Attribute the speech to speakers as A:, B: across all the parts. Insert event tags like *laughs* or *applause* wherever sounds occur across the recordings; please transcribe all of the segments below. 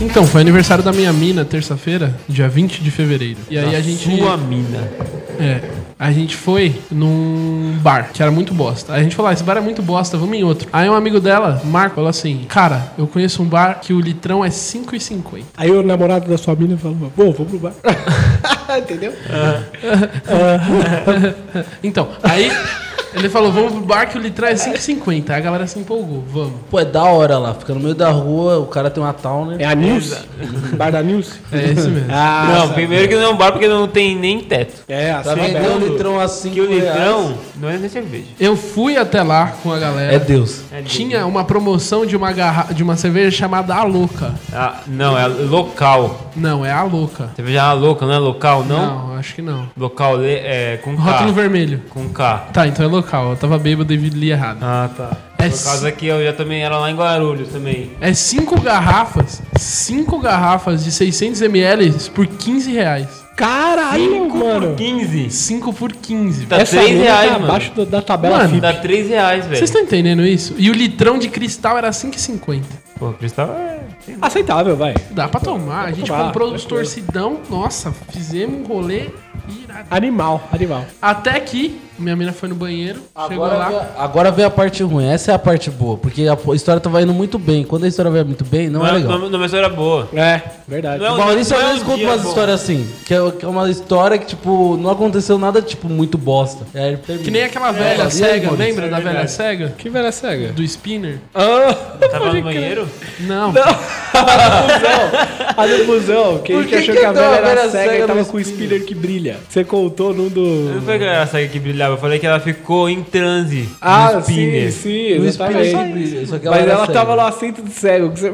A: Então, foi aniversário da minha mina, terça-feira, dia 20 de fevereiro. E aí
B: Da
A: a gente.
B: Sua mina.
A: É. A gente foi num bar, que era muito bosta. A gente falou, ah, esse bar é muito bosta, vamos em outro. Aí um amigo dela, Marco, falou assim: Cara, eu conheço um bar que o litrão é 5,50.
C: Aí o namorado da sua mina falou, pô, vamos pro bar. Entendeu?
A: Então,
B: *laughs*
A: aí ele falou, vamos pro bar que o litrão é 5,50. Aí a galera se empolgou, vamos.
B: Pô, é da hora lá. Fica no meio da rua, o cara tem uma town,
C: É a News? bar da News?
A: É esse mesmo.
C: Ah,
D: não,
C: sabe.
D: primeiro que não é um bar porque não tem nem teto.
C: É, a
B: Tá vendendo um litrão assim.
D: Que o litrão não é nem cerveja.
A: Eu fui até lá com a galera.
B: É Deus.
D: É
A: Tinha uma promoção de uma, garra... de uma cerveja chamada A Louca.
D: Ah, não, é local.
A: Não, é A Louca.
D: Cerveja é uma louca, não é local, não?
A: Não, acho que não.
D: Local le- é com K.
A: Rótulo vermelho.
D: Com K.
A: Tá, então é local. Eu tava bêbado e li errado.
D: Ah, tá.
A: É
D: Por causa que eu já também era lá em Guarulhos também.
A: É cinco garrafas, cinco garrafas de 600ml por 15 reais.
C: Caralho, mano.
D: 15.
A: 5 por 15.
D: Tá
C: Essa
D: 3
C: mina
D: reais,
C: tá
D: mano.
C: abaixo do- da tabela
A: Mano,
C: FIFA.
D: Dá 3 reais, velho.
A: Vocês estão entendendo isso? E o litrão de cristal era 5,50.
D: Pô, Cristal é...
C: Aceitável, vai.
A: Dá pra tomar. A gente
C: tomar,
A: comprou os
C: tranquilo.
A: torcidão. Nossa, fizemos um rolê irado.
C: Animal, animal.
A: Até que minha mina foi no banheiro, chegou
B: Agora,
A: lá.
B: vem a- agora vem a parte ruim. Essa é a parte boa. Porque a po- história tava indo muito bem. Quando a história vai muito bem, não, é
D: Não,
B: legal.
D: não, não, mas era boa.
C: É, verdade.
D: Não,
B: O Maurício
D: não
B: às
D: é
B: vezes
D: um
B: conta
D: dia
B: umas
D: bom.
B: histórias assim, que é, que é uma história que, tipo, não aconteceu nada, tipo, muito bosta. E aí ele termina.
A: Que nem aquela velha
B: e aí,
A: cega,
B: Maurício?
A: lembra da velha cega?
C: Que velha cega.
A: Do spinner?
C: Ah, *laughs*
D: Tava no banheiro?
A: Não.
C: a difusão. Quem
B: Por
C: Ah, que,
B: que
C: achou
B: que
C: que a
B: eu dou
C: velha
B: a
C: era
B: velha
C: cega e
B: cega
C: tava
B: no
C: com o
B: spinner?
C: spinner que brilha? Você contou num
D: Eu Não
C: do...
D: foi que era a saga que brilhava, eu falei que ela ficou em transe. no
C: Ah, sim,
D: spinner.
C: sim,
B: No
C: exatamente.
B: spinner que brilha, só que ela é
C: Mas
B: era
C: ela
B: cega.
C: tava no assento de cego. Que você...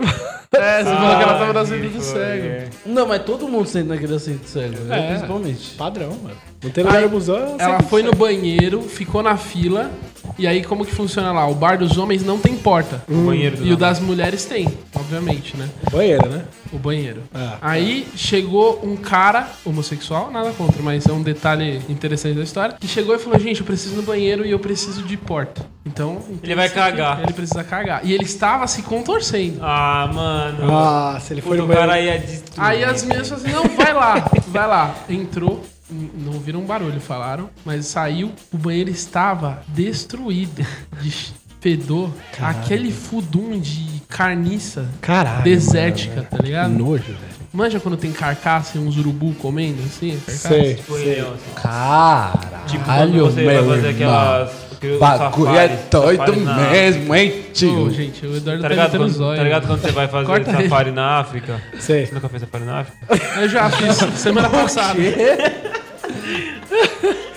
A: É, você falou que ela tava nas
D: Ah,
A: vidas do
D: foi,
A: cego.
D: é.
B: Não, mas todo mundo sente naquele assento cego. eu
C: É.
B: principalmente.
C: Padrão, mano. Não tem lugar no busão, é um
A: Ela
C: assento
A: foi
C: de
A: no banheiro, ficou na fila. E aí, como que funciona lá? O bar dos homens não tem porta.
D: O banheiro do
A: E o
D: lado.
A: das mulheres tem, obviamente, né?
C: cego. banheiro, né?
A: O banheiro.
C: Ah.
A: Aí chegou um cara homossexual, nada contra, mas é um detalhe interessante da história, que chegou e falou: Gente, eu preciso ir no banheiro e eu preciso de porta. Então.
D: Ele vai
A: entende-se que
D: cagar.
A: Ele precisa cagar. E ele estava se contorcendo.
D: Ah, mano.
C: Ah, se ele foi
D: Puta,
C: no
D: o
C: banheiro...
D: cara ia destruir.
A: Aí as meninas falaram assim, não, vai lá, vai lá. Entrou, n- não ouviram um barulho, falaram, mas saiu, o banheiro estava destruído de ch- fedor, aquele fudum de carniça
C: Caralho,
A: desértica, tá ligado?
C: Nojo, velho.
A: Manja quando tem carcaça e uns urubu comendo, assim, a carcaça?
C: Sei,
D: Foi,
C: sei.
D: ó, assim.
B: Caralho,
D: Tipo, quando você vai fazer aquelas... aqueles
B: Bagulho é
D: safaris,
B: doido
D: safaris na-
B: mesmo, hein, tio?
A: Ô, gente, o Eduardo tá,
D: Tá ligado,
A: metendo os
D: quando,
A: olhos.
D: tá ligado quando você vai fazer
A: Corta ele.
D: safari na África?
C: Sei.
D: Você tá nunca fez safari na África?
A: Eu já fiz
C: *laughs*
A: semana passada.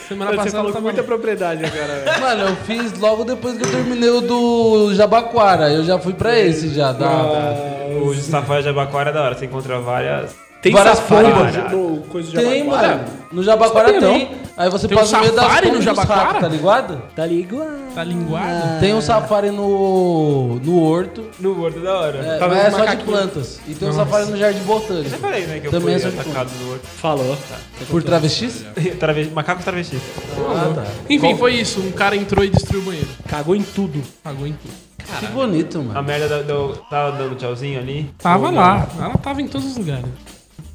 A: semana
C: Você
A: passada eu
C: falou com
A: tava...
C: muita propriedade agora, velho.
B: Mano, eu fiz logo depois que eu terminei o do Jabaquara. Eu já fui pra esse já. tá? Da...
D: O safari de Abaquara é da hora, você encontra várias...
C: Tem
B: Várias
C: safari
D: paradas.
C: no coisa de
B: Tem,
C: Jabaquara?
B: mano. No Jabaquara
C: Sabia,
B: tem. Aí você
A: Tem
B: passa
A: um
B: no meio das
A: safari no
B: pontas dos
A: Jabaquara?
B: ratos, tá ligado?
C: Tá ligado?
A: Tá linguado?
B: Tem um safari no, no horto.
D: No World é da hora.
B: É,
D: Talvez
B: mas é só de
D: macaquinho.
B: plantas. E tem um safari no jardim botânico.
D: Eu falei, né, que eu
B: Também é
D: fui
B: sobre
D: atacado no World. *laughs*
C: Falou.
B: Por travestis?
D: Travesti, macacos travestis.
B: Ah, tá.
A: Enfim, foi isso. Um cara entrou e destruiu o banheiro.
C: Cagou em tudo.
A: Cagou em tudo.
B: Que bonito,
D: A
B: mano.
D: merda da- do, tava dando tchauzinho ali.
A: Tava
D: Ou não?
A: lá. Ela tava em todos os lugares.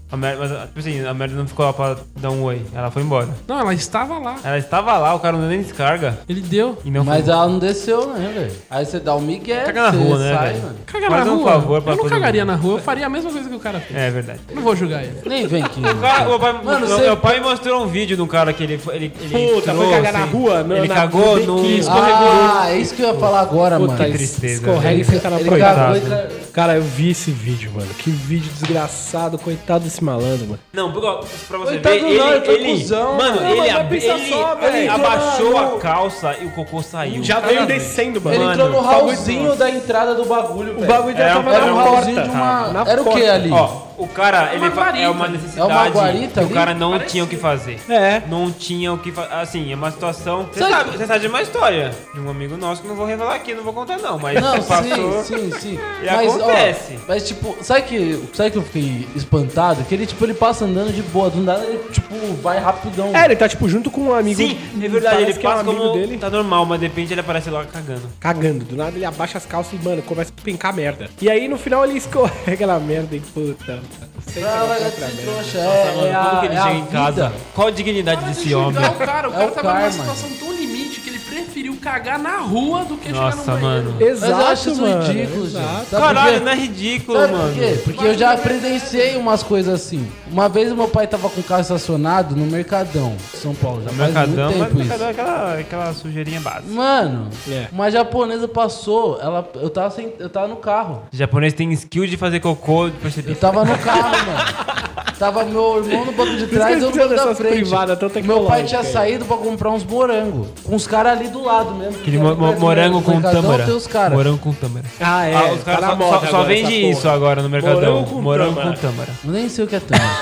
D: A merda, mas tipo assim, a merda não ficou lá pra dar um oi. Ela foi embora.
A: Não, ela estava lá.
D: Ela estava lá, o cara não deu nem descarga.
A: Ele deu.
D: E não
B: Mas
D: foi.
B: ela não desceu, né, velho? Aí você dá o migué,
D: Caga na
B: você
D: rua, né,
B: sai,
D: velho?
B: mano.
A: Caga
D: Faz
A: na
D: um
A: rua.
D: favor pra
A: eu não
D: todo
A: cagaria
D: mundo.
A: na rua. Eu faria a mesma coisa que o cara fez.
D: É verdade.
A: Não vou julgar ele.
B: Nem vem aqui. mano. Ah,
D: Cara, meu pai,
B: Mano,
D: meu,
B: você-
D: meu pai mostrou um vídeo de um cara que ele foi. Ele, ele
C: Puta, foi cagar na rua? Não,
D: ele
C: na-
D: cagou
C: bem
D: no.
C: que
B: Ah, é isso que eu ia falar agora, mano.
C: Puta,
D: tristeza,
C: Escorrega
D: velho.
C: e fica na
B: Ele
C: porta.
B: cagou
D: Coitado.
B: e tra-
C: Cara, eu vi esse vídeo, mano. Que vídeo desgraçado. Coitado desse malandro, mano.
D: Não, porque, ó, pra você
B: Coitado
D: ver,
B: do
D: ele,
B: Nário, que
D: ele,
B: cuzão,
D: mano,
B: mano.
D: ele,
C: Não, mas pensa
D: ele,
C: só,
D: ele
C: velho.
D: abaixou
B: Caralho.
D: a calça e o cocô saiu.
C: Já veio descendo, mano.
B: Ele
D: Mano,
B: entrou no
D: o
B: hallzinho da entrada do bagulho, velho.
C: O bagulho já
D: Era um-
C: tava
D: era
C: na
D: um
B: hallzinho
C: porta.
B: de uma-
C: Na
B: era o que
C: porta.
B: ali?
D: Ó, O cara, ele fa-
A: guarita.
D: é uma
A: É uma
D: necessidade
B: guarita
D: que
B: ali?
D: o cara não
A: Parece-
D: tinha o que fazer.
C: É.
D: Não tinha o que fazer. Assim, é uma situação. Você
B: Sabe-
D: sabe, você sabe de uma história de um amigo nosso que não vou revelar aqui, não vou contar não, mas
B: Não,
D: passou.
B: sim, sim, sim.
D: E acontece.
B: Ó, mas tipo, sabe que, sabe que eu fiquei espantado? Que ele, tipo, ele passa andando de boa, do nada ele, tipo, vai rapidão.
C: É, ele tá, tipo, junto com um amigo.
D: Sim, é verdade,
C: parece
D: ele passa
C: que é um amigo
D: como
C: dele.
D: tá normal, mas de repente ele aparece lá cagando.
C: Cagando, do nada ele abaixa as calças e, mano, começa a pincar merda. E aí no final ele *laughs* escorrega na merda e puta. Sei
B: Ah,
C: lá,
B: vai
C: outra
B: dar de
C: merda.
B: trouxa, é, é a-
D: como que ele
B: é a
D: chega em casa?
B: vida.
D: Qual a dignidade
A: Para de
D: desse
A: julgar
D: homem?
A: O cara, o
B: É
A: cara
B: o
A: tava numa
B: karma.
A: situação tão limite que ele preferiu cagar na rua do que chegar no
D: Nossa,
A: banheiro.
D: mano.
B: Mas
C: Exato,
B: eu acho isso
C: mano,
B: ridículo,
C: exato.
B: gente. Sabe por quê?
D: Caralho, não é ridículo,
B: Sabe
D: mano.
B: por quê? Porque eu já presenciei umas coisas assim. Uma vez meu pai tava com o carro estacionado no Mercadão, São Paulo. Já faz
D: Mercadão,
B: muito
D: mas
B: tempo isso.
D: mercadão é aquela, aquela sujeirinha básica.
B: Mano,
C: É.
B: uma japonesa passou, ela, eu, tava sem, eu tava no carro.
D: O japonês tem skill de fazer cocô, percebi.
B: Eu tava no carro, mano. Tava meu irmão no banco de
C: que
B: trás,
C: eles
B: eu
C: precisam
B: no banco da
C: dessas
B: frente.
C: privadas tão
B: meu pai tinha
C: tecnológicas aí.
B: saído pra comprar uns morangos. Com os caras ali do lado mesmo.
D: Aquele mo- mo- morango com
B: Mercadão
D: tâmara.
B: tem os cara.
D: Morango com tâmara.
C: Ah, é.
D: Ah, os
C: tá
D: caras
C: na
D: só,
C: moda
D: só- só
C: agora essa
D: vende
C: porra.
D: isso agora no mercadão.
C: Morango com
D: Morango com
C: tâmara.
D: tâmara.
B: Eu nem sei o que é tâmara.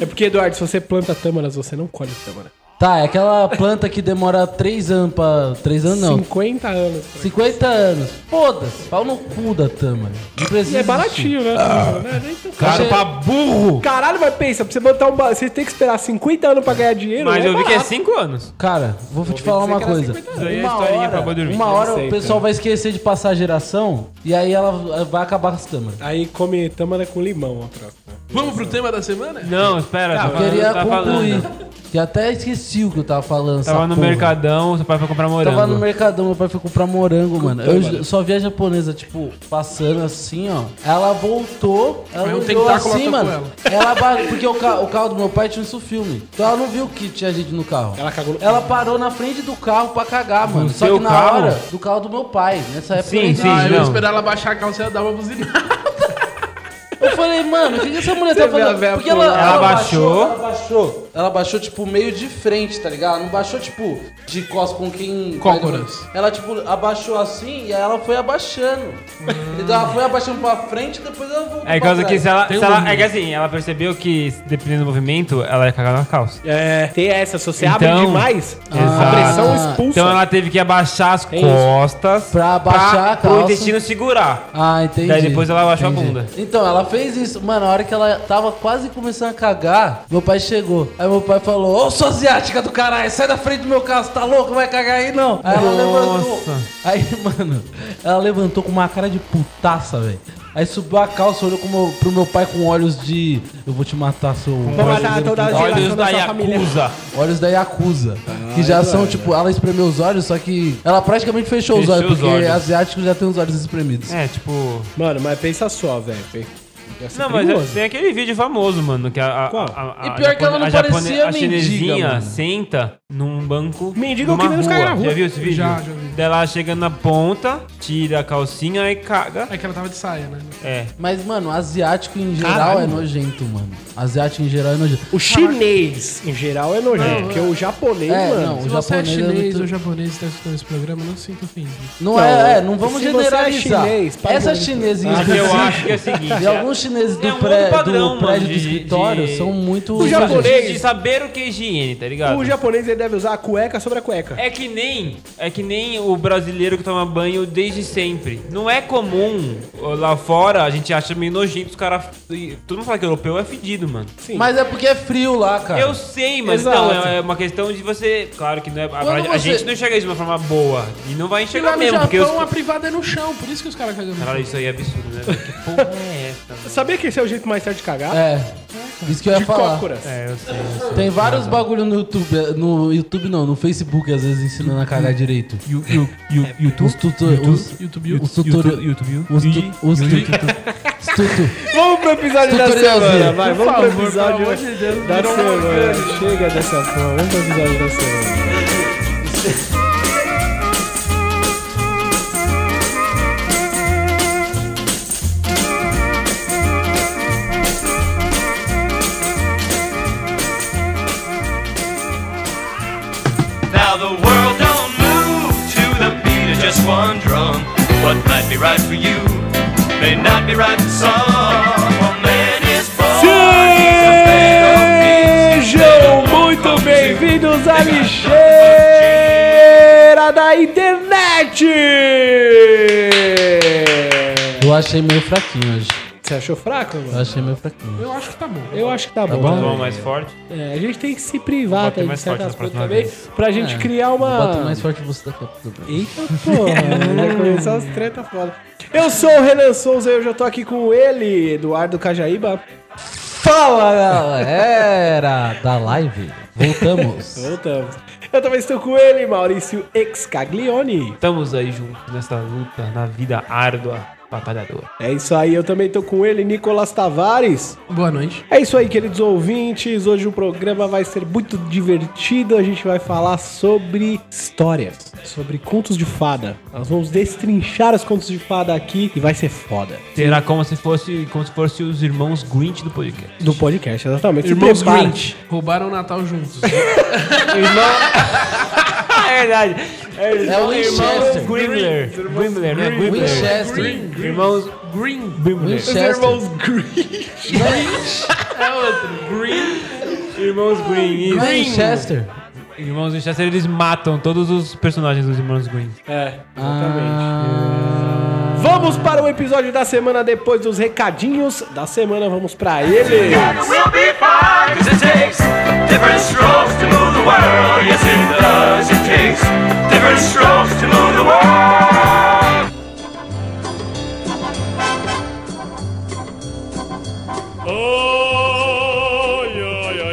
C: É porque, Eduardo, se você planta tâmaras, você não colhe tâmara.
B: tá, é aquela planta que demora 3 anos pra... 3 anos não,
C: 50 anos. cara.
B: 50 anos. Foda-se. Pau no cu da tâmara. Não
C: E
B: precisa.
C: é baratinho, né?
B: Ah.
C: Né? Nem tão caro.
B: Cara, pra
D: burro!
C: Caralho, mas pensa, pra você botar um. ba- Você tem que esperar 50 anos pra ganhar dinheiro.
D: Mas
C: né?
D: eu vi que é
C: barato.
D: 5 anos.
B: Cara, vou, te falar uma
C: que era
B: coisa.
C: 50
D: anos. Daí a
B: Uma
D: historinha pra
B: hora,
D: boi dormir.
B: uma
D: Não
B: hora
C: sei,
B: o pessoal
C: cara.
B: vai esquecer de passar a geração e aí ela vai acabar com as câmeras.
C: Aí come tâmara com limão, ó, próxima.
A: Vamos pro tema da semana?
D: Não, espera, tá
B: Eu
D: falando,
B: queria
D: tá
B: concluir.
D: falando.
B: Que até esqueci o que eu tava falando.
D: Tava
B: essa
D: no
B: porra.
D: mercadão, seu pai foi comprar morango.
B: Tava no mercadão, meu pai foi comprar morango, mano. Eu j- só vi a japonesa, tipo, passando assim, ó. Ela voltou, ela
A: Foi um
B: olhou
A: tentáculo
B: assim,
A: atacou
B: mano.
A: ela.
B: Ela ba- porque o, ca- o carro do meu pai tinha isso filme. Então ela não viu que tinha gente no carro.
C: Ela cagou no-
B: Ela parou na frente do carro pra cagar, mano. Só
D: seu
B: que na
D: carro?
B: hora, do carro do meu pai. Nessa época
D: Sim,
B: eu nem
D: sim.
A: Ah, eu ia
D: não.
A: esperar ela baixar a calça e ela dar uma buzinada.
B: Eu falei, mano, o que, que essa mulher
C: Você
B: tá
C: vê a
B: falando?
C: véia
B: Porque ela,
D: pulando. Ela baixou.
B: Ela baixou. Ela baixou, tipo, meio de frente, tá ligado? Ela Não baixou, tipo, de costas com quem.
A: Cócoras.
B: Ela, tipo, abaixou assim e aí ela foi abaixando. Então ela foi abaixando pra frente e depois ela voltou.
D: É por
B: pra
D: causa
B: trás.
D: que se ela,
A: Tem
D: se
A: um
D: ela.
A: número.
D: É que assim, ela percebeu que dependendo do movimento, ela ia cagar na calça.
C: É, tem essa, se você abre
D: Então-
C: demais, a
D: Exato.
C: pressão expulsa.
D: Então ela teve que abaixar as
C: isso.
D: costas
B: um Pra abaixar a
D: o
B: calça.
D: intestino segurar.
B: Ah, entendi.
D: Daí depois ela abaixou a
B: Entendi.
D: bunda.
B: Então, ela fez isso. Mano, a hora que ela tava quase começando a cagar, meu pai chegou. Aí meu pai falou: Ô, sua asiática do caralho, sai da frente do meu carro, você tá louco? Não vai cagar aí não. Aí ela levantou.
D: Nossa.
B: Aí, *laughs* mano, ela levantou com uma cara de putaça, velho. Aí subiu a calça, olhou pro meu, pro meu pai com olhos de. Eu vou te matar, seu.
C: Vou matar
B: brasileiro
C: tá toda a
B: putaça."
C: geração
D: Olhos da
C: sua família.
D: Yakuza.
B: Olhos da Yakuza. que já são, tipo, ela espremeu os olhos, só que. Ela praticamente fechou
D: Fechou
B: os olhos,
D: os
B: porque
D: olhos.
B: asiático já tem os olhos espremidos.
D: É, tipo.
C: Mano, mas pensa só, velho. pe- ia ser
D: Não, mas é
C: perigoso.
D: tem aquele vídeo famoso, mano, que a, a,
C: Qual?
D: a- a-
B: E pior que ela não
D: a japone-
B: parecia
D: a
B: mendiga,
D: chinesinha
B: mano.
D: senta num banco
C: Mendiga é o
D: numa
C: que menos cai na rua.
D: Já viu esse vídeo?
A: Já, já vi.
D: Daí ela chega na ponta, tira a calcinha e caga.
A: *laughs* É que ela tava de saia, né?
D: É.
B: Mas, mano, asiático em geral
C: Caralho.
B: é nojento, mano. Asiático em geral é nojento.
C: O chinês, em geral, é nojento. Porque o japonês,
B: É,
C: mano.
B: não.
A: Se
B: O
A: você é
B: japonês é
A: chinês
B: muito-
A: ou japonês e está escutando esse programa, não sinto ofendido.
B: Não,
C: Não,
B: é, é, não vamos
C: Então, se você é
B: generalizar.
C: chinês, paga
B: Essa
C: muito.
B: chinesa em
C: Ah,
D: Mas eu
B: específico,
D: acho que é o seguinte.
B: e alguns chineses do,
D: É um
B: pré-
D: outro padrão,
B: do
D: mano,
B: prédio do
D: de-
B: escritório
D: de-
B: são muito.
C: O
D: é-
C: japonês-
D: De saber o que é higiene, tá ligado?
C: O japonês ele deve usar a cueca sobre a cueca.
D: É que nem é que nem o brasileiro que toma banho desde sempre. Não é comum ó, lá fora, a gente acha meio nojento os caras. Todo mundo fala que europeu é fedido, mano.
C: Sim.
B: Mas é porque é frio lá, cara.
D: Eu sei, mas
C: Exato.
D: não, é é uma questão de você. Claro que não é. A,
B: Quando
D: a
B: você-
D: gente não enxerga isso de uma forma boa. E não vai
A: E
D: enxergar
A: lá no
D: mesmo, porque os.
A: Japão a privada é no chão, por isso que os caras cagam no chão.
D: Caralho, isso aí é absurdo, né? velho? Que porra é essa?
C: *laughs*
D: mano?
C: Sabia que esse é o jeito mais certo de cagar?
B: É. Isso que eu ia
C: De
B: falar.
C: cócoras.
D: É, eu sei, eu sei.
B: Tem vários bagulho no YouTube. eh, No YouTube não, no Facebook às vezes ensinando a cagar direito. Os tutores.
A: YouTube,
B: Os tutores. Os tu- os tu- os tutu-
C: Vamos pro episódio da
B: Tutorialzinho.
C: semana, vai.
A: Por
C: Vamos pro
A: favor,
C: episódio
A: pelo amor de Deus,
C: da
A: virou uma
C: semana. Chega dessa forma. Vamos pro episódio da semana.
E: Now the world don't move to the beat of just one drum. What might be right for you may not be right for some. A man is born.
C: Sejam muito bem-vindos à lixeira da internet!
B: Eu achei meio fraquinho hoje.
C: Você achou fraco,
B: Eu
C: mano?
B: achei meio fraquinho.
A: Eu acho que tá bom.
C: Eu acho que tá, bom.
D: Vamos
C: né?
D: tomar mais forte.
C: É, a gente tem que se privar
D: Bota
C: tá, de
D: mais forte
C: certas
D: nas
C: coisas
D: próximas
C: também
D: vezes.
C: pra gente
B: É,
C: criar uma.
B: Bota mais forte você daqui a pouco. *laughs*
C: Eita porra, já começou É, as treta foda. Eu sou o Renan Souza e hoje eu tô aqui com ele, Eduardo Cajaíba.
B: Fala galera da live. Voltamos.
C: Voltamos. Eu também estou com ele, Maurício Excaglione.
D: Estamos aí juntos nessa luta, na vida árdua, batalhadora.
C: É isso aí, eu também tô com ele, Nicolas Tavares.
A: Boa noite.
C: É isso aí, queridos ouvintes. Hoje o programa vai ser muito divertido. A gente vai falar sobre histórias, sobre contos de fada. Nós vamos destrinchar os contos de fada aqui e vai ser foda.
D: Será como se fosse como se fosse os irmãos Grinch do podcast.
C: Do podcast, exatamente. Se
A: Irmãos
C: prepara.
A: Grinch roubaram o Natal juntos.
D: é verdade. É,
B: *laughs* É o Winchester.
D: Grimler. Grimler, né? Grimler.
B: Winchester.
D: Irmãos
A: Green.
D: Grimler.
B: Winchester.
A: É outro. Green.
D: Irmãos Green. isso.
B: Winchester.
D: Irmãos Winchester, eles matam todos os personagens dos Irmãos Green.
C: É, exatamente. Vamos para o episódio da semana depois dos recadinhos da semana. Vamos pra ele.
E: We'll be fine, cause it takes different strokes to move the world. Yes, it does. It takes different strokes to move the world. Oh, yeah, yeah, yeah,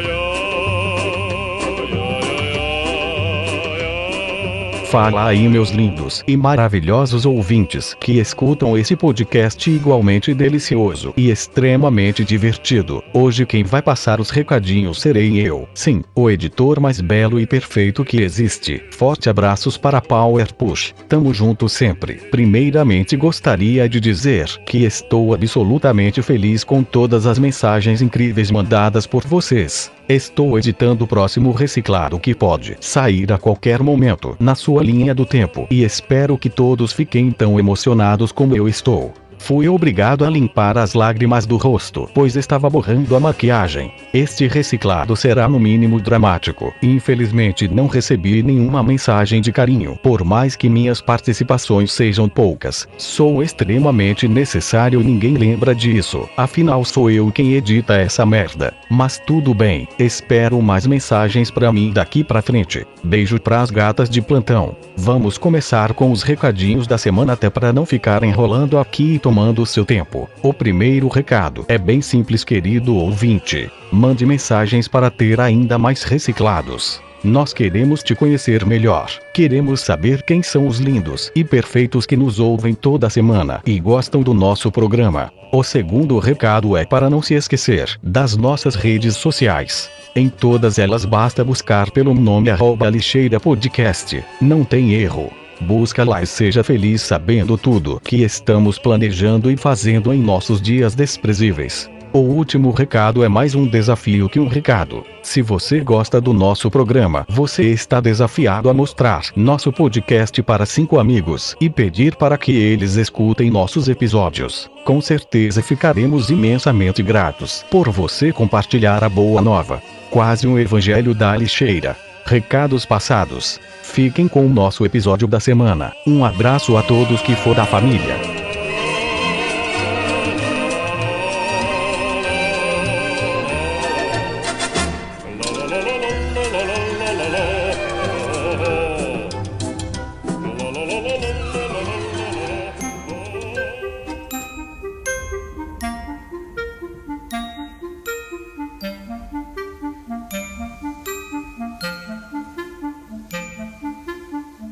E: yeah, yeah, yeah.
F: Fala aí, meus lindos e maravilhosos ouvintes que escutam esse podcast igualmente delicioso e extremamente divertido. Hoje, quem vai passar os recadinhos serei eu, sim, o editor mais belo e perfeito que existe. Forte abraços para Power Push, tamo junto sempre. Primeiramente, gostaria de dizer que estou absolutamente feliz com todas as mensagens incríveis mandadas por vocês. Estou editando o próximo reciclado que pode sair a qualquer momento na sua linha do tempo e espero que todos fiquem tão emocionados como eu estou. Fui obrigado a limpar as lágrimas do rosto, pois estava borrando a maquiagem. Este reciclado será no mínimo dramático. Infelizmente não recebi nenhuma mensagem de carinho, por mais que minhas participações sejam poucas. Sou extremamente necessário e ninguém lembra disso. Afinal sou eu quem edita essa merda. Mas tudo bem, espero mais mensagens pra mim daqui pra frente. Beijo pras gatas de plantão. Vamos começar com os recadinhos da semana até pra não ficar enrolando aqui e tomando o seu tempo. O primeiro recado é bem simples, querido ouvinte. Mande mensagens para ter ainda mais reciclados. Nós queremos te conhecer melhor. Queremos saber quem são os lindos e perfeitos que nos ouvem toda semana e gostam do nosso programa. O segundo recado é para não se esquecer das nossas redes sociais. Em todas elas basta buscar pelo nome arroba lixeira podcast. Não tem erro. Busca lá e seja feliz sabendo tudo que estamos planejando e fazendo em nossos dias desprezíveis. O último recado é mais um desafio que um recado. Se você gosta do nosso programa, você está desafiado a mostrar nosso podcast para cinco amigos e pedir para que eles escutem nossos episódios. Com certeza ficaremos imensamente gratos por você compartilhar a boa nova. Quase um evangelho da lixeira. Recados passados. Fiquem com o nosso episódio da semana. Um abraço a todos que for da família.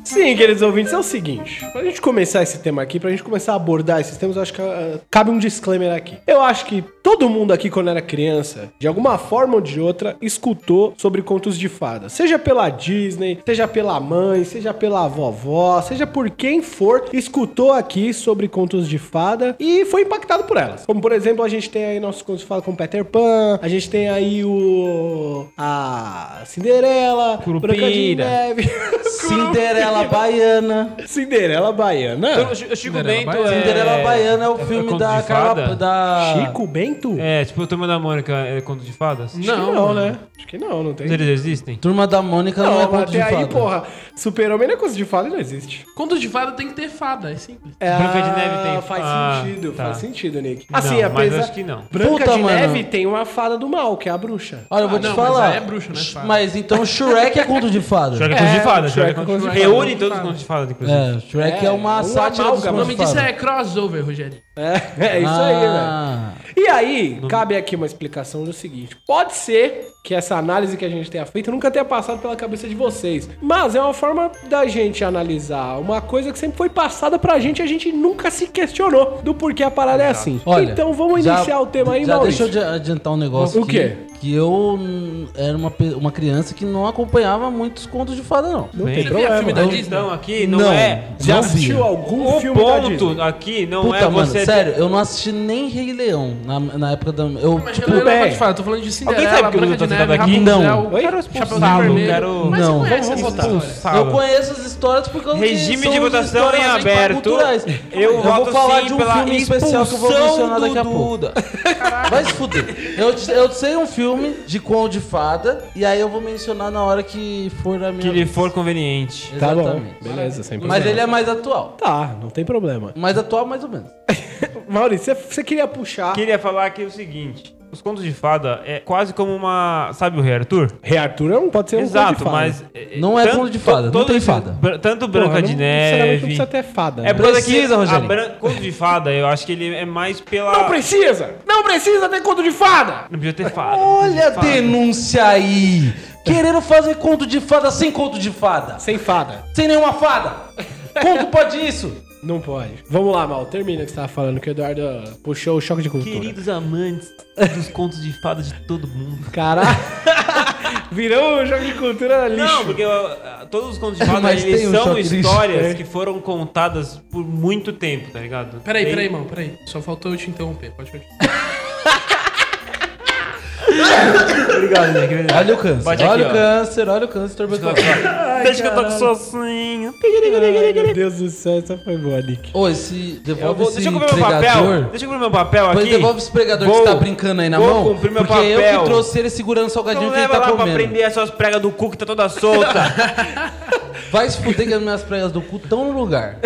C: Sim, queridos ouvintes, é o seguinte. Pra gente começar esse tema aqui, pra gente começar a abordar esses temas, eu acho que ah, cabe um disclaimer aqui. Eu acho que todo mundo aqui, quando era criança, de alguma forma ou de outra, escutou sobre contos de fadas. Seja pela Disney, seja pela mãe, seja pela vovó, seja por quem for, escutou aqui sobre contos de fada e foi impactado por elas. Como, por exemplo, a gente tem aí nossos contos de fada com Peter Pan, a gente tem aí o exemplo, a Cinderela,
D: Curupira.
C: Branca de Neve,
B: Cinderela Baiana.
C: *laughs* Cinderela Baiana.
D: O Chico
A: Cinderela
D: Bento
A: Baiana.
D: é...
B: Cinderela Baiana é o
D: é
B: filme
D: conto
B: da
D: de
B: Carla.
D: fada?
B: Da...
C: Chico Bento?
D: É, tipo o Turma da Mônica é conto de fadas?
C: Acho que
A: Não,
C: não,
A: mano.
C: né? Acho que não, não tem.
D: Eles existem?
B: Turma da Mônica não,
C: Não,
B: é
C: mas
B: conto de
C: até aí,
B: fada.
C: porra, super-homem não é coisa de fada, não existe.
A: Conto de fada tem que ter fada, é simples.
C: É,
D: Branca de Neve tem-
C: Faz
D: Ah,
C: sentido,
D: tá.
C: faz sentido, Nick.
D: Não,
C: Assim,
D: mas
C: apesar...
D: acho que não.
C: Branca
B: Puta,
C: de
B: mano.
C: Neve tem uma fada do mal, que é a bruxa.
B: Olha, eu vou
A: Ah,
B: te
A: não, mas
B: falar.
A: aí é bruxa, né, fada?
B: Mas então Shrek é conto de fada.
D: Shrek é conto de fadas.
C: Shrek
D: Shrek é
C: é
D: conto de
C: conto de
D: fadas. Reúne
A: fadas.
D: todos os contos de fadas, inclusive.
B: É, Shrek é,
C: É,
B: uma
C: um
B: sátira dos
A: O
C: amálgama.
B: contos
A: nome
B: de
A: disso
B: fada.
A: é crossover, Rogério.
C: É, *laughs* é isso aí,
B: Ah.
C: velho. E aí, cabe aqui uma explicação do seguinte. Pode ser que essa análise que a gente tenha feito nunca tenha passado pela cabeça de vocês. Mas é uma forma da gente analisar uma coisa que sempre foi passada pra gente e a gente nunca se questionou do porquê a parada é assim.
B: Olha,
C: então vamos
B: já-
C: iniciar o tema aí,
B: já
C: Maurício.
B: Deixa eu adi- adiantar um negócio
C: O
B: aqui,
C: quê?
B: Que eu hum, era uma, pe- uma criança que não acompanhava muitos contos de fada, não.
C: Não tem
A: vê
D: Você
A: a
C: problema.
A: filme da
D: A
C: Não-
A: Disney?
D: questão aqui não,
B: Não,
D: é...
C: Já
B: não
C: assistiu
B: via.
C: algum
B: Um
D: O
C: filme da Disney?
D: ponto aqui não
B: Puta,
D: é
B: mano,
D: você...
B: sério, eu não assisti nem Rei Leão na, na época da. Eu,
A: Mas
B: tipo,
A: eu não
C: bem.
A: gosto de fada, tô falando de Cinderela,
D: sabe que eu
A: Branca
D: tô
A: de Neve,
D: sentado aqui?
A: Rapunzel,
B: Não.
C: tá Oi?
A: Chapeuzinho
D: Expulsado,
A: Vermelho.
D: quero-
A: Mas assim, você
B: Não.
A: conhece
C: Vamos
A: essa
C: votar.
D: um
A: história.
B: eu conheço essas histórias porque eu
D: Regime de votação em aberto. Eu, voto sim pela
B: um especial que eu vou
D: expulsão
B: mencionar
D: do
B: daqui a pouco.
D: Duda.
B: *laughs* Vai se fuder. Eu, te- eu sei um filme de conto de fada e aí eu vou mencionar na hora que for a minha.
D: Que lhe
B: vez.
D: for conveniente.
C: Tá bom,
B: Exatamente.
C: beleza, sem problema.
B: Mas ele é mais atual.
C: Tá, não tem problema.
B: Mais atual, mais ou menos.
C: Maurício, você- você queria puxar...
D: Queria falar aqui o seguinte. Os contos de fada é quase como uma... Sabe o Rei Arthur?
C: Rei Arthur não pode ser um conto de
D: Exato,
C: fada.
D: mas... é,
B: Não é
D: tanto-
B: conto de fada, não
D: todo
B: tem
D: esse-
B: fada.
D: br- Tanto
C: Porra,
D: Branca de
C: não- sinceramente,
D: Neve...
C: Não precisa ter fada.
D: É
C: né?
D: por que
B: Precisa,
D: a
B: Rogério.
D: bran- conto de fada, eu acho que ele é mais pela...
C: Não precisa! Não precisa ter conto de fada!
D: Não podia ter fada.
B: Olha a
D: Fada.
B: denúncia aí! Querendo fazer conto de fada sem conto de fada!
C: Sem fada.
B: Sem nenhuma fada! Como pode isso?
C: Não pode. Vamos lá, Mal. Termina o que você tava falando, que o Eduardo ah, puxou o choque de cultura.
D: Queridos amantes dos contos de fada de todo mundo.
C: Caralho. *laughs* Virou um jogo de cultura lixo.
D: Não, porque ah, todos os
B: *laughs*
D: contos de fada
B: Mas
D: eles
B: tem um
D: são
B: choque de
D: histórias
B: história.
D: que foram contadas por muito tempo, tá ligado?
A: Peraí,
D: Tem-
A: peraí, mano, peraí. Só faltou eu te interromper, pode continuar.
C: É
D: Obrigado, né? que verdade.
B: É, Olha o câncer,
D: Bate
B: olha
D: aqui,
B: o
D: ó.
B: câncer, olha o câncer tuberculoso.
D: Ah, Deixa que eu tô sozinho.
C: Ai, né, meu Deus do céu, essa foi boa, Nick.
B: Ô, esse.
D: Eu
B: Devolve
D: vou,
B: esse
D: deixa eu comer meu papel.
B: pregador.
D: Deixa eu comer meu papel aqui.
B: Pois devolve esse pregador
D: Vou-
B: que você tá brincando aí na
D: vou
B: mão.
D: cumprir meu
B: porque eu
D: papel.
B: que trouxe ele segurando o salgadinho
D: Então
B: que ele
D: leva
B: tá
D: lá pra
B: comendo.
D: prender as suas pregas do cu que tá toda
B: *laughs*
D: solta.
B: Vai se fuder que as minhas pregas do cu estão no lugar.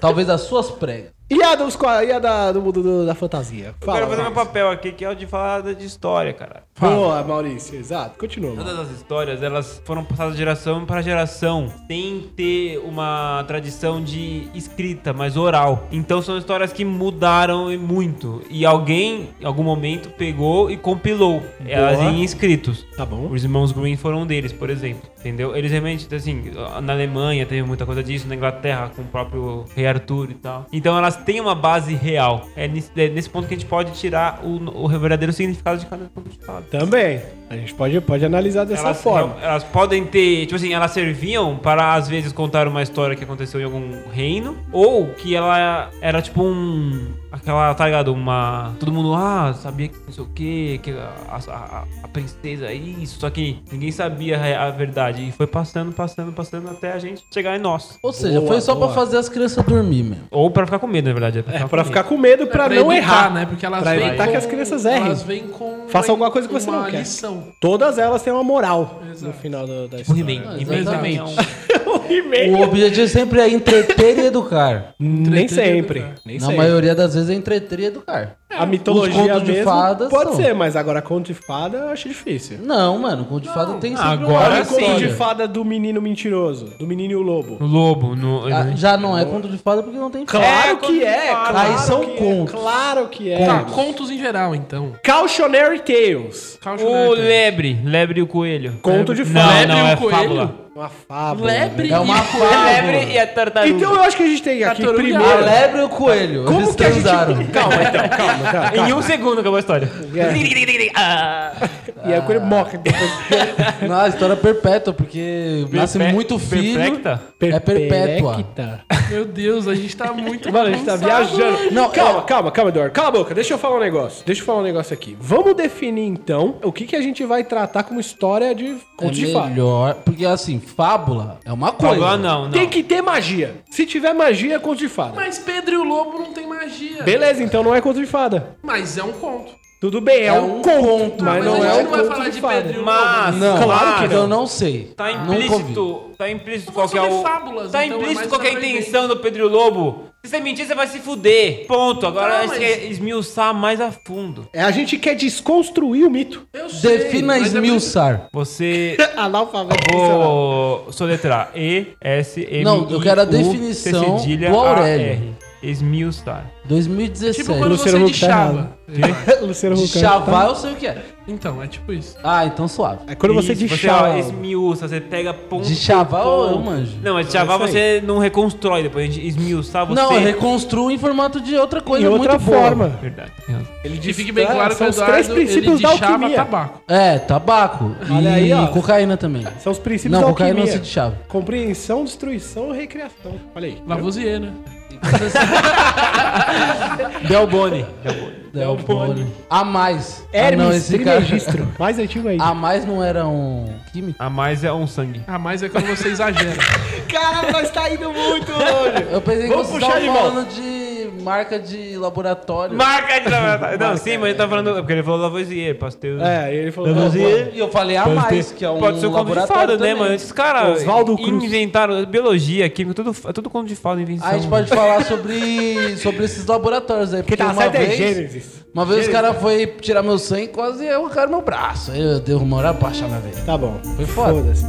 B: Talvez as suas pregas.
C: E a, dos, qua- e a da, do mundo do- da fantasia?
D: eu quero fazer meu
C: Maurício.
D: papel aqui, que é o de falar de história, cara.
C: Boa, Maurício. Exato. Continua. Mal.
D: Todas as histórias, elas foram passadas de geração para geração, sem ter uma tradição de escrita, mas oral. Então são histórias que mudaram e muito. E alguém, em algum momento, pegou e compilou elas
C: Boa.
D: em escritos.
C: Tá bom.
D: Os irmãos Green foram um deles, por exemplo. Entendeu? Eles realmente, assim, na Alemanha teve muita coisa disso, na Inglaterra, com o próprio Rei Arthur e tal. Então elas têm uma base real. É nesse, é nesse ponto que a gente pode tirar o, o verdadeiro significado de cada conto de fada.
C: Também. A gente pode, pode analisar dessa
D: Elas,
C: é forma.
D: não, elas podem ter, tipo assim, elas serviam para às vezes contar uma história que aconteceu em algum reino, ou que ela era tipo um. Aquela, tá ligado? Uma. Todo mundo, ah, sabia que não sei o que, que a, a- a- a princesa é isso, só que ninguém sabia a, a verdade. E foi passando, passando, passando até a gente chegar em nós.
B: Ou seja,
C: Boa,
B: foi só
C: boa.
B: pra fazer as crianças dormir, mesmo.
D: Ou para ficar com medo, na verdade.
C: É pra ficar com medo, pra, não
A: educar,
C: errar.
A: né? Porque elas
C: pra
A: vêm
C: evitar
A: com-
C: que as crianças errem.
A: Elas vêm com
C: Faça alguma coisa que você
A: uma
C: não quer.
A: lição.
C: Todas elas têm uma moral no
A: Exato.
C: final da, da
D: com
C: história.
D: medo. He-Man. He-Man também
B: exatamente.
D: é um-
C: O He-Man.
B: O objetivo sempre é entreter e educar.
C: Nem sempre. *laughs* Nem
B: Na
C: sempre.
B: maioria das vezes é entreter e educar.
C: A mitologia
B: É, Os contos de
C: mesmo
B: fadas
C: pode
B: são.
C: ser, mas agora conto de fada eu acho difícil.
B: Não, mano, conto de fada tem sempre um uma
D: agora
B: hora
C: Olha o
B: de
D: sim.
C: conto
B: história.
C: de fada do menino mentiroso, do menino e o lobo.
D: No lobo, no.
B: Ah, Já não é conto de fada porque não tem fada.
C: Claro
D: É, conto
C: que
D: de
C: é,
D: fada.
C: claro
B: Aí são
C: que é,
B: contos.
C: claro que é.
A: Tá, contos em geral, então.
C: Cautionary Tales.
D: O
A: Cautionary Tales.
D: lebre, lebre e o coelho.
C: Conto de
D: Não,
C: fada.
A: Lebre
D: não,
A: e o
D: é
A: coelho?
D: fábula.
C: Uma fábula. né?
A: Lebre
B: É uma
A: e-
B: fábula.
D: e a tartaruga.
C: Então eu acho que a gente tem aqui
A: Tartaruga.
B: A
C: primeiro...
B: é lebre e o coelho.
C: Como
B: eles
C: que a gente...
B: transaram.
C: *laughs* Calma, então, calma. calma, calma. calma.
D: Em um segundo acabou a história. Ah.
B: *laughs*
C: E aí o coelho morre.
B: Não, a história é perpétua, porque nasce
D: Perpe-
B: muito filho.
D: Perplecta?
B: É perpétua.
C: Perplecta.
A: Meu Deus, a gente
C: *laughs*
A: tá muito.
C: Mano, a gente tá
A: avançado.
C: viajando.
B: Não, é-
C: calma, calma, calma, Eduardo. Cala a boca, deixa eu falar um negócio. Deixa eu falar um negócio aqui. Vamos definir, então, o que, que a gente vai tratar como história de
B: É
C: contos de fadas.
B: melhor, porque assim, fábula é uma coisa.
D: Agora não, não.
C: Tem que ter magia. Se tiver magia, é conto de fada.
A: Mas Pedro e o Lobo não tem magia.
C: Beleza, então não é conto de fada.
A: Mas é um conto.
C: Tudo bem, é,
B: É
C: um
B: um
C: conto,
B: conto,
A: mas
C: mas, não
A: a
C: é
A: gente
C: um
A: não vai
C: conto
A: falar
C: de
A: de
C: fada.
A: Pedro e o
D: Mas,
B: Não,
D: claro que
B: Eu
D: não.
B: não sei.
D: Tá
B: Nunca ouvi.
D: implícito, tá implícito
A: Eu
D: qual
A: vou
D: que é o...
A: sobre fábulas,
D: tá
A: então, é
D: implícito
A: mais
D: qual que é a
A: abrangente.
D: intenção do Pedro e o Lobo. Se você mentir, você vai se fuder. Ponto. Agora
A: Tá,
D: a gente
A: mas-
D: quer é esmiuçar mais a fundo.
C: É, a gente quer desconstruir o mito.
A: Eu sei.
B: Defina
A: mas é
D: Tipo,
B: esmiuçar.
A: *laughs*
D: Você...
C: Analfabeto.
D: Vou soletrar. E, S, M,
B: Não, eu quero a
D: I, U,
B: definição
D: C, cedilha,
B: do
D: A,
B: Aurélio.
D: R. Esmiuçar.
A: muito-
B: 2017.
A: Tipo quando
C: Luciano
A: você
C: Huck tá
A: deixava.
C: Luciano tá?
B: De chavar, eu sei o que é.
A: Então, é tipo isso.
B: Ah, então suave.
C: É quando você
D: Isso,
C: deixava.
D: ó, esmiuça, você pega ponto.
B: De chavar,
D: por
B: eu- eu
D: ponto.
B: manjo.
D: Não, mas de chavar
C: É isso
D: você não reconstrói depois. A gente esmiuçar você.
B: Não, eu reconstruo em formato de outra coisa é
C: Em outra
B: muito boa.
C: forma.
D: Verdade.
B: É.
A: Ele e fique bem claro que
C: são
A: o
C: os três
A: Eduardo ele
C: princípios da
A: deixava
C: alquimia.
A: tabaco.
B: É, tabaco
C: Olha aí,
B: e
C: ó.
B: cocaína também.
C: São os princípios da
B: Não, cocaína
C: alquimia.
B: não se
C: *laughs*
B: de chave.
C: Compreensão, destruição, recriação. Olha aí.
A: Lavoisier, né?
D: Delboni.
B: Del Poli. A mais.
C: Hermes,
B: ah, não, esse cara... Ah.
C: Trimegistro. Mais antigo aí.
B: *laughs* A mais não era um químico?
D: A mais é um sangue.
A: Ah, mas é quando você
C: *laughs*
A: exagera.
C: Caralho, nós tá indo muito longe.
B: Eu pensei que
C: Vamos
B: você
C: puxar
B: tava
C: de volta.
B: falando de marca de laboratório.
D: Marca de laboratório. Não, sim, mas ele tá falando. Porque ele falou Lavoisier, pasteur.
C: É, ele falou.
B: E eu falei a
D: Pode
B: mais,
D: ter-
B: que é um
D: Pode ser um conto de
B: laboratório
D: fada, né,
B: também.
D: mano? Esses caras
C: Oswaldo Cruz.
D: inventaram biologia, química, tudo, é tudo conto de fada, invenção.
B: Aí a gente pode falar sobre, sobre esses laboratórios aí.
C: Quem
B: Porque
C: tá
B: uma
C: certo é
B: vez,
C: Gênesis.
B: uma vez os caras foi tirar meu sangue e quase eu arrancaram meu braço. Aí eu dei uma hora pra achar minha veia.
C: Tá bom.
B: Foi foda.
C: Foda-se.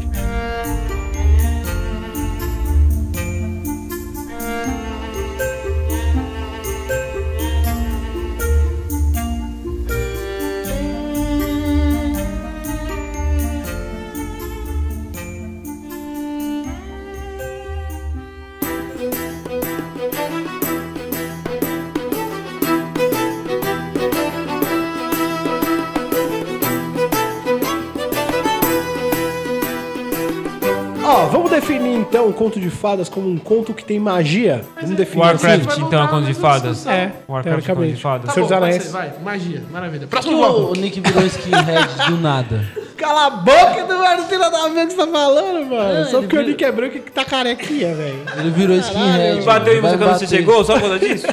C: Ó, vamos definir então o conto de fadas como um conto que tem magia. Vamos definir assim?
D: Warcraft,
B: assim,
A: Vai
D: então, é
A: voltar
D: conto de
A: nessa
D: fadas.
A: discussão.
D: É. Warcraft, conto de
C: teoricamente.
D: fadas.
A: Tá
C: Seus
A: bom, pode
C: Anéis.
A: ser, vai. Magia, maravilha.
B: Por que
A: Próximo bloco.
B: o, o Nick virou skinhead do nada?
C: Cala a boca, Eduardo, não tem nada a ver com o que você tá falando, mano.
B: Ah,
C: Só
B: ele
C: porque o
B: vira-
C: Nick é branco e que tá carequinha, velho.
B: Ele virou skinhead.
D: Bateu em você
B: mano. Vai
D: quando você
B: bater.
D: chegou, só por causa
B: *laughs*
D: disso?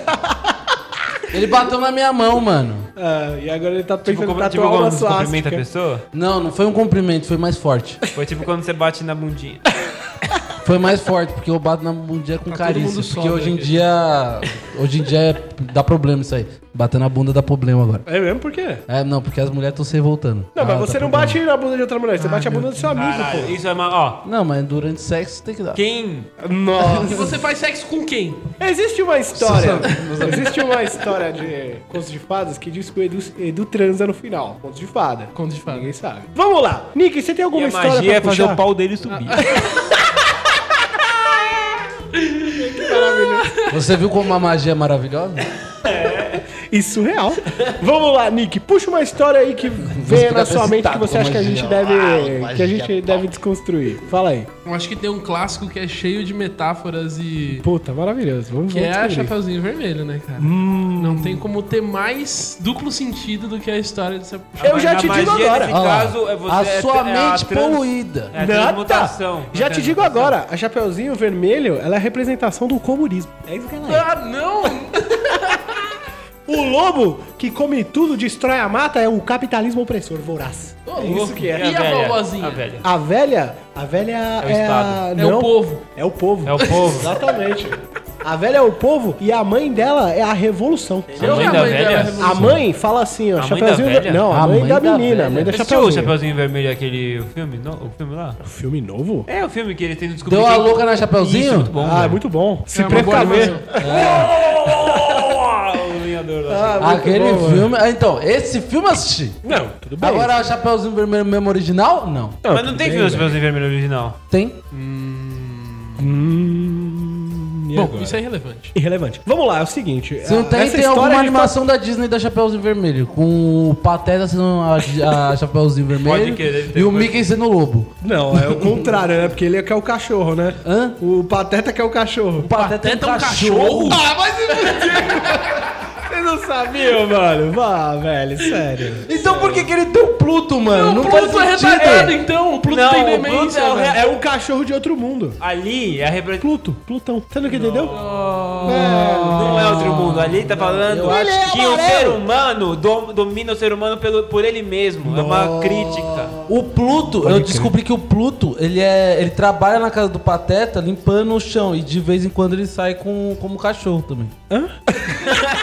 B: Ele bateu na minha mão, mano.
C: Ah, e agora ele tá
D: tipo,
C: pensando em
D: como, tipo
C: tatuar uma
D: quando você cumprimenta a
C: suástica.
D: pessoa?
B: Não, não foi um cumprimento, foi mais forte.
D: Foi tipo quando você bate na bundinha.
B: Foi mais forte, porque eu bato na bunda com
A: todo
B: carícia.
A: mundo
B: Porque
A: sóbrio
B: hoje em
A: aqui.
B: dia. Hoje em dia é- dá problema isso aí. Bater na bunda dá problema agora.
C: É mesmo? Por quê?
B: É, não, porque as mulheres estão se revoltando.
D: tá
C: Não, mas
B: Ah,
C: você
B: dá
C: não
B: problema.
C: bate na bunda de outra mulher, você
D: Ah,
C: bate a bunda do seu amigo,
D: Caralho,
C: pô.
D: isso é uma. Ó,
B: Não, mas durante o sexo tem que dar.
D: quem.
A: E você faz sexo com quem?
C: Existe
D: *laughs*
C: uma história. existe uma história de contos de fadas que diz que o Edu, Edu transa no final. Contos de fada.
A: Conto de fada.
C: Ninguém sabe. Vamos lá. Nick, você tem
D: E
C: alguma
D: a
C: história
D: magia é
C: pra
D: fazer
C: puxar? Ah,
D: o pau dele subir.
B: Você viu como a magia é maravilhosa?
C: Isso real. Vamos lá, Nick. Puxa uma história aí que venha na sua mente que você acha que a gente deve, que a gente deve desconstruir. Fala aí.
A: Eu acho que tem um clássico que é cheio de metáforas e.
C: Puta, maravilhoso. Vamos,
A: Que é
C: vamos
A: a
C: descobrir.
A: Chapeuzinho Vermelho, né, cara?
C: Hum.
A: Não tem como ter mais duplo sentido do que a história de ser.
C: Eu já
D: A
C: te
D: magia
C: digo agora.
D: nesse
B: Olha lá.
D: caso é você.
B: a
D: é-
B: sua
D: é a
B: mente
D: trans-
B: poluída.
D: É a
C: Nada.
D: transmutação.
C: Já te digo agora, a Chapeuzinho Vermelho, ela é a representação do comunismo. É isso que ela
A: *laughs*
C: é.
A: Ah, não!
C: O lobo que come tudo, destrói a mata, é o capitalismo opressor, voraz. é isso que é.
A: E a
D: velha?
A: vovozinha?
D: A velha.
C: A velha, a velha é,
D: o
C: a...
D: Estado.
A: É o povo.
C: É o povo.
D: É o povo.
C: Exatamente. A velha é o povo e a mãe dela é a revolução.
D: A mãe
A: a
D: da
A: mãe dela
D: velha.
A: é revolução.
C: A mãe fala assim, ó,
D: A mãe
C: Chapeuzinho
D: da
C: Ver-
D: velha?
C: Não, a,
B: A
C: mãe,
B: mãe
C: da,
B: da
C: menina, a
B: velha.
C: mãe da
D: Ah, Você assistiu o
C: Chapeuzinho. um
D: Chapeuzinho Vermelho, aquele filme? Não, o filme lá?
C: Filme novo?
D: É o filme que ele tem descobrir.
B: Deu a
D: quem-
B: louca na
D: Isso, muito
B: Chapeuzinho?
D: bom.
C: Ah, é
D: velho.
C: muito bom. Se
A: É uma boa
C: precaver.
A: animação.
D: Ah, o lenhador lá.
C: Ah, muito
B: Aquele
C: bom, mano.
B: filme. Ah, então, esse filme eu assisti.
C: Não, tudo bem.
B: Agora, a Chapeuzinho Vermelho mesmo original? Não.
D: Mas não tem filme do Chapeuzinho Vermelho original.
B: Tem.
C: E
A: Bom,
C: agora?
A: isso é irrelevante.
C: irrelevante. Vamos lá, é o seguinte.
D: Ah,
B: Se não tem,
C: essa
B: tem
C: história
B: alguma
C: a gente tá-
B: animação da Disney da Chapeuzinho Vermelho. Com o Pateta sendo a, a Chapeuzinho Vermelho
D: Pode que deve ter
B: e o
D: coisa. assim.
B: Mickey sendo o lobo.
C: Não, é o contrário, né? Porque ele é que é o cachorro, né?
B: Hã?
C: O Pateta que é o cachorro.
A: Pateta é um cachorro?
C: Ah, mas eu Vocês não sabiam, mano? Vá, velho, sério.
B: Então por que, que ele tem o Pluto, mano?
A: o
B: Não,
A: Pluto é
B: faz sentido.
A: retardado, então. O Pluto
D: Não,
A: tem
D: o Pluto
A: demência.
D: é o re-
A: velho.
C: É um cachorro de outro mundo.
D: Ali é a representação.
C: Pluto, Plutão. Você não entendeu?
D: Não é
C: Ah,
D: outro mundo. Ali tá falando
C: acho
D: que
C: que
D: o
C: amarelo.
D: ser humano dom- domina o ser humano pelo, por ele mesmo. É uma crítica.
B: O Pluto, eu descobri que o Pluto, ele é. Ele trabalha na casa do Pateta limpando o chão. E de vez em quando ele sai com, como cachorro também.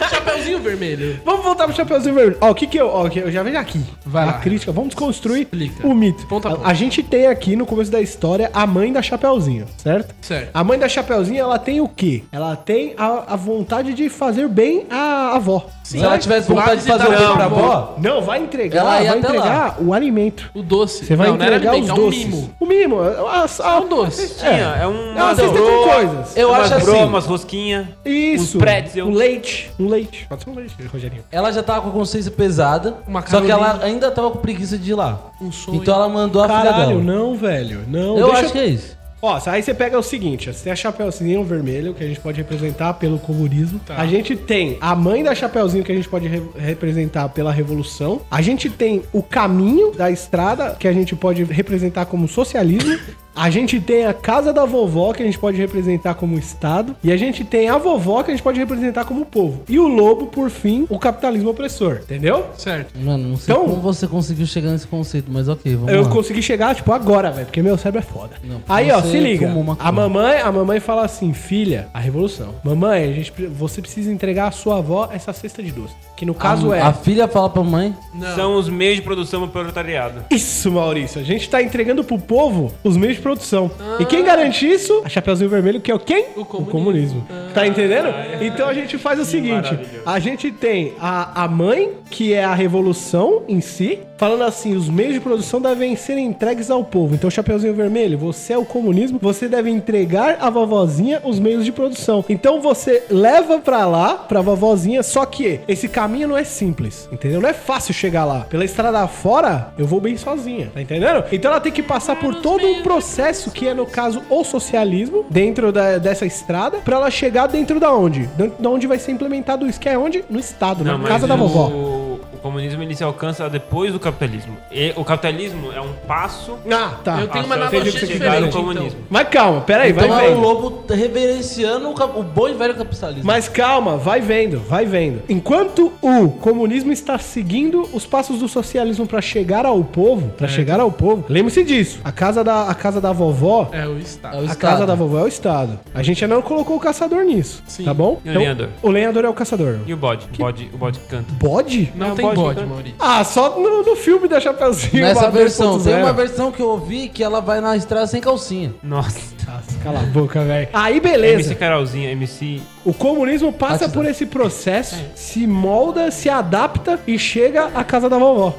A: Chapeuzinho vermelho.
C: Vamos voltar pro Chapeuzinho Vermelho. Ó, o que que eu... Ó, o que eu já vejo aqui.
A: Vai
C: a
A: lá.
C: crítica. Vamos desconstruir
A: Explica.
C: o mito.
A: Ponta a
C: a,
A: ponta.
C: a gente tem aqui, no começo da história, a mãe da Chapeuzinho, certo?
A: Certo.
C: A mãe da Chapeuzinho, ela tem o quê? Ela tem a, a vontade de fazer bem à avó.
B: Se ela tivesse vontade de fazer o bem
A: Não,
B: pra
A: bom.
B: avó,
C: Não, vai entregar,
B: Ela ia
C: vai
B: até lá.
C: entregar o alimento.
A: O doce.
C: Você vai
A: não, não era
C: entregar os
A: alimento, é um
C: doces.
A: mimo.
C: O mimo. A, a,
A: É um doce.
D: Tinha, é, um.
C: Ela assiste com coisas.
B: Eu acho assim.
D: bromas, rosquinha.
C: Isso.
D: Os pretzel.
C: Um leite. Um leite. Pode ser um leite, Rogerinho.
B: Ela já tava com a consciência pesada,
A: Uma
B: só que
A: Carolina.
B: ela ainda tava com preguiça de ir lá.
A: Um sonho.
B: Então ela mandou a filha
C: Caralho,
B: dela.
C: não, velho. Não.
B: Eu
C: deixa-
B: acho que é isso.
C: Ó, aí você pega o seguinte, ó, você tem a Chapeuzinho Vermelho, que a gente pode representar pelo colorismo. A gente tem a mãe da Chapeuzinho, que a gente pode re- representar pela Revolução. A gente tem o caminho da estrada, que a gente pode representar como socialismo. A gente tem a casa da vovó, que a gente pode representar como Estado. E a gente tem a vovó, que a gente pode representar como povo. E o lobo, por fim, o capitalismo opressor. Entendeu?
A: Certo.
B: Mano, não sei
C: Então-
B: como você conseguiu chegar nesse conceito, mas ok, vamos
C: Eu
B: lá.
C: consegui chegar, tipo, agora, velho, porque meu cérebro é foda.
B: Não,
C: Aí, ó,
B: você
C: se liga.
B: fumou maconha.
C: A mamãe, a mamãe fala assim, filha, a revolução. Mamãe, a gente, pre- você precisa entregar à sua avó essa cesta de doce. Que no caso
B: a,
C: é...
B: A filha fala pra mãe,
A: Não.
D: São os meios de produção do proletariado.
C: Isso, Maurício. A gente tá entregando pro povo os meios de produção. E quem garante isso? A Chapeuzinho Vermelho, que é o quem? O
A: comunismo.
C: Tá entendendo? Então a gente faz o seguinte: a gente tem a, a mãe, que é a revolução em si, falando assim: os meios de produção devem ser entregues ao povo. Então, Chapeuzinho Vermelho, você é o comunismo, você deve entregar à vovozinha os meios de produção. Então você leva pra lá, pra vovozinha, só que esse caminho não é simples, entendeu? Não é fácil chegar lá. Pela estrada fora, eu vou bem sozinha, tá entendendo? Então ela tem que passar por todo um processo que é, no caso, o socialismo, dentro da- dessa estrada, pra ela chegar dentro da onde? Dentro da onde vai ser implementado isso, que é onde? No Estado, na casa da
D: o-
C: vovó.
D: um, O comunismo ele se alcança depois do capitalismo. E o capitalismo é um passo.
C: Ah, tá.
A: Eu tenho uma
D: Ah, só
A: analogia
D: entendi que chegaram
A: diferente,
D: ao
A: então.
D: comunismo.
C: Mas calma, peraí,
B: então
C: vai
B: é
C: ver.
B: o lobo reverenciando o, cap- o bom e velho capitalismo.
C: Mas calma, vai vendo, vai vendo. Enquanto o comunismo está seguindo os passos do socialismo para chegar ao povo, para chegar ao povo, lembre-se disso. A casa da, a casa da vovó,
A: É o
B: É
A: Estado.
B: o
C: a
B: Estado.
C: casa da vovó é o Estado. A gente ainda não colocou o caçador nisso,
A: Sim.
C: tá bom?
D: E o lenhador?
C: O lenhador é o caçador.
D: E o bode? O bode, o bode que canta.
C: Bode?
A: Não
D: Não,
A: tem
D: pode,
A: bode,
D: então.
A: Maurício.
C: Ah, só no, no filme da Chapeuzinho.
B: Nessa
C: lá,
B: versão, é. tem
C: 2.0.
B: uma versão que eu ouvi que ela vai na estrada
C: *laughs*
B: sem calcinha.
D: *laughs* Nossa.
C: Nossa, Cala a boca, velho. Aí,
D: MC
C: beleza.
D: Carolzinha, MC.
C: O comunismo passa por esse processo, se molda, se adapta e chega à casa da vovó.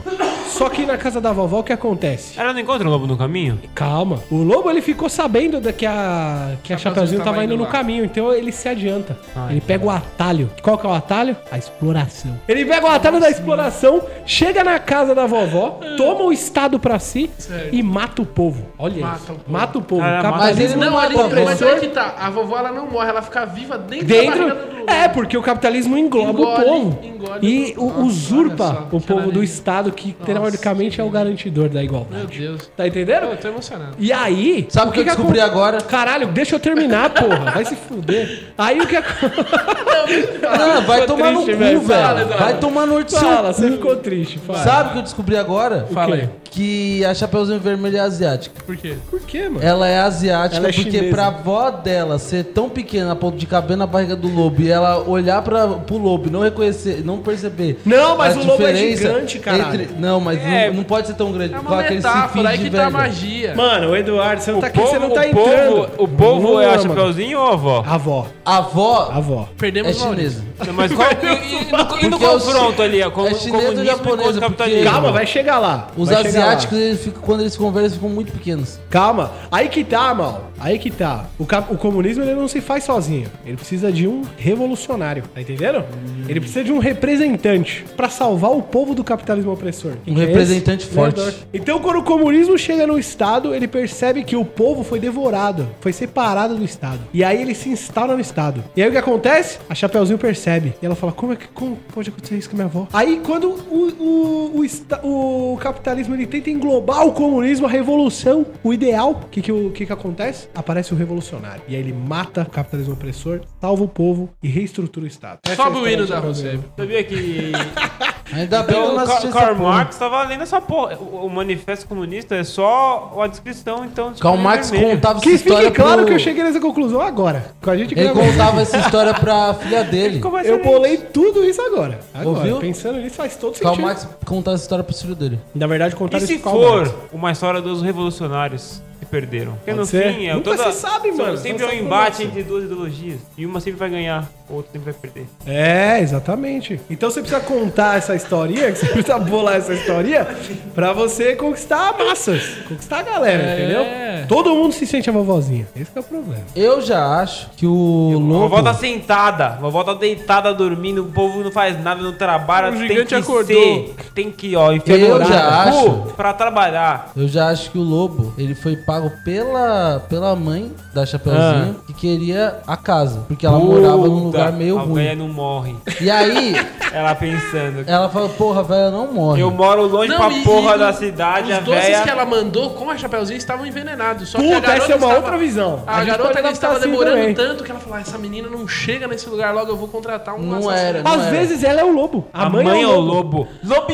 C: Só que na casa da vovó o que acontece?
D: Ela não encontra um lobo no caminho?
C: Calma. O lobo ele ficou sabendo da que a que a Chapeuzinho tava indo no
A: lá.
C: caminho, então ele se adianta. ele pega o atalho. Qual que é o atalho? A exploração. Ele pega o atalho da exploração, chega na casa da vovó, toma o estado pra si
A: Certo.
C: e mata o povo. Olha
A: Mata
C: isso.
A: o povo.
C: Mata o povo.
D: Cara, mata
B: Mas ele
A: Não,
B: Não
A: ali,
B: é o
A: mas
B: professor?
A: aí que tá. A vovó ela não morre, ela fica viva dentro, da barriga
C: Dentro.
A: do
C: É, porque o capitalismo engloba
A: Engole,
C: o povo.
A: engole
C: E
A: o-
C: o-
A: Nossa, olha só,
C: usurpa o
A: que
C: povo do
A: maravilha.
C: Estado, que
A: Nossa,
C: teoricamente é o garantidor da
A: Meu
C: igualdade.
A: Deus.
C: Tá entendendo?
A: Eu tô emocionado.
C: E aí.
B: Sabe o que eu descobri
C: acon-
B: agora?
C: Caralho, deixa eu
B: *laughs*
C: terminar, porra. Vai se fuder. Aí o que acontece.
B: Não, vai tomar no
C: Ah, é triste,
B: cu,
C: velho.
B: velho.
C: Fala,
B: Vai tomar no olho do seu
C: Fala,
B: cu.
C: você ficou triste. Fala.
B: Sabe o que eu descobri agora?
A: Fala
C: quê?
A: aí.
B: Que a Chapeuzinho Vermelho é asiática.
A: Por quê?
C: Por quê, mano?
B: Ela é asiática
C: Ela é
B: porque
C: chinesa.
B: pra avó dela ser tão pequena a ponto de caber na barriga do lobo e ela olhar pra, pro lobo e não reconhecer, não perceber.
C: Não, mas
B: a
C: o lobo é
B: diferença
C: gigante, caralho.
B: Não, mas não-
A: É.
B: não, pode ser tão grande.
A: É
B: Claro
A: uma
B: que ele se
A: metáfora, aí
B: finge
A: que tá a
B: velho.
A: magia.
C: Mano, o Eduardo, você não
D: O é
C: tá aqui,
D: um povo,
C: você não tá
D: o povo-
C: entrando.
D: o povo é a
C: Não, mano.
D: Chapeuzinho ou a avó?
C: Avó,
B: A avó
C: avó.
B: é
A: Perdemos o Maurício.
B: chinesa.
D: Mas
C: *laughs*
D: qual, e, e no, e no
B: Porque é o
D: confronto ali, ó, como,
B: é chinês ou
D: comunismo
B: japonês,
D: e contra o
B: porque-
D: capitalismo?
C: Calma, vai chegar lá.
B: Os
C: vai chegar lá.
B: asiáticos, eles ficam- quando eles conversam, eles ficam muito pequenos.
C: Calma, aí que tá, mal. Aí que tá. O, cap- o comunismo ele não se faz sozinho. Ele precisa de um revolucionário, tá entendendo? Ele precisa de um representante pra salvar o povo do capitalismo opressor.
B: Um
C: Que é
B: representante
C: esse?
B: forte.
C: Leandor. Então, quando o comunismo chega no Estado, ele percebe que o povo foi devorado, foi separado do Estado. E aí ele se instala no Estado. E aí o que acontece? A Chapeuzinho percebe. E ela fala: Como é que como pode acontecer isso com a minha avó? Aí, quando o, o, o, esta- o capitalismo ele tenta englobar o comunismo, a revolução, o ideal, o que, que, o que, que acontece? Aparece o revolucionário. E aí ele mata o capitalismo opressor, salva o povo e reestrutura o Estado. Essa é a
A: Sobe o
C: história
A: hino
C: de
A: da
C: Chapeuzinho.
A: Rousseff.
D: Sabia
B: *laughs*
D: que.
B: Ainda bem que eu
D: Então,
B: não
D: o
B: assisti
D: Ka-
B: essa
D: Karl
B: porra.
D: Marx tava lendo essa porra. O, o manifesto comunista é só a descrição, então. de
B: Karl
D: Folha
B: Marx
D: Vermelha.
B: contava essa
C: Que fique
B: história
C: claro
B: pro-
C: que eu cheguei nessa conclusão agora. Com a gente
B: Ele
C: gravando.
B: contava essa história pra filha dele.
D: Como é que
C: Eu
D: é
C: bolei tudo isso agora. Agora,
B: Ouviu?
C: pensando nisso faz todo
B: Karl
C: sentido.
B: Marx contava essa história pro filho dele.
C: Na verdade, contaram
D: E se
C: isso pro Karl
D: for
C: Marx.
D: uma história dos revolucionários que perderam? Porque
C: Pode
D: no
C: ser.
D: fim, é
C: Nunca
D: toda...
C: se sabe,
D: só-
C: mano.
D: Sempre
C: Não
D: é um
C: sabe
D: embate
C: como
D: entre duas ideologias. E uma sempre vai ganhar, a outra sempre vai perder.
C: É, exatamente. Então você precisa contar essa historinha, você *laughs* precisa bolar essa historinha pra você conquistar massas, conquistar a galera, entendeu? Todo mundo se sente a vovozinha. Esse que é o problema.
B: Eu já acho que o
D: Uma
B: Lobo...
D: vovó tá sentada, uma vovó tá deitada dormindo, o povo não faz nada, não trabalha.
A: O
D: tem
A: gigante
D: que
A: acordou.
D: ser, tem que, ó, enfiar
B: Eu
D: no
B: já
D: cu pra trabalhar.
B: Eu já acho que o Lobo, ele foi pago pela, pela mãe da Chapeuzinho,
C: Ah.
B: que queria a casa, porque ela morava num lugar meio
D: a
B: ruim. É
D: velha não morre.
B: E aí,
D: Ela pensando.
B: ela falou, porra, a velha não morre.
D: Eu moro longe pra
A: e-
D: porra
A: e
D: da
A: os-
D: cidade, a
A: Os doces
D: velha.
A: que ela mandou com a Chapeuzinho estavam envenenados. Só que a
C: Puta,
A: garota
C: essa é uma
A: estava-
C: outra visão.
A: A,
C: gente
A: garota
C: pode
A: ela
C: pensar
A: estava
C: assim
A: demorando
C: também.
A: tanto que ela falou: "Ah, essa menina não chega nesse lugar logo, eu vou contratar um
B: Não
A: assassino."
B: era, não
C: Às
B: era.
C: vezes ela é o lobo.
D: A mãe, é o lobo.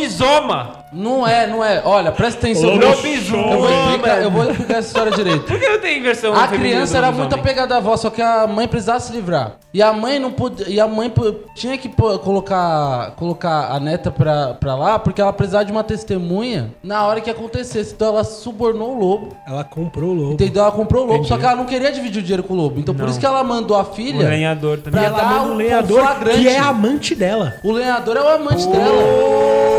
D: Lobisoma!
B: Não é, não é. Olha, presta atenção. Eu vou, eu vou
D: Lobisoma!
B: explicar, eu vou explicar essa história direito.
D: *laughs* Por que não tem versão
B: A
D: feminina
B: criança
D: do
B: era
D: lobisomem?
B: muito apegada à avó, só que a mãe precisava se livrar. E a mãe não podia. E a mãe po- tinha que pô- colocar, colocar a neta pra, pra lá, porque ela precisava de uma testemunha na hora que acontecesse. Então ela subornou o lobo.
C: Ela comprou o lobo.
B: Entendeu? Ela comprou o lobo, só que ela não queria dividir o dinheiro com o lobo. Então por isso que ela mandou a
D: O
B: filha.
D: lenhador também.
B: Pra
C: Ela
B: dar
C: manda
B: um
C: um lenhador
B: flagrante.
C: que é amante dela.
B: O lenhador é o amante dela.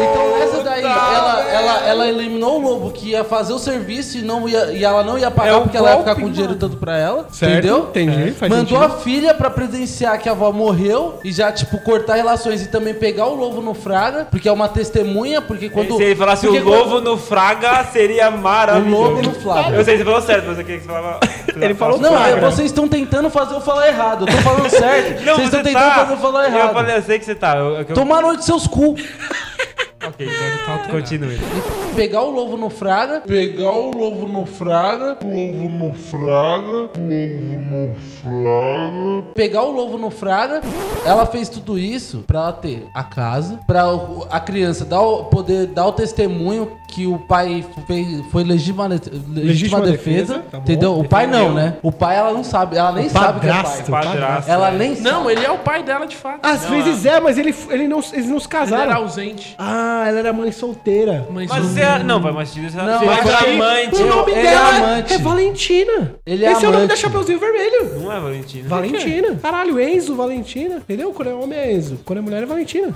B: Então nessa daí, ela, ela, ela eliminou o lobo que ia fazer o serviço e, não ia, e ela não ia pagar
D: É um
B: porque ela ia
D: golpe,
B: ficar com o dinheiro tanto pra ela. Entendeu? É.
C: Entendi. Faz
B: Mandou
C: sentido.
B: a filha pra presenciar que a avó morreu e já, tipo, cortar relações e também pegar o lobo no Fraga, porque é uma testemunha, porque quando.
D: Se ele falasse
B: porque
D: o
B: quando-
D: lobo é no Fraga, seria maravilhoso.
B: O lobo no Fraga.
D: Eu sei, você falou certo, mas eu queria que você falava...
C: Ele falou
B: Não,
C: Fraga.
B: é, vocês estão tentando fazer eu falar errado. Eu
D: *laughs*
B: tô falando certo.
D: Não,
B: vocês
D: você
B: estão tentando
D: tá...
B: fazer eu falar errado.
D: Eu falei, eu sei que você tá. Eu, eu, eu-
B: Tomar noite seus cu.
D: Ok, então continue.
B: Pegar o lobo no Fraga. Pegar o lobo no Fraga. pegar o lobo no Fraga. Ela fez tudo isso pra ela ter a casa, pra o- a criança dar o, poder dar o testemunho que o pai fez, foi legítima, legítima,
C: Legítima
B: defesa,
C: defesa, tá bom.
B: entendeu? O pai não, né? O pai ela não sabe, ela nem sabe que é pai.
C: Padrasto,
D: Padrasto.
B: Ela nem
A: Não, ele é o pai dela de
B: Ah,
A: fato.
C: Às vezes é, mas ele, ele não, eles não se
A: Ele era
C: casaram.
A: ausente.
C: Ah, ela era mãe solteira.
A: Mas,
D: Mas você... é- Não, vai, mas você
B: um. Não,
D: você
B: mas
D: era
B: ele-
D: amante.
C: O nome
B: ele é
C: dela
B: amante.
C: é, Valentina.
B: Ele é
C: Esse é o nome
B: amante.
C: da Chapeuzinho Vermelho.
D: Não é, Valentino.
C: Valentina. Caralho, Enzo, Valentina. Entendeu? Quando é homem é Enzo. Quando é mulher é Valentina.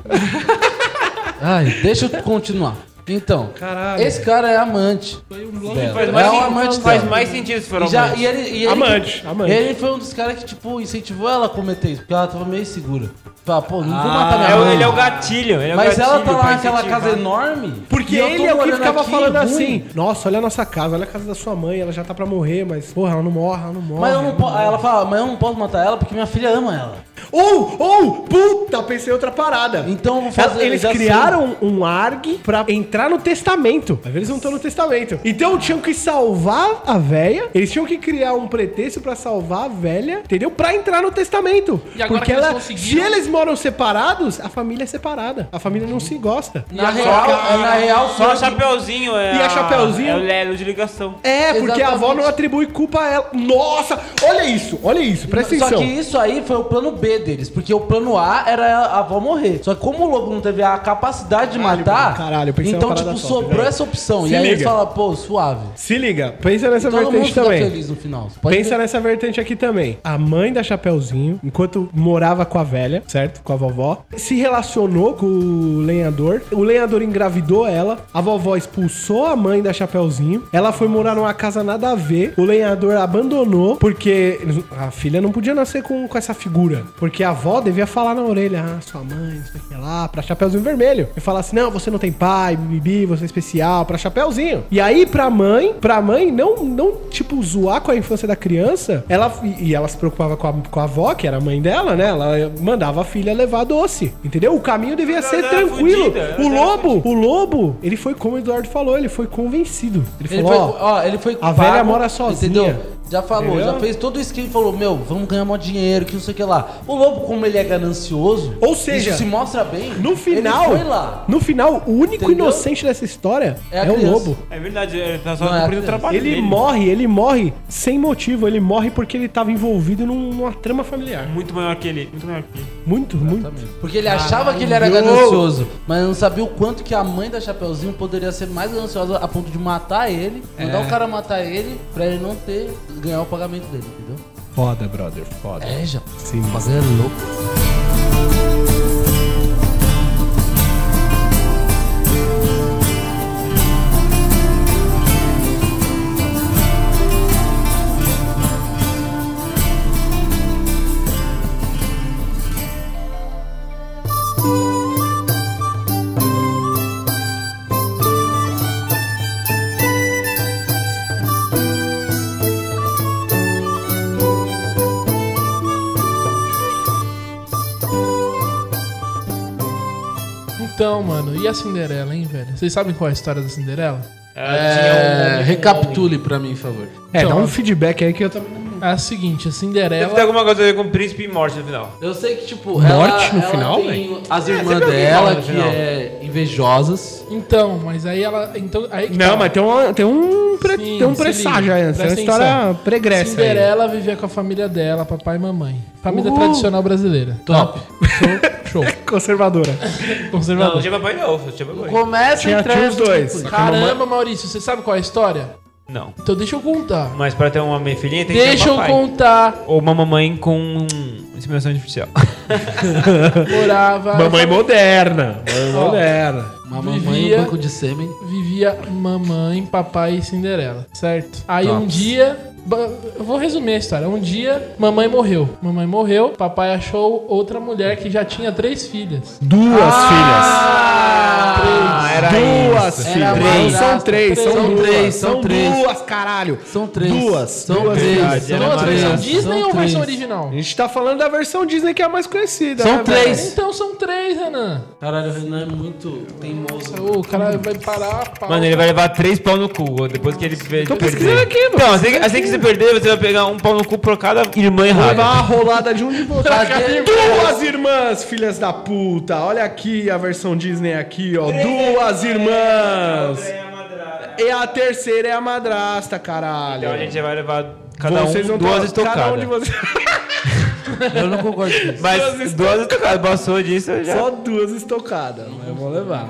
B: Ai, deixa eu continuar. Então,
C: Caralho.
B: esse cara é amante. dela.
D: Faz mais,
B: é um
D: sen-
B: amante
D: faz
B: dela.
D: mais sentido se for
B: E,
D: amante.
B: já, e ele, e ele
C: Amante, amante.
B: Ele foi um dos caras que, tipo, incentivou ela a cometer isso, porque ela tava meio segura. Fala, pô, não vou matar
D: Ah, é
B: minha
D: o-
B: mãe.
D: ele é o gatilho. Ele é o
B: Mas ela tá
D: gatilho
B: lá
D: pra
B: naquela
D: incentivar.
B: casa enorme.
C: Porque
B: e eu tô
C: ele é o que
B: morando
C: ficava
B: aqui,
C: falando
B: ruim.
C: assim. Nossa, olha a nossa casa. Olha a casa da sua mãe. Ela já tá pra morrer, mas... Porra, ela não morre, ela não morre.
B: Mas eu não posso. Aí ela fala, mas eu não posso matar ela porque minha filha ama ela.
C: Ou, ou, puta, pensei em outra parada.
B: Então eu vou fazer-
C: Eles
B: já
C: criaram um ARG pra entrar no testamento. Às vezes eles não estão no testamento. Então tinham que salvar a véia. Eles tinham que criar um pretexto pra salvar a velha, entendeu? Pra entrar no testamento.
A: E agora
C: Porque
A: que eles
C: ela, se
A: conseguiram-
C: eles moram separados, a família é separada. A família não se gosta.
B: Na real, é na real
D: Só
B: só.
D: a Chapeuzinho é
C: E a Chapeuzinho?
D: É o Lelo de ligação.
C: É, porque a avó
B: Exatamente.
C: não atribui culpa a ela. Nossa, olha isso, olha isso, presta
B: Só
C: atenção.
B: que isso aí foi o plano B deles. Porque o plano A era a avó morrer. Só que como o lobo não teve a capacidade de
C: Caralho,
B: matar,
C: mano, caralho, eu pensei
B: então,
C: numa
B: tipo,
C: parada top,
B: sobrou
C: velho.
B: essa opção.
C: Se
B: e aí eles
C: liga.
B: falam, pô, suave.
C: Se liga, pensa nessa
B: Todo mundo
C: vertente
B: fica
C: também.
B: feliz no final. Pode
C: Pensa
B: ver.
C: nessa vertente aqui também. A mãe da Chapeuzinho, enquanto morava com a velha, certo? Com a vovó, se relacionou com o lenhador. O lenhador engravidou ela. A vovó expulsou a mãe da Chapeuzinho. Ela foi morar numa casa nada a ver. O lenhador abandonou porque a filha não podia nascer com, com essa figura. Porque a avó devia falar na orelha: Ah, sua mãe, não sei o que lá, pra Chapeuzinho Vermelho. E falar assim: Não, você não tem pai, bibi, você é especial, pra Chapeuzinho. E aí, pra mãe, pra mãe não, não tipo, zoar com a infância da criança, ela, e e ela se preocupava com a, com a avó, que era a mãe dela, né? Ela mandava a filha levar doce, entendeu? O caminho devia ser
D: era
C: tranquilo.
D: fudida, ela
C: o
D: era
C: lobo, o lobo, ele foi como o Eduardo falou, ele foi convencido. Ele,
B: Ele foi,
C: falou, ó,
B: ó, ele foi
C: a velha mora sozinha.
B: Já falou,
C: Entendeu?
B: já fez todo o esquema e falou, meu, vamos ganhar mó dinheiro, que não sei o que lá. O lobo, como ele é ganancioso,
C: Ou seja,
B: isso se mostra bem,
C: no final,
B: ele foi lá.
C: no final, o único
B: Entendeu?
C: inocente dessa história é,
B: É a
C: o
B: criança.
C: lobo.
D: É verdade, ele tá só
B: Não, é
D: cumprindo o
B: até-
D: trabalho
C: Ele
D: dele.
C: morre, ele morre sem motivo, ele morre porque ele tava envolvido num- numa trama familiar.
D: Muito maior que ele, muito maior que ele.
C: Muito, muito.
B: Porque ele achava que ele era ganancioso, mas não sabia o quanto que a mãe da Chapeuzinho poderia ser mais gananciosa a ponto de matar ele,
C: É.
B: mandar o cara matar ele, pra ele não ter, ganhar o pagamento dele, entendeu?
C: Foda, brother, foda.
B: É, já.
C: Sim.
B: Fazer é louco.
A: Então, mano, e a Cinderela, hein, velho? Vocês sabem qual é a história da Cinderela?
D: Ela
C: um
D: tinha
B: É, recapitule pra mim, por favor. Então,
C: É, dá um feedback aí que eu também.
A: É a seguinte, a
D: um... Deve ter
C: Então-
A: Cinderela.
D: alguma coisa a ver com o príncipe e morte no final.
B: Eu sei que, tipo,
C: Morte no final,
B: tem as irmãs
D: sempre alguém morre
B: dela
D: no
B: que
D: final.
B: é invejosas.
A: Então, mas aí ela. Então, aí que tá.
C: Não, mas tem, uma, tem um, pre-
A: Sim,
C: tem um
A: se
C: presságio
A: liga.
C: aí, antes. É uma
A: Presta
C: história
A: atenção.
C: pregressa. aí.
A: Cinderela vivia com a família dela, papai e mamãe. Família tradicional brasileira.
B: Top.
A: Show. Show.
C: *laughs* Conservadora.
D: Não, não
A: Conservador.
D: tinha papai não, só tinha papai.
B: Começa
C: Tinha-
B: e
C: tinha
B: entrega
C: os dois.
B: tudo.
A: Caramba, Maurício, você sabe qual é a história?
D: Não.
A: Então deixa eu contar.
D: Mas pra ter uma filhinha tem que
A: Deixa
D: ter um
A: eu
D: papai.
A: contar.
D: Ou uma mamãe com um inseminação artificial.
A: Morava.
C: Mamãe moderna. Mamãe
B: Ah.
A: Ó.
C: moderna.
B: Uma mamãe e
A: Vivia.
B: um banco de sêmen.
A: Vivia mamãe, papai e Cinderela, certo? Aí um dia. ba- Eu vou resumir a história. Um dia, mamãe morreu. Mamãe morreu, papai achou outra mulher que já tinha três filhas.
C: Duas
B: Ah,
C: filhas. duas
B: isso.
C: filhas.
B: Era
C: Não,
B: mais
C: são
B: gasta.
C: três, são,
B: São
C: duas.
B: três, são três.
C: duas, caralho.
B: São três.
C: Duas.
B: São
C: Duas
B: três.
C: verdade,
B: são
D: era
A: Então, a
D: mais
B: três.
A: versão Disney
B: é são
A: ou
B: três.
A: versão original?
C: A gente tá falando da versão Disney que é a mais conhecida.
B: São
C: né,
B: três.
C: velho?
A: Então são três, Renan.
B: Caralho, o Renan é muito teimoso.
A: O cara
B: Hum.
A: vai parar a pauta.
D: Mano, ele vai levar três pau no cu depois que ele perder.
C: Tô pesquisando aqui, mano.
D: Então, assim, assim que você perder, você vai pegar um pau no cu pra cada irmã
C: Vai dar
D: errada.
C: uma rolada de um de vocês.
B: Cadê?
C: Duas irmãs, filhas da puta. Olha aqui a versão Disney aqui, ó. Duas irmãs. E a terceira é a madrasta, caralho.
D: Então a gente vai levar cada
C: Vocês
D: um
C: não
D: duas
C: tão- Cada um
D: estocadas.
C: de vocês.
B: Eu não concordo com isso.
D: Mas duas, estocadas, passou disso eu já.
C: Só duas estocadas. Eu vou levar.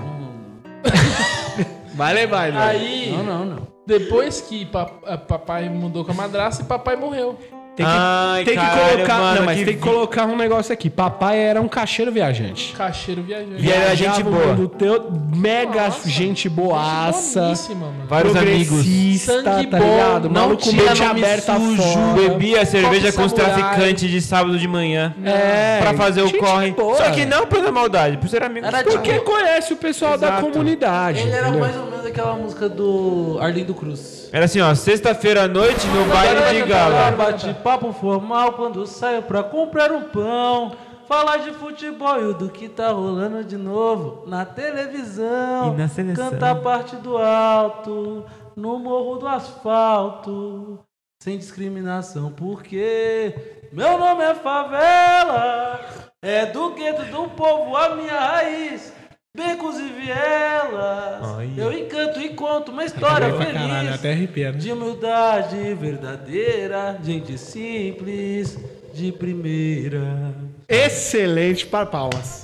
C: Vai levar, ele.
A: Aí,
B: Não, não, não.
A: depois que pa- a- papai mudou com a madraça e papai morreu.
C: Tem que,
D: Ai,
C: tem que
D: caralho,
C: colocar.
D: mano,
C: não, mas
D: que
C: tem que
D: vi-
C: colocar um negócio aqui. Papai era um cacheiro viajante.
A: Cacheiro viajante.
D: E era gente
C: Viajava o
D: boa.
C: mundo teu, mega
A: Nossa.
C: gente boaça.
A: Boníssima, mano.
D: Vários amigos.
C: progressista,
A: Sangue
C: tá
A: bom,
C: ligado? O
A: não
C: Maluco
A: tinha
C: mente
A: nome
C: aberta
A: sujo,
C: fora.
D: Bebia cerveja com os
A: samurai.
D: traficantes de sábado de manhã.
C: É,
D: Pra fazer o
C: gente
D: corre.
C: boa.
D: Só que não pela maldade, por ser amigo.
B: Era
D: de-
B: tipo-
C: Porque conhece o pessoal da
D: Exato.
C: comunidade.
B: Ele era
C: entendeu?
B: mais ou menos aquela música do Arlindo Cruz.
D: Era assim, ó, sexta-feira à noite no baile de gala.
B: Bate papo um formal quando saio pra comprar um pão. Falar de futebol e o do que tá rolando de novo na televisão.
D: E na seleção.
B: Cantar parte do alto, no morro do asfalto. Sem discriminação, porque meu nome é favela. É do gueto do povo a minha raiz. Becos e vielas. Eu encanto e conto uma história feliz.
C: arrepia. né?
B: De humildade verdadeira, gente simples,
D: de primeira.
C: Excelente para palmas.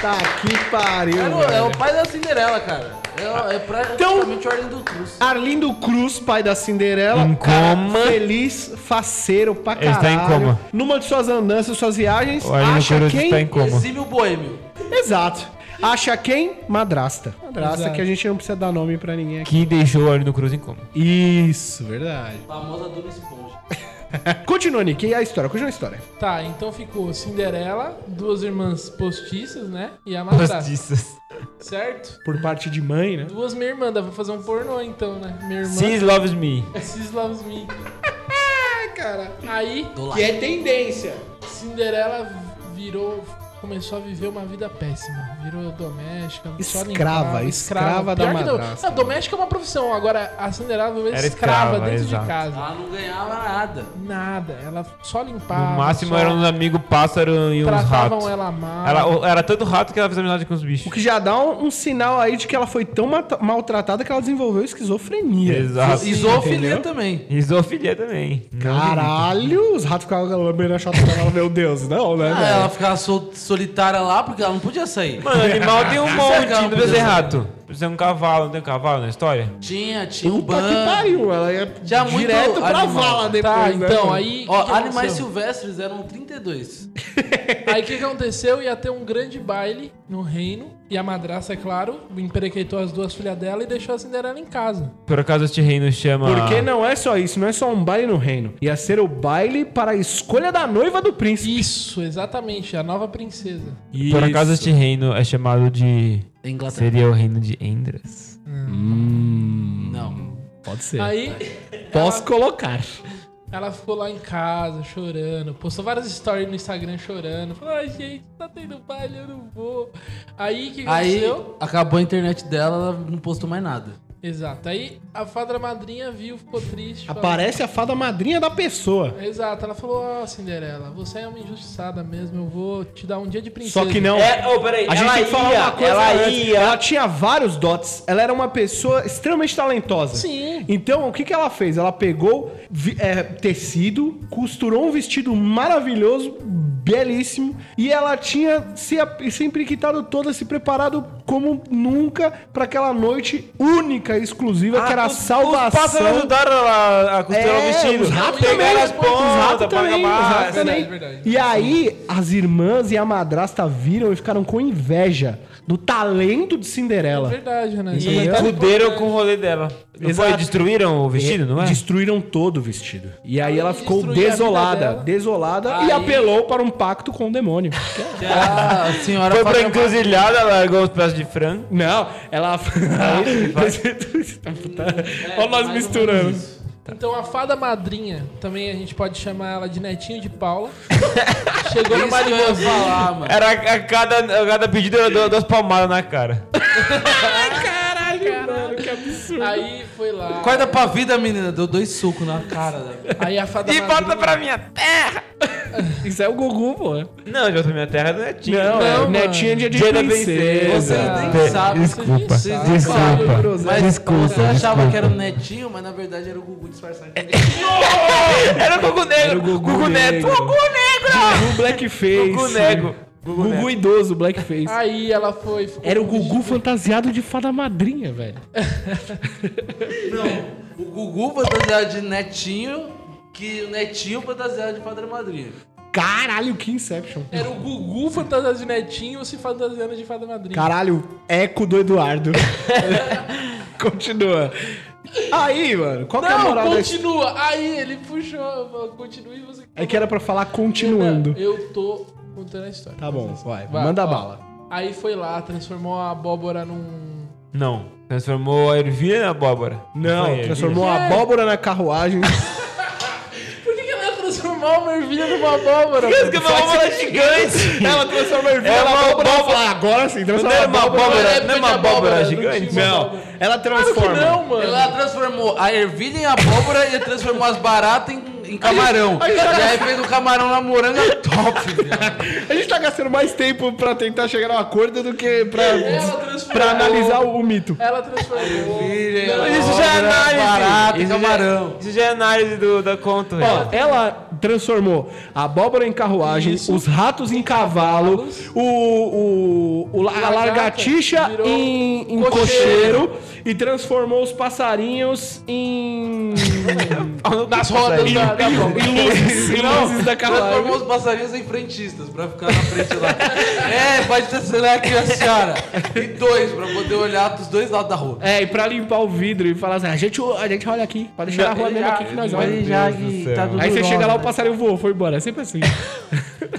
C: Tá que pariu.
B: É, o- é o
C: velho.
B: pai da Cinderela, cara. É, é praticamente o Ordem do Cruz.
C: Arlindo Cruz, pai da Cinderela.
D: Em
C: cara
D: coma.
C: feliz, faceiro pra
G: Ele
C: caralho.
G: está em coma.
C: Numa de suas andanças, suas viagens,
G: O Arlindo
C: acha
G: Cruz
C: quem...
D: tá
G: está em coma.
B: Exímio Boêmio.
C: Exato. Acha quem? Madrasta. Madrasta
A: Exato.
C: que a gente não precisa dar nome pra ninguém aqui.
G: Que deixou o Arlindo Cruz em
C: *laughs*
G: coma.
C: Isso, verdade.
B: Famosa Dona Esponja.
C: *laughs* Continua, Nick. E a história? Continua a história.
A: Tá, então ficou Cinderela, duas irmãs postiças, né? E a madrasta, certo?
C: Por parte de mãe, né?
A: Duas minha irmã, dá pra fazer um pornô então, né? Minha irmã,
D: Sis loves me.
A: Sis loves
G: *laughs*
A: me. cara. Aí,
C: Que é tendência.
A: Cinderela virou... Começou a viver uma vida péssima. Virou doméstica. só
C: Escrava,
A: limpava,
C: escrava da
A: Pior que dom-
C: madrasta.
A: Ah, doméstica é uma profissão. Agora, a Cinderela virou
G: né? Era
A: escrava,
G: escrava,
A: dentro
G: exato.
A: de casa.
B: Ela não ganhava nada.
A: Nada. Ela só limpava.
C: Ah,
G: No máximo
A: só
G: eram uns amigos pássaro e uns
A: Tratavam
G: ratos.
A: ela mal.
G: Ela, era tanto rato que ela fez amizade com os bichos.
C: O que já dá um, um sinal aí de que ela foi tão mata- maltratada que ela desenvolveu esquizofrenia.
D: Ah,
G: Exato.
C: Sim,
B: Isofilia
C: entendeu?
B: também.
G: Isofilia também.
C: Caralho, os ratos ficavam lambendo a chota dela, meu Deus, não, né?
B: Ah,
C: velho?
B: ela ficava sol- solitária lá porque ela não podia sair.
D: Mano, animal
C: é
D: tem um monte,
B: Legal,
D: não precisa ser
B: beleza.
D: rato. Precisa de um cavalo, não tem um cavalo na história?
B: Tinha, tinha um
C: Puta que
B: banco.
C: pariu, ela ia
B: Já muito
C: direto pra
B: animal.
C: vala depois,
A: Tá,
C: né,
A: então,
C: mano?
A: aí.
B: é, Ó,
A: que que
B: animais
A: aconteceu?
B: silvestres eram 32.
A: Aí o que que aconteceu? Ia ter um grande baile no reino. E a madraça, é claro, emperequeitou as duas filhas dela e deixou a Cinderela em casa.
G: Por acaso este reino chama.
C: Porque não é só isso, não é só um baile no reino. Ia ser o baile para a escolha da noiva do príncipe.
A: Isso, exatamente, a nova princesa.
G: Por acaso este reino é chamado de.
B: Em Inglaterra.
G: Seria o reino de Endras?
B: Não.
C: Pode ser.
A: Aí
C: Posso colocar.
A: ela ficou lá em casa chorando, postou várias stories no Instagram chorando. Falou, ai gente, tá tendo baile, eu não vou. Aí o que
B: Aí
A: aconteceu?
B: acabou a internet dela, ela não postou mais nada.
A: Exato. Aí a fada madrinha viu, ficou triste. falou-
C: Aparece a fada madrinha da pessoa.
A: Exato, ela falou, ó, Cinderela, você é uma injustiçada mesmo, eu vou te dar um dia de princesa.
C: Só que não.
D: É, ô, peraí,
C: A gente tem que falar uma coisa
D: ela
C: antes.
D: ia.
C: Ela tinha vários dots. Ela era uma pessoa extremamente talentosa.
A: Sim.
C: Então, o que, que ela fez? Ela pegou vi- é, tecido, costurou um vestido maravilhoso, belíssimo, e ela tinha se, a- se empriquitado toda, se preparado como nunca para aquela noite única e exclusiva que era
D: Ah, os-
C: a
D: Os pássaros
C: salvação.
D: ajudaram ela a costurar o
C: É,
D: vestido.
C: os ratos
D: Pegaram
C: também,
D: as
C: os ratos
D: pontas pra
C: também, os
D: acabar. é
C: ratos também. E aí, as irmãs e a madrasta viram e ficaram com inveja do talento de
A: É
C: Cinderela.
A: verdade, né?
C: E
D: E fuderam com o rolê dela. Não foi?
C: Exato.
D: Destruíram o vestido, não é?
C: Destruíram todo o vestido. E aí ela ficou
A: Destruir a vida
C: desolada,
A: dela.
C: desolada e
B: Aí-
C: apelou para um pacto com o *laughs* demônio.
B: Que a senhora
D: Foi pra
B: Fátima-
D: encruzilhada, largou os pedaços de frango.
C: Não, ela. *laughs*
B: É,
C: Olha
B: mais
C: nós
B: ou
C: misturando.
B: menos isso.
A: Então a fada madrinha, também a gente pode chamar ela de netinho de Paula. Chegou no
B: Isso que
A: baile
B: eu ia falar, mano.
D: Era a, a cada, a cada pedido era du- duas palmadas na cara.
A: Aí foi lá.
B: Acorda pra vida, menina. Deu dois socos na cara. né?
A: Aí a fada
D: E
A: madrinha.
D: volta pra minha terra!
C: Isso é o Gugu, pô.
D: Não, de volta pra minha terra não é tinha.
C: Não, é,
A: mano.
C: netinha de
D: Dia da
B: Você
C: princesa.
B: nem
G: Pe-
B: sabe.
G: Desculpa.
A: Você já sabe.
G: Desculpa.
B: Mas
G: Desculpa,
B: você achava
G: desculpa.
B: que era o netinho, mas na verdade era o Gugu disfarçado.
D: Era o Gugu Negro!
C: o Gugu
D: Gugu Neto!
C: Negro.
D: Gugu Negro!
C: Gugu Blackface.
D: Gugu Negro.
C: Gugu, idoso, Blackface.
A: Aí ela foi. ficou
C: Era o
A: com um
C: Gugu
A: vestido-
C: fantasiado de fada madrinha, velho.
B: O Gugu fantasiado de netinho, que o netinho fantasiado de padre madrinha.
C: Caralho, que Inception.
A: Era o Gugu fantasiado de netinho se fantasiando de fada madrinha.
C: Caralho, eco do Eduardo. *laughs* Continua. Aí, mano, qual que é a
A: Não,
C: moral desse...
A: continua. Aí ele puxou, falou, continua e você.
C: É que era pra falar continuando.
A: Eu tô contando a história.
C: Tá bom, vai.
A: Vai,
C: manda
A: ó.
C: bala.
A: Aí foi lá, transformou a abóbora num.
D: Não. Transformou a ervilha na abóbora. Foi
C: Não,
D: ervilha.
C: transformou a abóbora
D: *laughs*
C: na carruagem.
A: Por que, que ela ia transformar uma ervilha numa abóbora?
D: Por isso que é uma abóbora gigante!
C: Ela transformou a ervilha
D: É uma abóbora.
C: Ah, agora sim,
D: Não é
C: transformou
D: uma
A: Na
D: abóbora,
A: época
D: não é uma
A: de
D: abóbora
A: abóbora,
D: gigante?
A: não tinha uma
D: Não.
A: abóbora.
C: Ela
A: Claro
C: transforma.
A: que não, mano.
B: Ela transformou a ervilha em abóbora e transformou as baratas em, em camarão.
C: a gente-
B: e aí fez o camarão na moranga top, velho. *laughs*
C: A gente tá gastando mais tempo pra tentar chegar a um acordo do que pra,
D: É,
A: Ela transformou.
C: pra analisar o, o mito.
A: Ela transformou.
D: Mas Isso já é análise!
B: Barata e
D: Isso já-
G: é-
B: camarão.
D: Isso já é análise do, da conta, velho.
C: Ó, ela transformou a abóbora em carruagem,
A: Isso.
C: os ratos em cavalo, o, o, o la- a largatixa
A: virou
C: em, em cocheiro. e transformou os passarinhos
H: *laughs*
C: em.
A: Nas rodas da, da bomba.
C: em
A: *laughs*
C: luzes, em luzes da
B: Transformou
C: carruagem.
B: os passarinhos em frentistas pra ficar na frente *laughs* lá. é, pode acelerar aqui a senhora. E dois, pra poder olhar dos dois lados da rua.
C: É, e pra limpar o vidro e falar assim: a gente, a gente olha aqui, pode deixar a rua mesmo aqui que nós olhamos.
H: já que tá tudo
C: Aí você chega lá, o
H: rosa.
C: passarinho voou, foi embora. É sempre assim.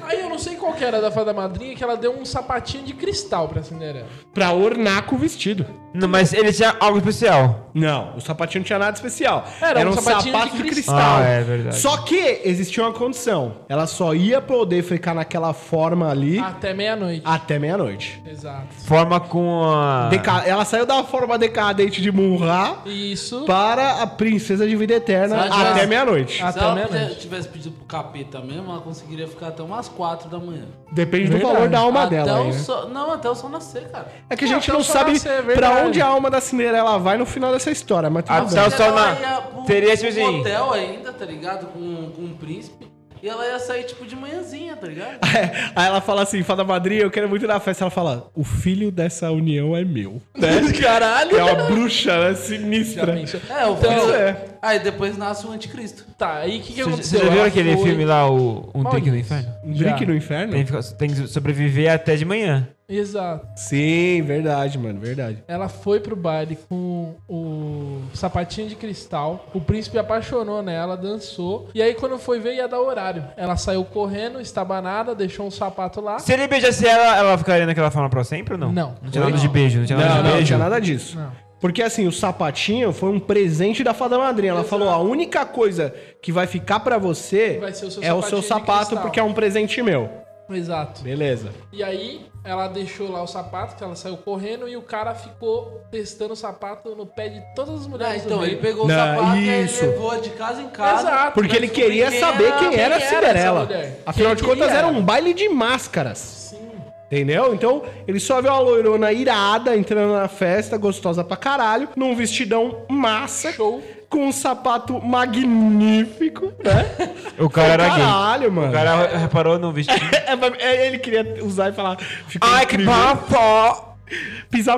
A: Aí eu não sei qual que era da fada madrinha, que ela deu um sapatinho de cristal pra Cinderela.
C: pra ornar com o vestido.
G: Não, mas ele tinha algo especial.
C: Não, o sapatinho não tinha nada especial.
A: Era um sapatinho
C: sapato
A: de
G: Ah, é verdade.
C: Só que existia uma condição. Ela só ia poder ficar naquela forma ali
A: Até meia-noite.
C: até meia-noite.
A: Exato.
G: Forma com a.
C: Deca- Ela saiu da forma decadente de Munra
A: Isso.
C: para a princesa de vida eterna
B: Só de-
C: até meia-noite.
A: Ah.
B: Se
A: Até
B: ela
A: meia-noite.
B: pedi- tivesse pedido pro capeta mesmo, ela conseguiria ficar até umas quatro da manhã.
C: Depende do valor da alma
A: Então,
B: até
C: dela.
B: o
C: aí, né?
B: sol- Não, até o sol nascer, cara.
C: É que a gente
A: Até
C: não
A: o sol
C: sabe
A: nascer, é
C: pra
A: verdade.
C: onde a alma da Cinderela vai no final dessa história, mas tudo
G: Ah,
C: bem.
G: tá. o sol
B: Ela
G: na-
B: ia pro-
G: teria, tipo
B: pro
G: assim-
B: hotel ainda, tá ligado? Com, com um príncipe. E ela ia sair, tipo, de manhãzinha,
C: *laughs*
B: tá ligado?
C: É, Aí ela fala assim, fada madrinha, eu quero muito ir na festa. Ela fala, o filho dessa união é meu. *laughs* Caralho! É uma bruxa, né? Sinistra.
B: É, o
A: Então,
B: filho...
C: é.
B: Aí depois nasce o anticristo.
A: Tá, aí o que, que
G: Vocês
A: aconteceu?
G: vocês já viram
A: Ela
G: aquele
A: foi-
G: filme lá, o Um
A: Qual
G: Drink no
A: isso?
G: Inferno?
C: Um drink no inferno?
G: Tem que, ficar- tem que sobreviver até de manhã.
A: Exato.
C: Sim, verdade, mano, verdade.
A: Ela foi pro baile com o sapatinho de cristal. O príncipe apaixonou nela, dançou. E aí, quando foi ver, ia dar horário. Ela saiu correndo, estabanada, deixou um sapato lá.
G: Se ele beijasse ela, ela ficaria naquela forma pra sempre ou não?
A: Não.
G: Não tinha nada de beijo, não tinha nada
C: Não,
G: de
C: não, não
G: beijo.
C: tinha nada disso. Porque assim, o sapatinho foi um presente da fada madrinha. Ela falou: a única coisa que vai ficar pra você
A: Vai ser o seu
C: é o
A: sapatinho
C: seu
A: de
C: sapato,
A: cristal.
C: porque é um presente meu.
A: Exato.
C: Beleza.
A: E aí, ela deixou lá o sapato, que ela saiu correndo, e o cara ficou testando o sapato no pé de todas as
B: Ah,
A: mulheres. do
B: então,
A: meio.
B: ele pegou
C: Não,
B: o sapato e aí
C: isso.
B: levou de casa em casa.
A: Exato.
C: Porque ele queria
B: quem
C: saber
B: era-
C: quem
B: quem
C: era a
A: era
C: Cinderela.
A: essa mulher?
C: Afinal
A: Quem
C: de
A: que
C: contas,
A: ele
C: era
A: era?
C: um baile de máscaras.
A: Sim.
C: Entendeu? Então, ele só viu uma loirona irada entrando na festa, gostosa pra caralho, num vestidão massa,
A: Show.
C: com um sapato magnífico, né?
G: *laughs* O cara era gay.
C: caralho, mano.
G: O cara reparou no
A: *laughs*
G: vestido.
C: É, mas- é, ele queria usar e falar. Ficou
G: Ai, que
C: incrível.
G: bafo!
C: Pisa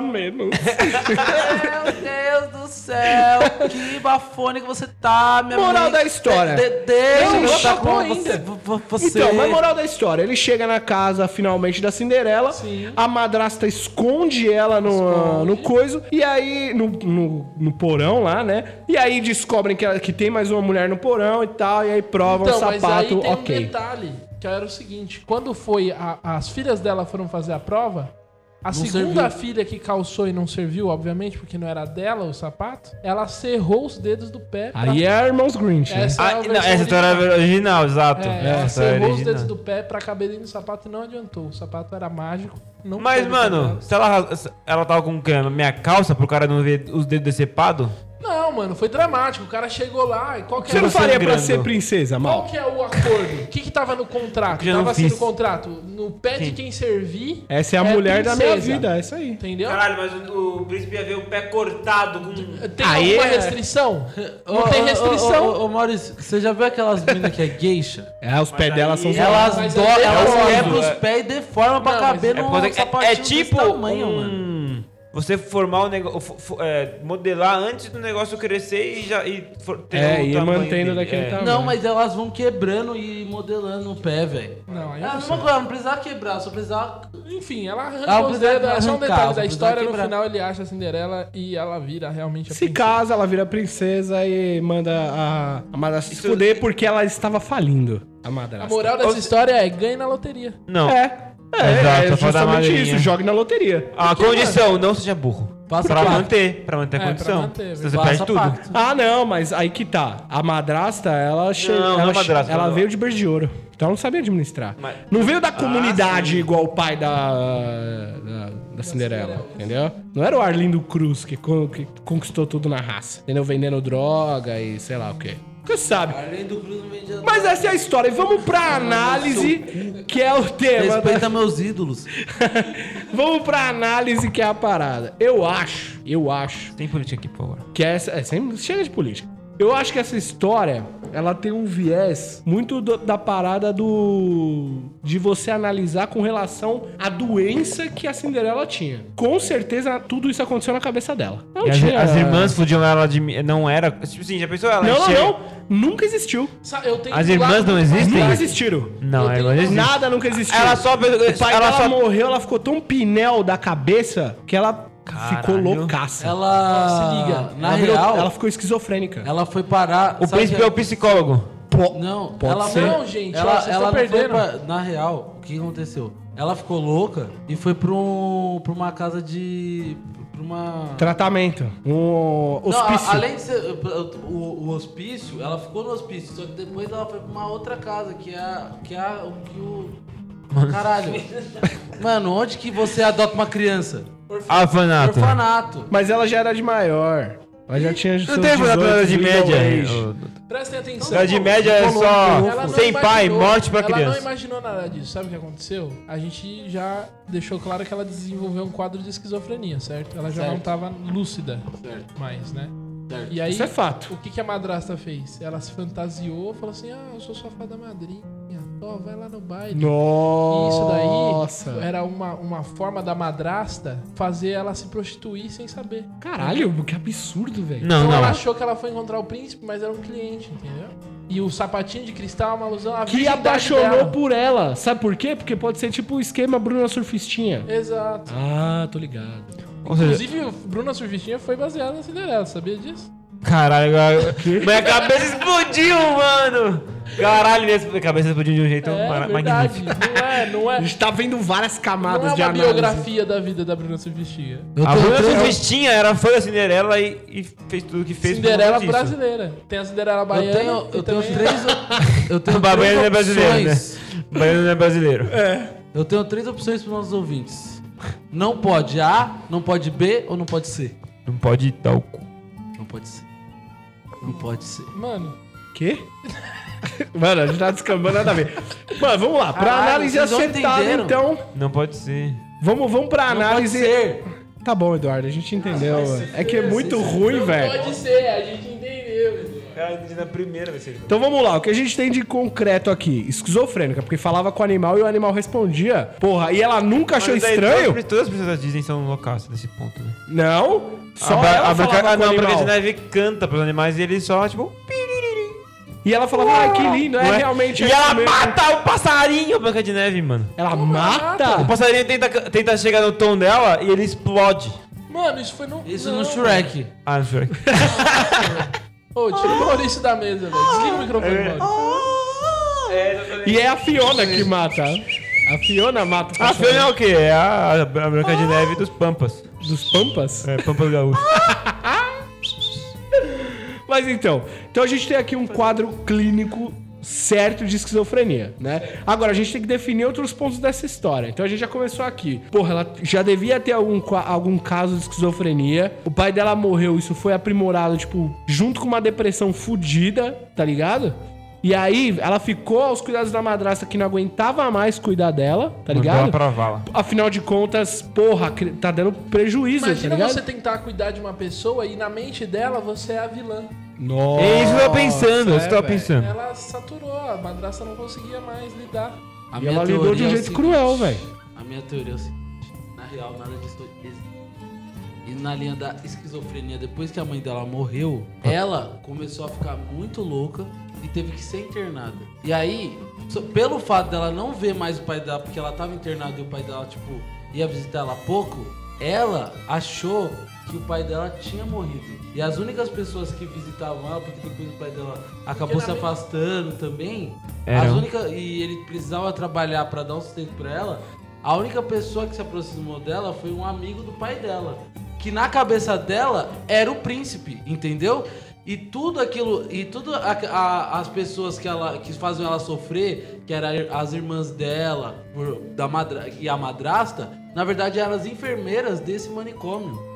G: *laughs*
C: menos.
B: Meu Deus do céu, que bafone que você tá, minha
C: Moral
B: menina.
C: da história.
B: De, de, deixa
C: Não,
B: eu
C: não
B: tá
C: acabou
B: com
C: ainda.
B: você. vo- vo- você.
C: então, mas moral da história: ele chega na casa finalmente da Cinderela,
A: Sim.
C: a madrasta esconde ela no, no coiso, e aí. No, no, no porão lá, né? E aí descobrem que, ela- que tem mais uma mulher no porão e tal, e aí provam o
A: Então, mas aí
C: sapato,
A: tem
C: ok.
A: um detalhe, que era o seguinte, quando foi, a- as filhas dela foram fazer a prova, a segunda filha que calçou e não serviu, obviamente, porque não era dela o sapato, ela cerrou os dedos do pé. pra-
C: Aí é Irmãos Grinch, né?
A: Essa, é a
G: Ah, não,
A: versão
G: essa história
A: original.
G: era original, exato.
A: É,
G: Essa
A: ela
G: história
A: cerrou os
G: original.
A: dedos do pé pra caber dentro do sapato e não adiantou. O sapato era mágico. Não
G: Mas,
A: coube
G: mano,
A: com
G: se ela, arras- se ela tava com cana, minha calça, pro cara não ver os dedos decepados,
A: ela. Não, mano, foi dramático. O cara chegou lá e qual que
C: Você tá
A: era
C: não
A: o-
C: faria pra
G: sangrando.
C: ser princesa,
A: Qual
C: mal?
A: que é o acordo? O que que tava no contrato?
G: Eu já não
A: Tava assim no
G: fiz.
A: contrato. No pé de quem servir.
C: Essa é a mulher da minha
A: princesa.
C: vida, é isso aí.
A: Entendeu?
D: Caralho, mas o, o príncipe ia ver o pé cortado com. um-
A: Tem
C: Aí
A: alguma
C: é-
A: restrição?
B: Ô,
A: Não tem
B: ô,
A: restrição.
B: Ô, ô, ô, Maurício, você já viu aquelas meninas que é geisha?
C: É, os pés dela são
B: Elas
A: mas
B: do-
A: é
B: elas
A: perigoso,
B: quebram os
G: é.
B: pés e deformam pra
A: Não, mas
B: caber
G: É, por
B: num
G: causa que- é-
B: sapatinho
G: é
B: desse
G: tipo
B: tamanho,
G: um-
B: mano.
G: Você formar o negócio,
D: é,
G: modelar antes do negócio crescer e já e for- ter
C: É,
A: um
G: o
C: e
G: tamanho
C: mantendo
G: dele,
C: daquele
G: é.
C: tamanho.
B: Não, mas elas vão quebrando e modelando o pé, velho.
A: Não, aí
B: É a
A: não
B: mesma coisa, não precisava quebrar, só precisava...
A: Ah, Enfim, ela
B: Ah, o
A: arrancou os
B: Brunel
A: dedos. É só um
B: arrancar,
A: detalhe
B: o Brunel
A: da história. No
B: quebrar.
A: final, ele acha a Cinderela e ela vira realmente a
C: Se
A: princesa.
C: casa, ela vira princesa e manda a, a madrasta se fuder porque ela estava falindo. A
A: A
C: madrasta.
A: moral dessa história é ganhe na loteria.
G: Não.
C: É. É,
G: Exato,
C: é
G: só pra dar uma
C: justamente
G: linha.
C: isso. Jogue na loteria.
G: A condição, não seja burro.
B: Passa
G: pra
B: pacto.
G: manter, pra manter a
A: É,
G: condição.
A: pra manter,
G: Senão você
B: Passa
G: perde tudo.
B: pacto.
C: Ah, não, mas aí que tá. A madrasta, ela chegou.
G: não
C: Ela,
G: é madrasta,
C: ela
G: não.
C: veio de berço de ouro. Então ela não sabia administrar.
G: Mas- Ah,
C: Não veio da comunidade igual o pai da. da, da Cinderela, entendeu? Não era o Arlindo Cruz que, con- que conquistou tudo na raça. Entendeu? Vendendo droga e sei lá o quê. Porque sabe.
B: Além do Cruz não vendia...
C: Mas essa é a história. E vamos pra análise, que é o tema. da-
B: Respeita meus ídolos.
C: *laughs* Vamos pra análise, que é a parada. Eu acho, eu acho
G: Tem política aqui, por favor.
C: que essa. É, sem- chega de política. Eu acho que essa história ela tem um viés muito do- da parada do de você analisar com relação à doença que a Cinderela tinha. Com certeza tudo isso aconteceu na cabeça dela. Não
D: E as,
C: tinha-
D: as irmãs fudiam ela de. mi- Não era. Tipo assim, já pensou ela?
C: Não, não,
D: enxerga-
C: não. Nunca existiu.
A: Sa- eu tenho
D: As
A: do
D: irmãs
A: lado
D: não
A: do-
D: existem?
C: Nunca existiram.
D: Não, é
A: Eu tenho-
D: ela existe.
C: Nada nunca existiu.
D: Ela só.
C: O pai
D: ela
C: dela
D: só.
C: é morreu, ela ficou tão pinel da cabeça que ela
D: Caralho.
C: ficou loucaça.
B: Ela.
A: Se liga,
B: Na
C: ela, virou-
B: real,
C: ela ficou esquizofrênica.
B: ela foi parar.
D: O
B: sabe
D: príncipe
B: que-
D: é o psicólogo.
B: Não,
C: Pode
B: ela
C: ser.
A: Não, gente, ó,
B: ela,
A: vocês
B: ela
A: tão
B: não foi
A: perdendo.
B: pra, Na real, o que aconteceu? Ela ficou louca e foi pra, um, pra uma casa de. pra uma.
C: Tratamento. Um
B: Não, a-
C: hospício.
B: além de ser uh, o, o hospício, ela ficou no hospício, só que depois ela foi pra uma outra casa, que é a. que é a, o que o. *laughs* Caralho. Mano, onde que você adota uma criança?
D: Afanato.
B: Orfanato.
C: Mas ela já era de maior. Ela já tinha
D: Não tem problema na Idade Média.
A: Prestem atenção.
D: Na Idade Média é
A: Ela
D: só
A: não
D: sem pai,
A: imaginou-
D: morte pra
A: Ela não
D: criança.
A: imaginou nada disso. Sabe o que aconteceu? A gente já deixou claro que ela desenvolveu um quadro de esquizofrenia, certo? Ela já não
B: Certo.
A: tava lúcida mais, né? E aí,
C: Isso é fato.
A: o que, que a madrasta fez? Ela se fantasiou, falou assim: Ah, eu sou sua fada madrinha, ó, vai lá no baile. E Isso daí é
C: Nossa.
A: era uma, uma forma da madrasta fazer ela se prostituir sem saber.
C: Caralho, que absurdo, velho.
D: Não,
A: Então
D: não.
A: ela achou que ela foi encontrar o príncipe, mas era um cliente, entendeu? E o sapatinho de cristal é uma alusão à
C: Que
A: virgindade
C: apaixonou
A: dela.
C: por ela. Sabe por quê? Porque pode ser tipo o esquema Bruna Surfistinha.
A: Exato.
C: Ah, tô ligado.
D: Ou seja,
A: Inclusive, o Bruna Surfistinha foi baseada na Cinderela, sabia disso?
D: caralho, agora- *laughs* minha cabeça explodiu, mano. Caralho, minha cabeça explodiu de um
C: É
A: É,
D: jeito mara- magnífico.
A: Não é, não
C: *laughs*
A: é.
C: A gente tá vendo várias
A: Não
C: camadas
A: é
C: de
A: uma
C: análise.
A: biografia da vida da Bruna Surfistinha.
B: Eu
D: A
B: tô-
D: Bruna
B: eu-
D: Surfistinha era fã da Cinderela e, e fez tudo que fez. por
A: Cinderela
D: conta disso.
A: brasileira. Tem a Cinderela
B: Eu
A: baiana.
B: tenho,
A: e
B: eu tenho
A: também-
B: três. *laughs* Eu tenho
D: Baiano é
B: três
D: brasileiro,
B: opções.
D: Baiano não é brasileiro.
B: Eu tenho três opções para nossos ouvintes. Não pode A, não pode B ou não pode C.
D: Não pode dar o cu.
B: Não pode ser. Não pode ser.
A: Mano,
C: Quê? Mano, a gente tá descambando nada a ver. Mano, vamos lá. Pra
B: Caralho,
C: análise
B: vocês não
C: acertada,
B: entenderam.
C: então.
D: Não pode ser.
C: Vamos, vamos pra
B: Não
C: análise.
B: pode ser.
C: Tá bom, Eduardo, a gente entendeu. mano. é que é muito ruim, velho.
A: pode ser, a gente entendeu.
D: Cara, na primeira vai ser.
C: Então vamos lá, o que a gente tem de concreto aqui? Esquizofrênica, porque falava com o animal e o animal respondia. Porra, e ela nunca achou estranho?
D: Todas as pessoas da Disney são loucas nesse ponto, né?
C: Não. Só
D: a Bra-
C: ela
D: a Branca,
C: falava
D: ah,
C: com
D: não,
C: o
D: a Branca de
C: animal.
D: Neve canta pros animais e eles só, tipo.
C: E ela falava, ai, que lindo, é
D: ué.
C: realmente.
D: E
C: isso
D: ela
C: mesmo."
D: mata o passarinho, a Branca de Neve, mano.
C: Ela mata?
D: O passarinho tenta, tenta chegar no tom dela e ele explode.
A: Mano, isso foi no.
B: Isso no Shrek.
D: Ah, não sei.
A: Ô, tira o Maurício da mesa, velho. Desliga o microfone, Maurício.
C: E é a Fiona que mata. A Fiona mata o
D: A
C: cachorro
D: Fiona é o quê? É a, a Branca de Neve dos Pampas.
C: dos Pampas.
D: É, Pampas Gaúcho.
C: Mas então, então a gente tem aqui um quadro clínico certo de esquizofrenia, né? Agora a gente tem que definir outros pontos dessa história. Então a gente já começou aqui. Porra, ela já devia ter algum, qua- algum caso de esquizofrenia. O pai dela morreu, isso foi aprimorado, tipo, junto com uma depressão fodida, tá ligado? E aí ela ficou aos cuidados da madrasta que não aguentava mais cuidar dela, tá
D: Mandou ela
C: ligado?
D: pra vala.
C: Afinal de contas, porra, cri- tá dando prejuízo,
A: Imagina
C: tá ligado?
A: você tentar cuidar de uma pessoa e na mente dela você é a vilã.
C: Nossa,
D: É isso que eu tava pensando, isso que eu tava
C: velho.
D: pensando.
A: Ela saturou, a madraça não conseguia mais lidar.
B: A
C: E ela lidou de um
B: é o
C: jeito
B: seguinte.
C: cruel, velho.
B: A minha teoria é o seguinte. Na real, nada disso existe. E na linha da esquizofrenia, depois que a mãe dela morreu, ela começou a ficar muito louca e teve que ser internada. E aí, so- pelo fato dela não ver mais o pai dela, porque ela tava internada e o pai dela, tipo, ia visitar ela há pouco, ela achou que o pai dela tinha morrido. E as únicas pessoas que visitavam ela, porque depois o pai dela acabou se afastando também,
D: Eram.
B: as única e ele precisava trabalhar pra dar um sustento pra ela. A única pessoa que se aproximou dela foi um amigo do pai dela, que na cabeça dela era o príncipe, entendeu? E tudo aquilo, e tudo a- a- as pessoas que ela que faziam ela sofrer, que eram as irmãs dela, por- da madra, e a madrasta, na verdade eram as enfermeiras desse manicômio.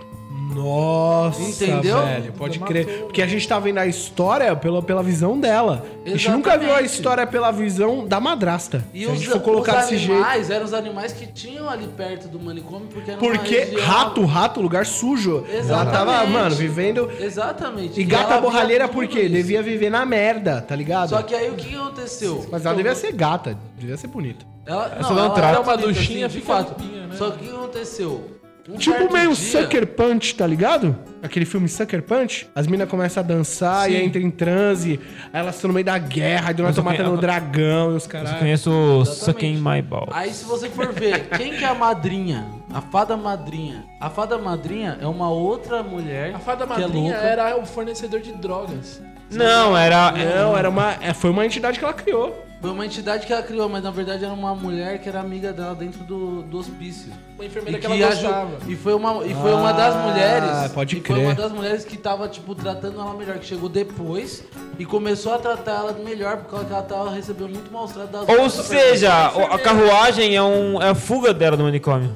C: Nossa,
B: Entendeu?
C: velho, pode
A: Matou.
C: crer. Porque a gente tá vendo a história pela, pela visão dela. A gente nunca viu a
B: Exatamente.
C: história pela visão da madrasta.
B: E
C: Se a
B: os,
C: gente for colocar
B: os
C: desse jeito.
B: animais eram os animais que tinham ali perto do manicômio, porque era uma
C: Porque
B: região-
C: rato, rato, lugar sujo. Ela
B: Exatamente.
C: tava, mano, vivendo.
B: Exatamente.
C: E gata
B: ela
C: borralheira
B: via
C: por
B: tudo
C: quê?
B: isso.
C: Devia viver na merda, tá ligado?
B: Só que aí o que que aconteceu?
C: Mas ela devia ser gata, devia ser bonita.
B: Ela,
A: só dá um trato.
B: era
A: Dá uma
B: bonita,
A: duchinha,
B: de
A: fica
B: fato.
A: limpinha, né?
B: Só que o que aconteceu? Um
C: Tipo
B: certo
C: meio
B: dia-
C: Sucker Punch, tá ligado? Aquele filme Sucker Punch. As minas começam a dançar e entram em transe. Aí elas estão no meio da guerra, aí do nada
D: Mas
C: estão
D: eu
C: matando
D: conhe-
C: o dragão e os caras.
D: Eu conheço Sucking
B: Exatamente.
D: My Ball.
B: Aí se você for ver, quem que é a madrinha? A fada madrinha. A fada madrinha é uma outra mulher.
A: A fada
B: que
A: madrinha
B: é louca.
A: era o fornecedor de drogas.
D: Não, era.
C: Não, era uma, é, foi uma entidade que ela criou.
B: Foi uma entidade que ela criou, mas na verdade era uma mulher que era amiga dela dentro do, do hospício.
A: Uma enfermeira
B: E
A: que, ela
B: aju-
A: gostava.
B: E foi uma, e foi uma das
C: Ah,
B: mulheres.
C: pode
B: e
C: crer.
B: Foi uma das mulheres que tava, tipo, tratando ela melhor, que chegou depois e começou a tratar ela melhor, por causa que ela tava recebendo muito maus tratos das
D: Ou
B: outras
D: seja, a a carruagem é, um, é a fuga dela do manicômio.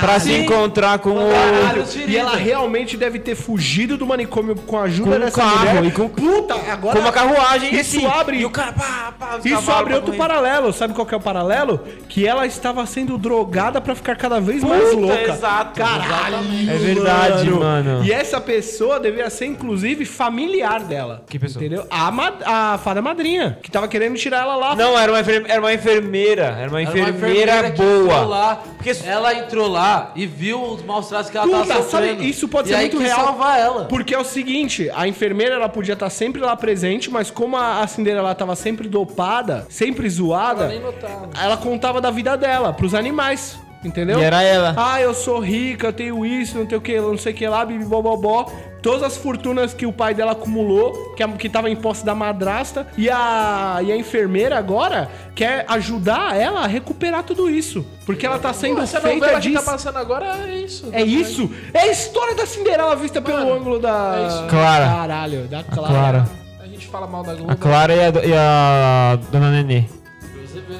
D: Pra se encontrar com o.
C: Ah, Caralho, e
B: ferida.
C: ela realmente deve ter fugido do manicômio com a ajuda
D: Com um
C: dessa
D: carro
C: mulher.
D: e com-
C: Puta, agora...
D: Com uma carruagem e
C: Isso
D: assim,
C: abre-
D: E o cara, pá, pá, os
C: Isso
D: cavalos
C: abre
D: pra
C: outro
D: correr.
C: paralelo. Sabe qual que é o paralelo? Que ela estava sendo drogada pra ficar cada vez mais
D: Puta,
C: louca.
D: exato.
C: Caralho.
D: É verdade, mano.
C: E essa pessoa devia ser, inclusive, familiar dela.
D: Que pessoa?
C: Entendeu? A, ma- a fada madrinha, que tava querendo tirar ela lá.
D: Não, era uma, enferme- era uma enfermeira. Era uma
B: Era
D: enfermeira,
B: que entrou
D: boa.
B: lá,
D: Porque s-
B: Ela entrou lá e viu os maus tratos que ela
A: tá
C: Puta,
B: tava
C: sabe,
B: sofrendo.
C: isso pode
B: e
C: ser
B: aí
C: muito
B: quis
C: real.
B: salvar ela.
C: Porque é o seguinte, a enfermeira ela podia estar sempre lá presente, mas como a, a Cinderela tava sempre dopada, sempre zoada,
A: Ela nem notava.
C: ela contava da vida dela pros animais, entendeu?
D: E era ela.
C: Ah, eu sou rica, eu tenho isso, não tenho o que, não sei o que lá, bibi bobobó. Todas as fortunas que o pai dela acumulou, que, a, que tava em posse da madrasta, e a, e a enfermeira agora quer ajudar ela a recuperar tudo isso. Porque ela tá sendo
A: Pô, essa
C: feita
A: novela que
C: disso.
A: tá passando agora é isso.
C: É isso? É a história da Cinderela vista pelo
A: Mano,
C: ângulo da.
A: é isso.
D: Clara.
C: Caralho, da Clara.
D: Clara.
A: A gente fala mal da Globo.
D: A Clara e a, do- e a Dona Nenê.
B: Você vê.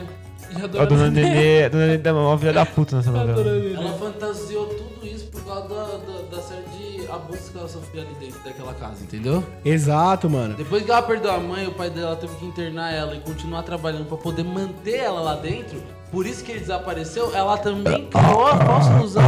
A: E a
D: A
A: dona
D: Dona
A: Nenê.
D: Nenê, a Dona Nenê é uma filha da puta nessa
A: A dona
D: novela.
A: Nenê.
B: Ela fantasiou tudo isso por causa da, da, da série de abusos que ela sofreu ali dentro daquela casa, entendeu?
C: Exato, mano.
B: Depois que ela perdeu a mãe, o pai dela teve que internar ela e continuar trabalhando pra poder manter ela lá dentro. Por isso que ele desapareceu. Ela
C: É.
B: também criou a
C: Ah.
B: falsa ilusão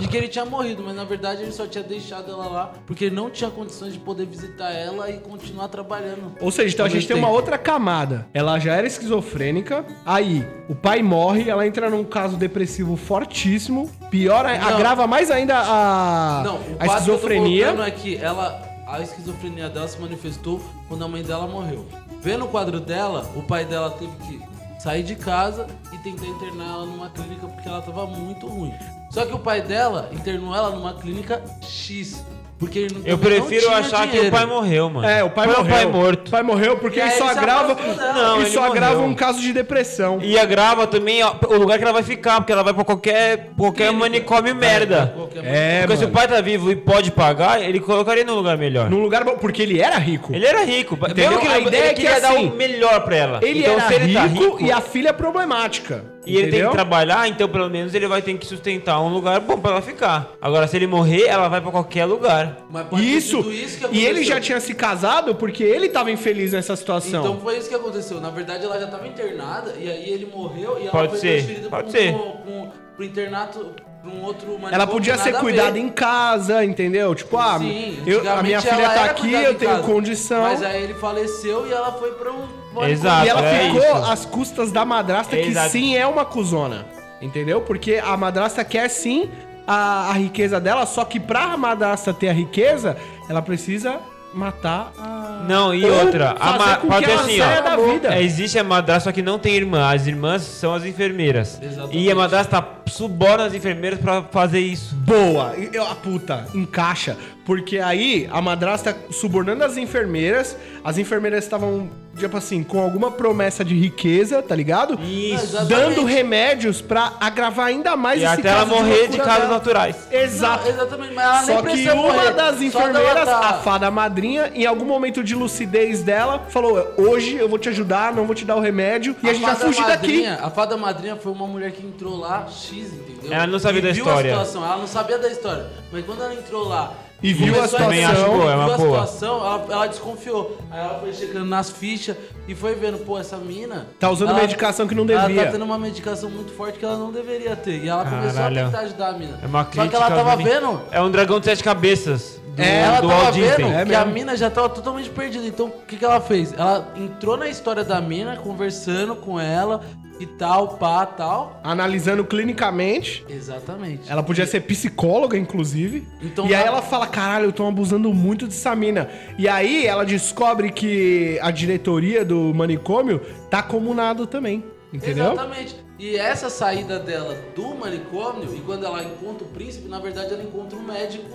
B: de que ele tinha morrido, mas na verdade ele só tinha deixado ela lá porque ele não tinha condições de poder visitar ela e continuar trabalhando.
C: Ou seja, então a
B: Ao
C: gente
B: mesmo
C: tem uma
B: tempo.
C: outra camada. Ela já era esquizofrênica, aí o pai morre, ela entra num caso depressivo fortíssimo, piora,
B: Não.
C: agrava mais ainda Ah, a,
B: Não, o
C: a
B: fato que eu tô
C: esquizofrenia.
B: colocando é que ela, a esquizofrenia dela se manifestou quando a mãe dela morreu. Vendo o quadro dela, o pai dela teve que sair de casa e tentar internar ela numa clínica porque ela tava muito ruim. Só que o pai dela internou ela numa clínica X. Porque ele não
D: Eu
B: também não
D: prefiro
B: tinha
D: achar que o
B: dinheiro.
D: pai morreu, mano.
C: É, o pai
D: Foi
C: morreu.
D: O pai morto.
C: O pai morreu porque
B: E
C: ele
B: aí
C: só
B: ele se
C: agrava.
B: afastou dela.
D: Não,
C: ele
D: ele
C: só agrava
D: morreu.
C: um caso de depressão.
D: E agrava também ó, o lugar que ela vai ficar, porque ela vai pra qualquer, qualquer manicômio merda.
B: Qualquer-
C: É,
D: porque se o pai tá vivo e pode pagar, ele colocaria num lugar melhor.
C: Num lugar bom, porque ele era rico.
D: Ele era rico.
C: Entendeu?
D: Mesmo que
C: A
D: ele,
C: ideia
D: ele
C: é que,
D: queria dar
C: assim,
D: o melhor pra ela.
C: Ele era
D: se ele tá
C: rico, e a filha é problemática.
D: e ele tem
C: entendeu?
D: que trabalhar, então pelo menos ele vai ter que sustentar um lugar bom pra ela ficar. Agora, se ele morrer, ela vai pra qualquer lugar.
B: Mas pode ter
C: Isso.
B: sido isso que
C: e ele
B: aconteceu.
C: já tinha se casado porque ele tava infeliz nessa situação.
B: Então foi isso que aconteceu. Na verdade, ela já tava internada e aí ele morreu e ela
D: Pode
B: foi
D: ser,
B: transferida
D: pode
B: pra um-
D: ser.
B: pra um- pro internato, pra um outro
C: ela
B: manicômio,
C: podia ser
B: nada a ver.
C: cuidada em casa, entendeu? Tipo, ah,
B: Sim,
C: eu, a
B: antigamente
C: minha
B: ela
C: filha tá
B: era
C: aqui,
B: cuidada
C: eu
B: em
C: tenho
B: casa.
C: condição.
B: Mas aí ele faleceu e ela foi pra um. manicômio.
D: Exato.
C: E ela
D: É
C: ficou
D: isso.
C: às custas da madrasta,
D: Exato.
C: que sim é uma cuzona. Entendeu? Porque a madrasta quer sim a, a riqueza dela, só que pra madrasta ter a riqueza, ela precisa matar a.
D: Não, e
C: Ou
D: outra. A
C: fazer
D: ma-
C: com
D: pode ser
C: que ela
D: assim,
C: saia da
D: ó.
C: vida.
D: É, Existe a madrasta, só que não tem irmã. As irmãs são as enfermeiras.
B: Exatamente.
D: E a madrasta suborna as enfermeiras pra fazer isso.
C: Boa! E- Eu, a puta, encaixa. Porque aí a madrasta subornando as enfermeiras, as enfermeiras estavam, tipo assim, com alguma promessa de riqueza, tá ligado?
D: Isso.
B: Exatamente.
C: Dando remédios pra agravar ainda mais
D: E até ela
C: caso
D: morrer de
C: loucura
D: causas
C: dela.
D: naturais.
C: Exato.
B: Não, exatamente, mas ela nem
C: Só que
B: precisa
C: uma
B: morrer. Só
C: das
B: dela
C: enfermeiras,
B: tá-
C: a fada madrinha, em algum momento de lucidez dela, falou: hoje eu vou te ajudar, não vou te dar o remédio, e a, gente vai
B: fada
C: fugir daqui.
B: madrinha- A fada madrinha foi uma mulher que entrou lá, X, entendeu?
D: Ela não sabia
B: E
D: da
B: viu
D: história.
B: A situação, ela não sabia da história. Mas quando ela entrou lá
C: E viu a
B: Começou
D: também
C: situação.
D: acho boa, é
B: viu
D: uma
B: a
D: boa.
B: situação, ela, ela desconfiou. Aí ela foi chegando nas fichas e foi vendo, pô, essa mina.
C: Tá usando
B: ela-
C: medicação que não
B: Ela
C: devia.
B: tá tendo uma medicação muito forte que ela não deveria ter. E ela começou a
D: Caralho.
B: tentar ajudar a mina.
D: É uma
B: Só que
D: crítica
B: ela tava
D: boni-
B: vendo.
D: É um dragão de sete cabeças do,
B: É, ela
D: do
B: tava
D: Walt Disney.
B: vendo
C: É
B: que a
C: mesmo.
B: mina já tava totalmente perdida. Então, o que, que ela fez? Ela entrou na história da mina, conversando com ela e tal, pá, tal.
C: Analisando clinicamente.
B: Exatamente.
C: Ela podia ser psicóloga, inclusive.
B: Então
C: e aí
B: tá-
C: ela fala, caralho, eu tô abusando muito dessa mina. E aí ela descobre que a diretoria do manicômio tá comunado também. Entendeu?
B: Exatamente. E essa saída dela do manicômio, e quando ela encontra o príncipe, na verdade ela encontra um médico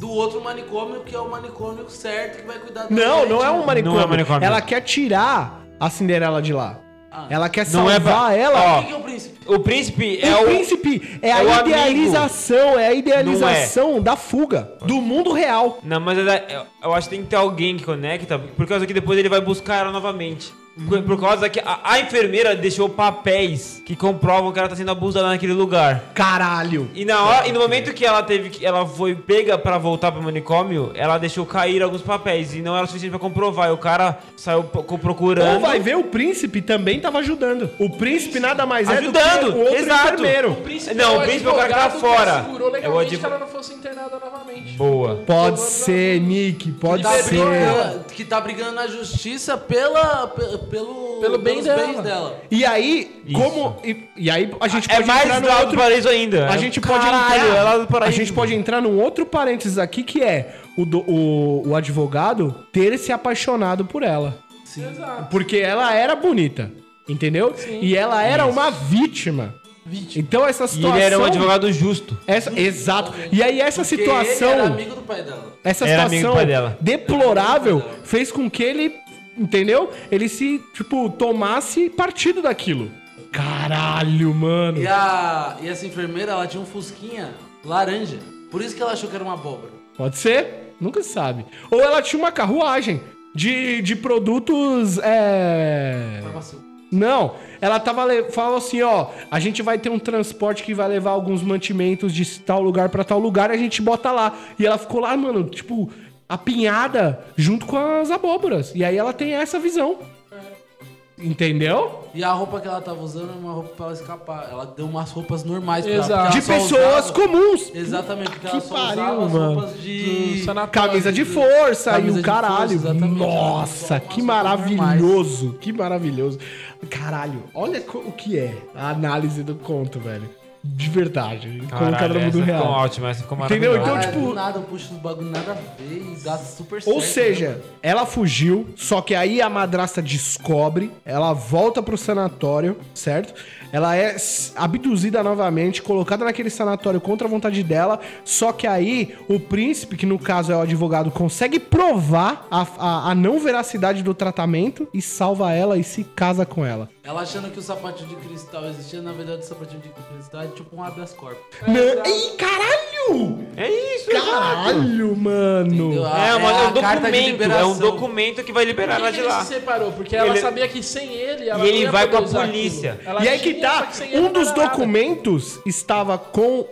B: do outro manicômio, que é o manicômio certo que vai cuidar dela
C: Não, não
B: direitinho.
C: é um manicômio.
D: Não é um manicômio.
C: Ela quer tirar a Cinderela de lá.
B: Ah.
C: Ela quer
D: Não é pra-
C: salvar
B: Então,
C: ela.
B: O que que é o príncipe?
D: O príncipe
C: O
D: é o.
C: príncipe é,
D: é o
C: a
D: amigo.
C: idealização, é a idealização da fuga do mundo real.
D: Não, mas é da- eu- eu acho que tem que ter alguém que conecta, por causa que depois ele vai buscar ela novamente. Por, por causa que a, a enfermeira deixou papéis que comprovam que ela tá sendo abusada naquele lugar.
C: Caralho.
D: E na hora, e no momento que ela teve que ela foi pega pra voltar pro manicômio, ela deixou cair alguns papéis e não era o suficiente pra comprovar. E o cara saiu pro- co- procurando.
C: Ou vai ver o príncipe também tava ajudando. O príncipe nada mais é do
D: ajudando.
C: que o outro
D: Exato.
C: enfermeiro.
A: O príncipe
D: não,
A: é
D: o príncipe é o cara que tá
A: advogado
D: fora.
A: segurou
D: É o
A: legalmente que
D: advogado.
A: ela não fosse internada novamente.
D: Boa.
C: Pode ser, Nick, pode
B: Tá
C: ser.
B: brigando- que tá brigando na justiça pela, pe- pelo,
A: Pelo bem
B: pelos
A: dela.
B: bens dela.
C: E aí,
D: Isso.
C: como. E, e aí a gente
D: É
C: pode entrar
D: mais
C: no
D: do
C: outro-
D: outro paraíso ainda.
C: A
D: É-
C: gente pode
D: Caralho,
C: entrar.
D: é lá do
C: a
D: paraíso.
C: gente pode entrar num outro parênteses aqui que é o, do- o, o advogado ter se apaixonado por ela.
A: Exato.
C: Porque ela era bonita, entendeu? E ela era uma vítima. Então essa
D: E
C: situação.
D: ele era um advogado justo.
C: essa- exato. E aí essa
B: Porque
C: situação.
B: Ele era amigo do pai dela.
C: Essa
D: Era amigo do
C: situação
D: pai dela.
C: deplorável fez com que ele, entendeu? Ele se, tipo, tomasse partido daquilo. Caralho, mano.
B: E, a, e essa enfermeira, ela tinha um fusquinha laranja. Por isso que ela achou que era uma abóbora.
C: Pode ser? Nunca se sabe. Ou ela tinha uma carruagem de, de produtos. É...
B: Tava assim.
C: Não, ela tava le- falou assim, ó, a gente vai ter um transporte que vai levar alguns mantimentos de tal lugar pra tal lugar, a gente bota lá. E ela ficou lá, mano, tipo, apinhada junto com as abóboras. E aí ela tem essa visão. Entendeu?
B: E a roupa que ela tava usando era uma roupa pra ela escapar. Ela deu umas roupas normais pra
A: Exato.
B: ela. porque
C: De
B: ela só
C: pessoas
B: usava-
C: comuns.
B: Exatamente, porque
C: Que
B: ela só
C: pariu,
B: usava as
C: mano.
B: roupas de...
A: Do sanatório.
C: Camisa de força
B: Camisa
C: e o
B: de força,
C: caralho.
B: exatamente.
C: Nossa,
B: Ela usava
C: que
B: umas roupas
C: maravilhoso. Que maravilhoso. Caralho, olha co- o que é a análise do conto, velho. De verdade. Colocado no
D: essa é
C: mundo
D: ficou
C: real.
D: ótima, essa ficou
C: Entendeu?
D: maravilhosa.
C: Então,
B: Cara,
C: tipo-
B: Ah, é, do nada, eu puxo os bagulho nada a ver e dá super certo. né?
C: Ou seja, ela fugiu, só que aí a madrasta descobre, ela volta pro sanatório, certo? Ela é s- abduzida novamente, colocada naquele sanatório contra a vontade dela, só que aí o príncipe, que no caso é o advogado, consegue provar a, a- a não veracidade do tratamento e salva ela e se casa com ela.
B: Ela achando que o sapatinho de cristal existia, na verdade o sapatinho de cristal é tipo um habeas corpus.
C: Não- Ih, caralho!
D: É isso,
C: Caralho, mano!
B: Entendeu?
C: tipo,
D: É,
B: a-
D: mas é,
B: a
D: um
B: carta de
D: documento. É um
B: liberação.
D: documento que vai liberar
A: Por
D: ela
A: que
D: de
A: que ele
D: lá.
A: se separou? Porque ela
D: Ele-
A: sabia que sem ele ela
D: E
A: não
D: ele
A: ia
D: vai
A: poder
D: com a
A: usar
D: polícia.
A: aquilo. Ela
C: e aí que
A: tinha,
C: tá,
A: só que sem ele
C: um
A: não
C: dos
A: era nada.
C: documentos estava com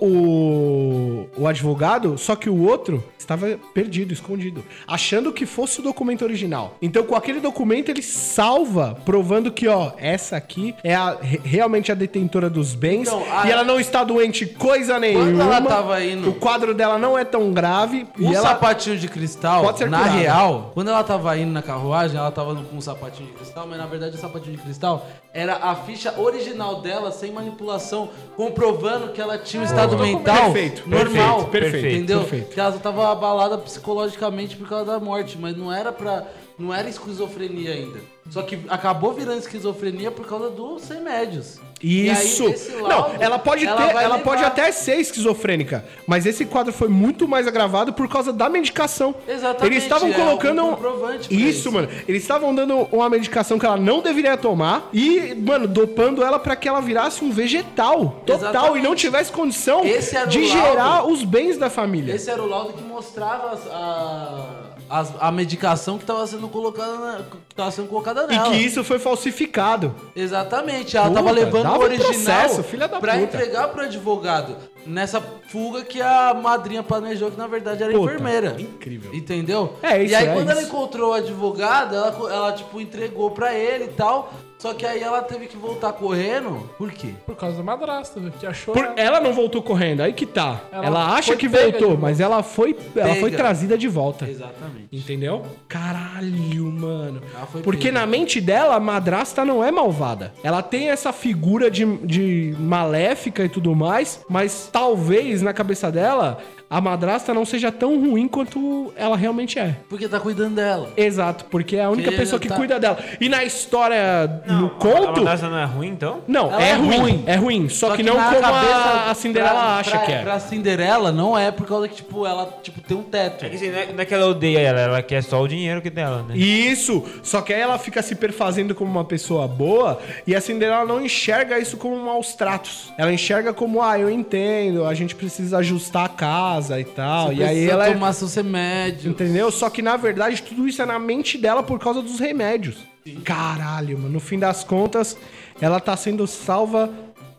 C: o, o advogado, só que o outro estava perdido, escondido, achando que fosse o documento original. Então, com aquele documento, ele salva, provando que, ó, essa aqui é a- re- realmente a detentora dos bens
B: Então, a-
C: e ela não está doente coisa nenhuma.
B: ela tava indo-
C: O quadro dela não é tão grave
B: O
C: e ela...
B: Um sapatinho de cristal,
C: Pode ser
B: na
C: curado.
B: real, quando ela tava indo na carruagem, ela tava com um sapatinho de cristal, mas na verdade o sapatinho de cristal era a ficha original dela, sem manipulação, comprovando que ela tinha um estado
C: Ah.
B: mental
C: Perfeito,
B: normal.
C: perfeito, perfeito,
B: entendeu?
C: perfeito.
B: Que ela só tava abalada psicologicamente por causa da morte, mas não era pra. não era esquizofrenia ainda. Só que acabou virando esquizofrenia por causa dos remédios. E aí,
C: Isso.
B: desse lado,
C: não, ela pode ter,
B: vai
C: ela pode
B: levar-
C: até ser esquizofrênica, mas esse quadro foi muito mais agravado por causa da medicação.
B: Exatamente,
C: Eles estavam
B: é
C: colocando
B: um comprovante pra
C: isso,
B: isso.
C: mano. Eles estavam dando uma medicação que ela não deveria tomar e, mano, dopando ela pra que ela virasse um vegetal total e não
B: Exatamente.
C: tivesse condição
B: Esse era o
C: de
B: laudo.
C: gerar os bens da família.
B: Esse era o laudo que mostrava as- a, as- a medicação que estava sendo colocada na, que tava sendo colocada
C: E
B: nela.
C: que isso foi falsificado.
B: Exatamente, ela
C: Puta,
B: estava levando
C: dava
B: o
C: um
B: original
C: processo, filha da
B: pra
C: puta.
B: entregar pro advogado. nessa fuga que a madrinha planejou, que na verdade era
C: Puta,
B: enfermeira.
C: incrível.
B: Entendeu?
C: É, isso
B: E aí,
C: é
B: quando ela
C: isso.
B: encontrou o advogado, ela, co- ela, tipo, entregou pra ele e tal. Só que aí ela teve que voltar correndo. Por quê?
A: Por causa da madrasta, velho, que achou...
C: Por-
A: ela-
C: ela não voltou correndo, aí que tá. Ela,
A: Ela
C: acha
A: foi
C: que
A: pega de
C: voltou,
A: volta.
C: mas ela foi, ela foi
B: Pega.
C: trazida de volta.
B: Exatamente.
C: Entendeu? Caralho, mano.
B: Ela foi
C: Porque
B: pega.
C: na mente dela, a madrasta não é malvada. Ela tem essa figura de, de maléfica e tudo mais, mas talvez na cabeça dela, a madrasta não seja tão ruim quanto ela realmente é.
B: Porque tá cuidando dela.
C: Exato, porque é a única
B: Que
C: pessoa que
B: tá-
C: cuida dela. E na história, no
D: A
C: conto.
D: madrasta não é ruim, então?
C: Não,
B: Ela
C: é,
B: é
C: ruim,
B: ruim.
C: É ruim. Só, que, não
B: na
C: como a,
B: cabeça,
C: a Cinderela
B: pra-
C: acha
B: pra-
C: que é.
B: Pra Cinderela não é por causa que, tipo, ela tipo, tem um teto.
D: É que, assim, não é- não é que ela odeia ela, ela quer só o dinheiro que dela, né?
C: Isso! Só que aí ela fica se perfazendo como uma pessoa boa e a Cinderela não enxerga isso como um maus tratos. Ela enxerga como, ah, eu entendo, a gente precisa ajustar a casa e tal. e aí
B: Precisa
C: ela. é-
B: tomar seus remédios.
C: Entendeu? Só que na verdade tudo isso é na mente dela por causa dos remédios. Caralho, mano. No fim das contas, ela tá sendo salva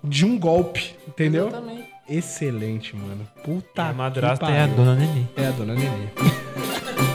C: de um golpe. Entendeu?
B: Exatamente.
C: Excelente, mano. Puta
D: A
C: que
D: madrasta é a
C: pariu.
D: dona Nenê.
C: É a dona Nenê.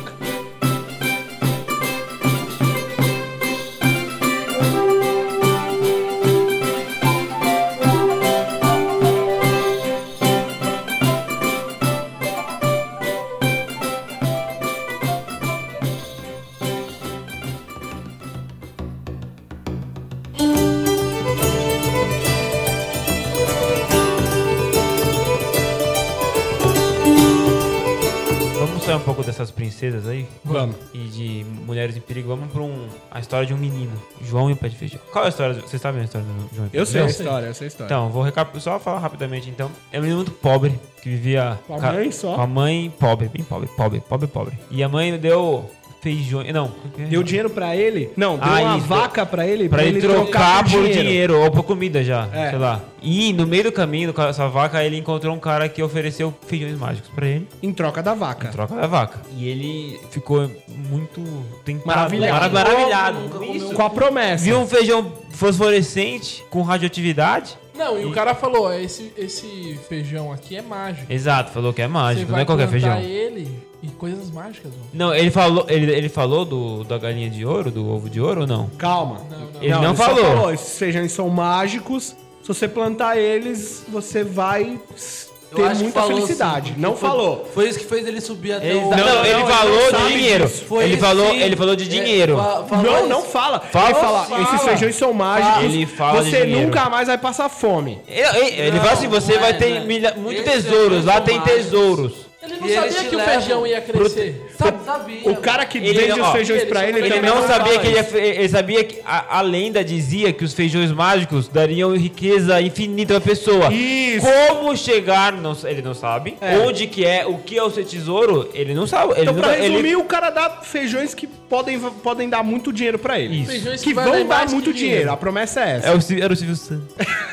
D: Vamos sair um pouco dessas princesas aí
C: Vamos.
D: e de mulheres em perigo. Vamos pra um, a história de um menino, João e o pé de feijão. Qual é a história? do- Vocês sabem a história do João e o pé
C: Eu
D: de
C: sei a
D: feijão?
C: história, eu sei a história.
D: Então, vou recap só falar rapidamente então. É um menino muito pobre, que vivia
C: Com a
D: ca-
C: mãe só?
D: Com a mãe pobre, bem pobre, pobre, pobre, pobre. E a mãe deu feijões, não,
C: Deu dinheiro pra ele? Não, deu
D: Ah,
C: uma
D: isso.
C: vaca pra ele
D: Pra ele trocar por dinheiro. ou por comida já,
C: É.
D: sei lá. E no meio do caminho com essa vaca, ele encontrou um cara que ofereceu feijões mágicos pra ele,
C: Em troca da
D: em
C: vaca.
D: troca da vaca. E ele ficou muito tentado,
C: Maravilhado.
D: mara-
B: Nunca
D: maravilhado.
B: comeu
D: Isso.
C: Com a promessa.
D: Viu um feijão fosforescente com radioatividade?
A: Não, e o cara falou, "Ó, esse, esse feijão aqui é mágico.
D: Exato, falou que é
A: Você
D: mágico, não
A: vai
D: é qualquer
A: plantar
D: feijão.
A: ele e coisas mágicas, mano.
D: Não, ele falou, ele, ele falou do, da galinha de ouro, do ovo de ouro ou não?
C: Calma.
D: Ele não,
C: só
D: falou.
C: Esses feijões são mágicos. Se você plantar eles, você vai s-
B: Eu
C: ter
B: acho que
C: muita
B: falou,
C: felicidade.
B: sim,
C: não
B: porque foi-
C: falou.
B: Foi isso que fez ele subir até
D: Ele-
B: o...
D: não, ele
C: não,
D: falou
C: ele não
D: de
C: sabe
D: dinheiro.
C: disso.
B: Foi
D: Ele
B: sim.
D: falou, ele falou de
B: É,
D: dinheiro.
B: fa- falou
C: não,
B: isso.
C: não fala.
D: Fala,
C: ele fala,
D: fala.
C: esses feijões são mágicos.
D: Ele fala de
C: você
D: dinheiro.
C: nunca mais vai passar fome.
D: Ele, ele- ele
B: Não,
D: fala assim, você
B: não é,
D: vai ter
B: não é.
D: milha- muito
B: Esse é
D: tesouros, lá tem
B: fantasmático.
D: tesouros.
A: Ele não
B: E eles
A: sabia
B: te
A: que o
B: levam
A: feijão ia crescer.
B: Sabe, sabia.
C: O cara que
D: Ele-
C: vende os
D: ó,
C: feijões
A: ele-
C: pra ele
D: Ele
C: também
D: não sabia
C: fala
D: que ele, ia,
C: isso.
D: fe- ele sabia que a, a lenda dizia que os feijões mágicos dariam riqueza infinita à pessoa.
C: Isso.
D: Como chegar, não s- ele não sabe. Onde que é, o que é o seu tesouro, ele não sabe. Ele
C: Então,
D: não
C: pra
D: sabe- ele-
C: resumir, o cara dá feijões que podem, podem dar muito dinheiro pra ele.
D: Isso.
A: Feijões
C: Que
A: valem
C: vão dar
A: mais que
C: muito dinheiro. A promessa é essa.
D: É o Sil- era o Silvio Santos. *laughs*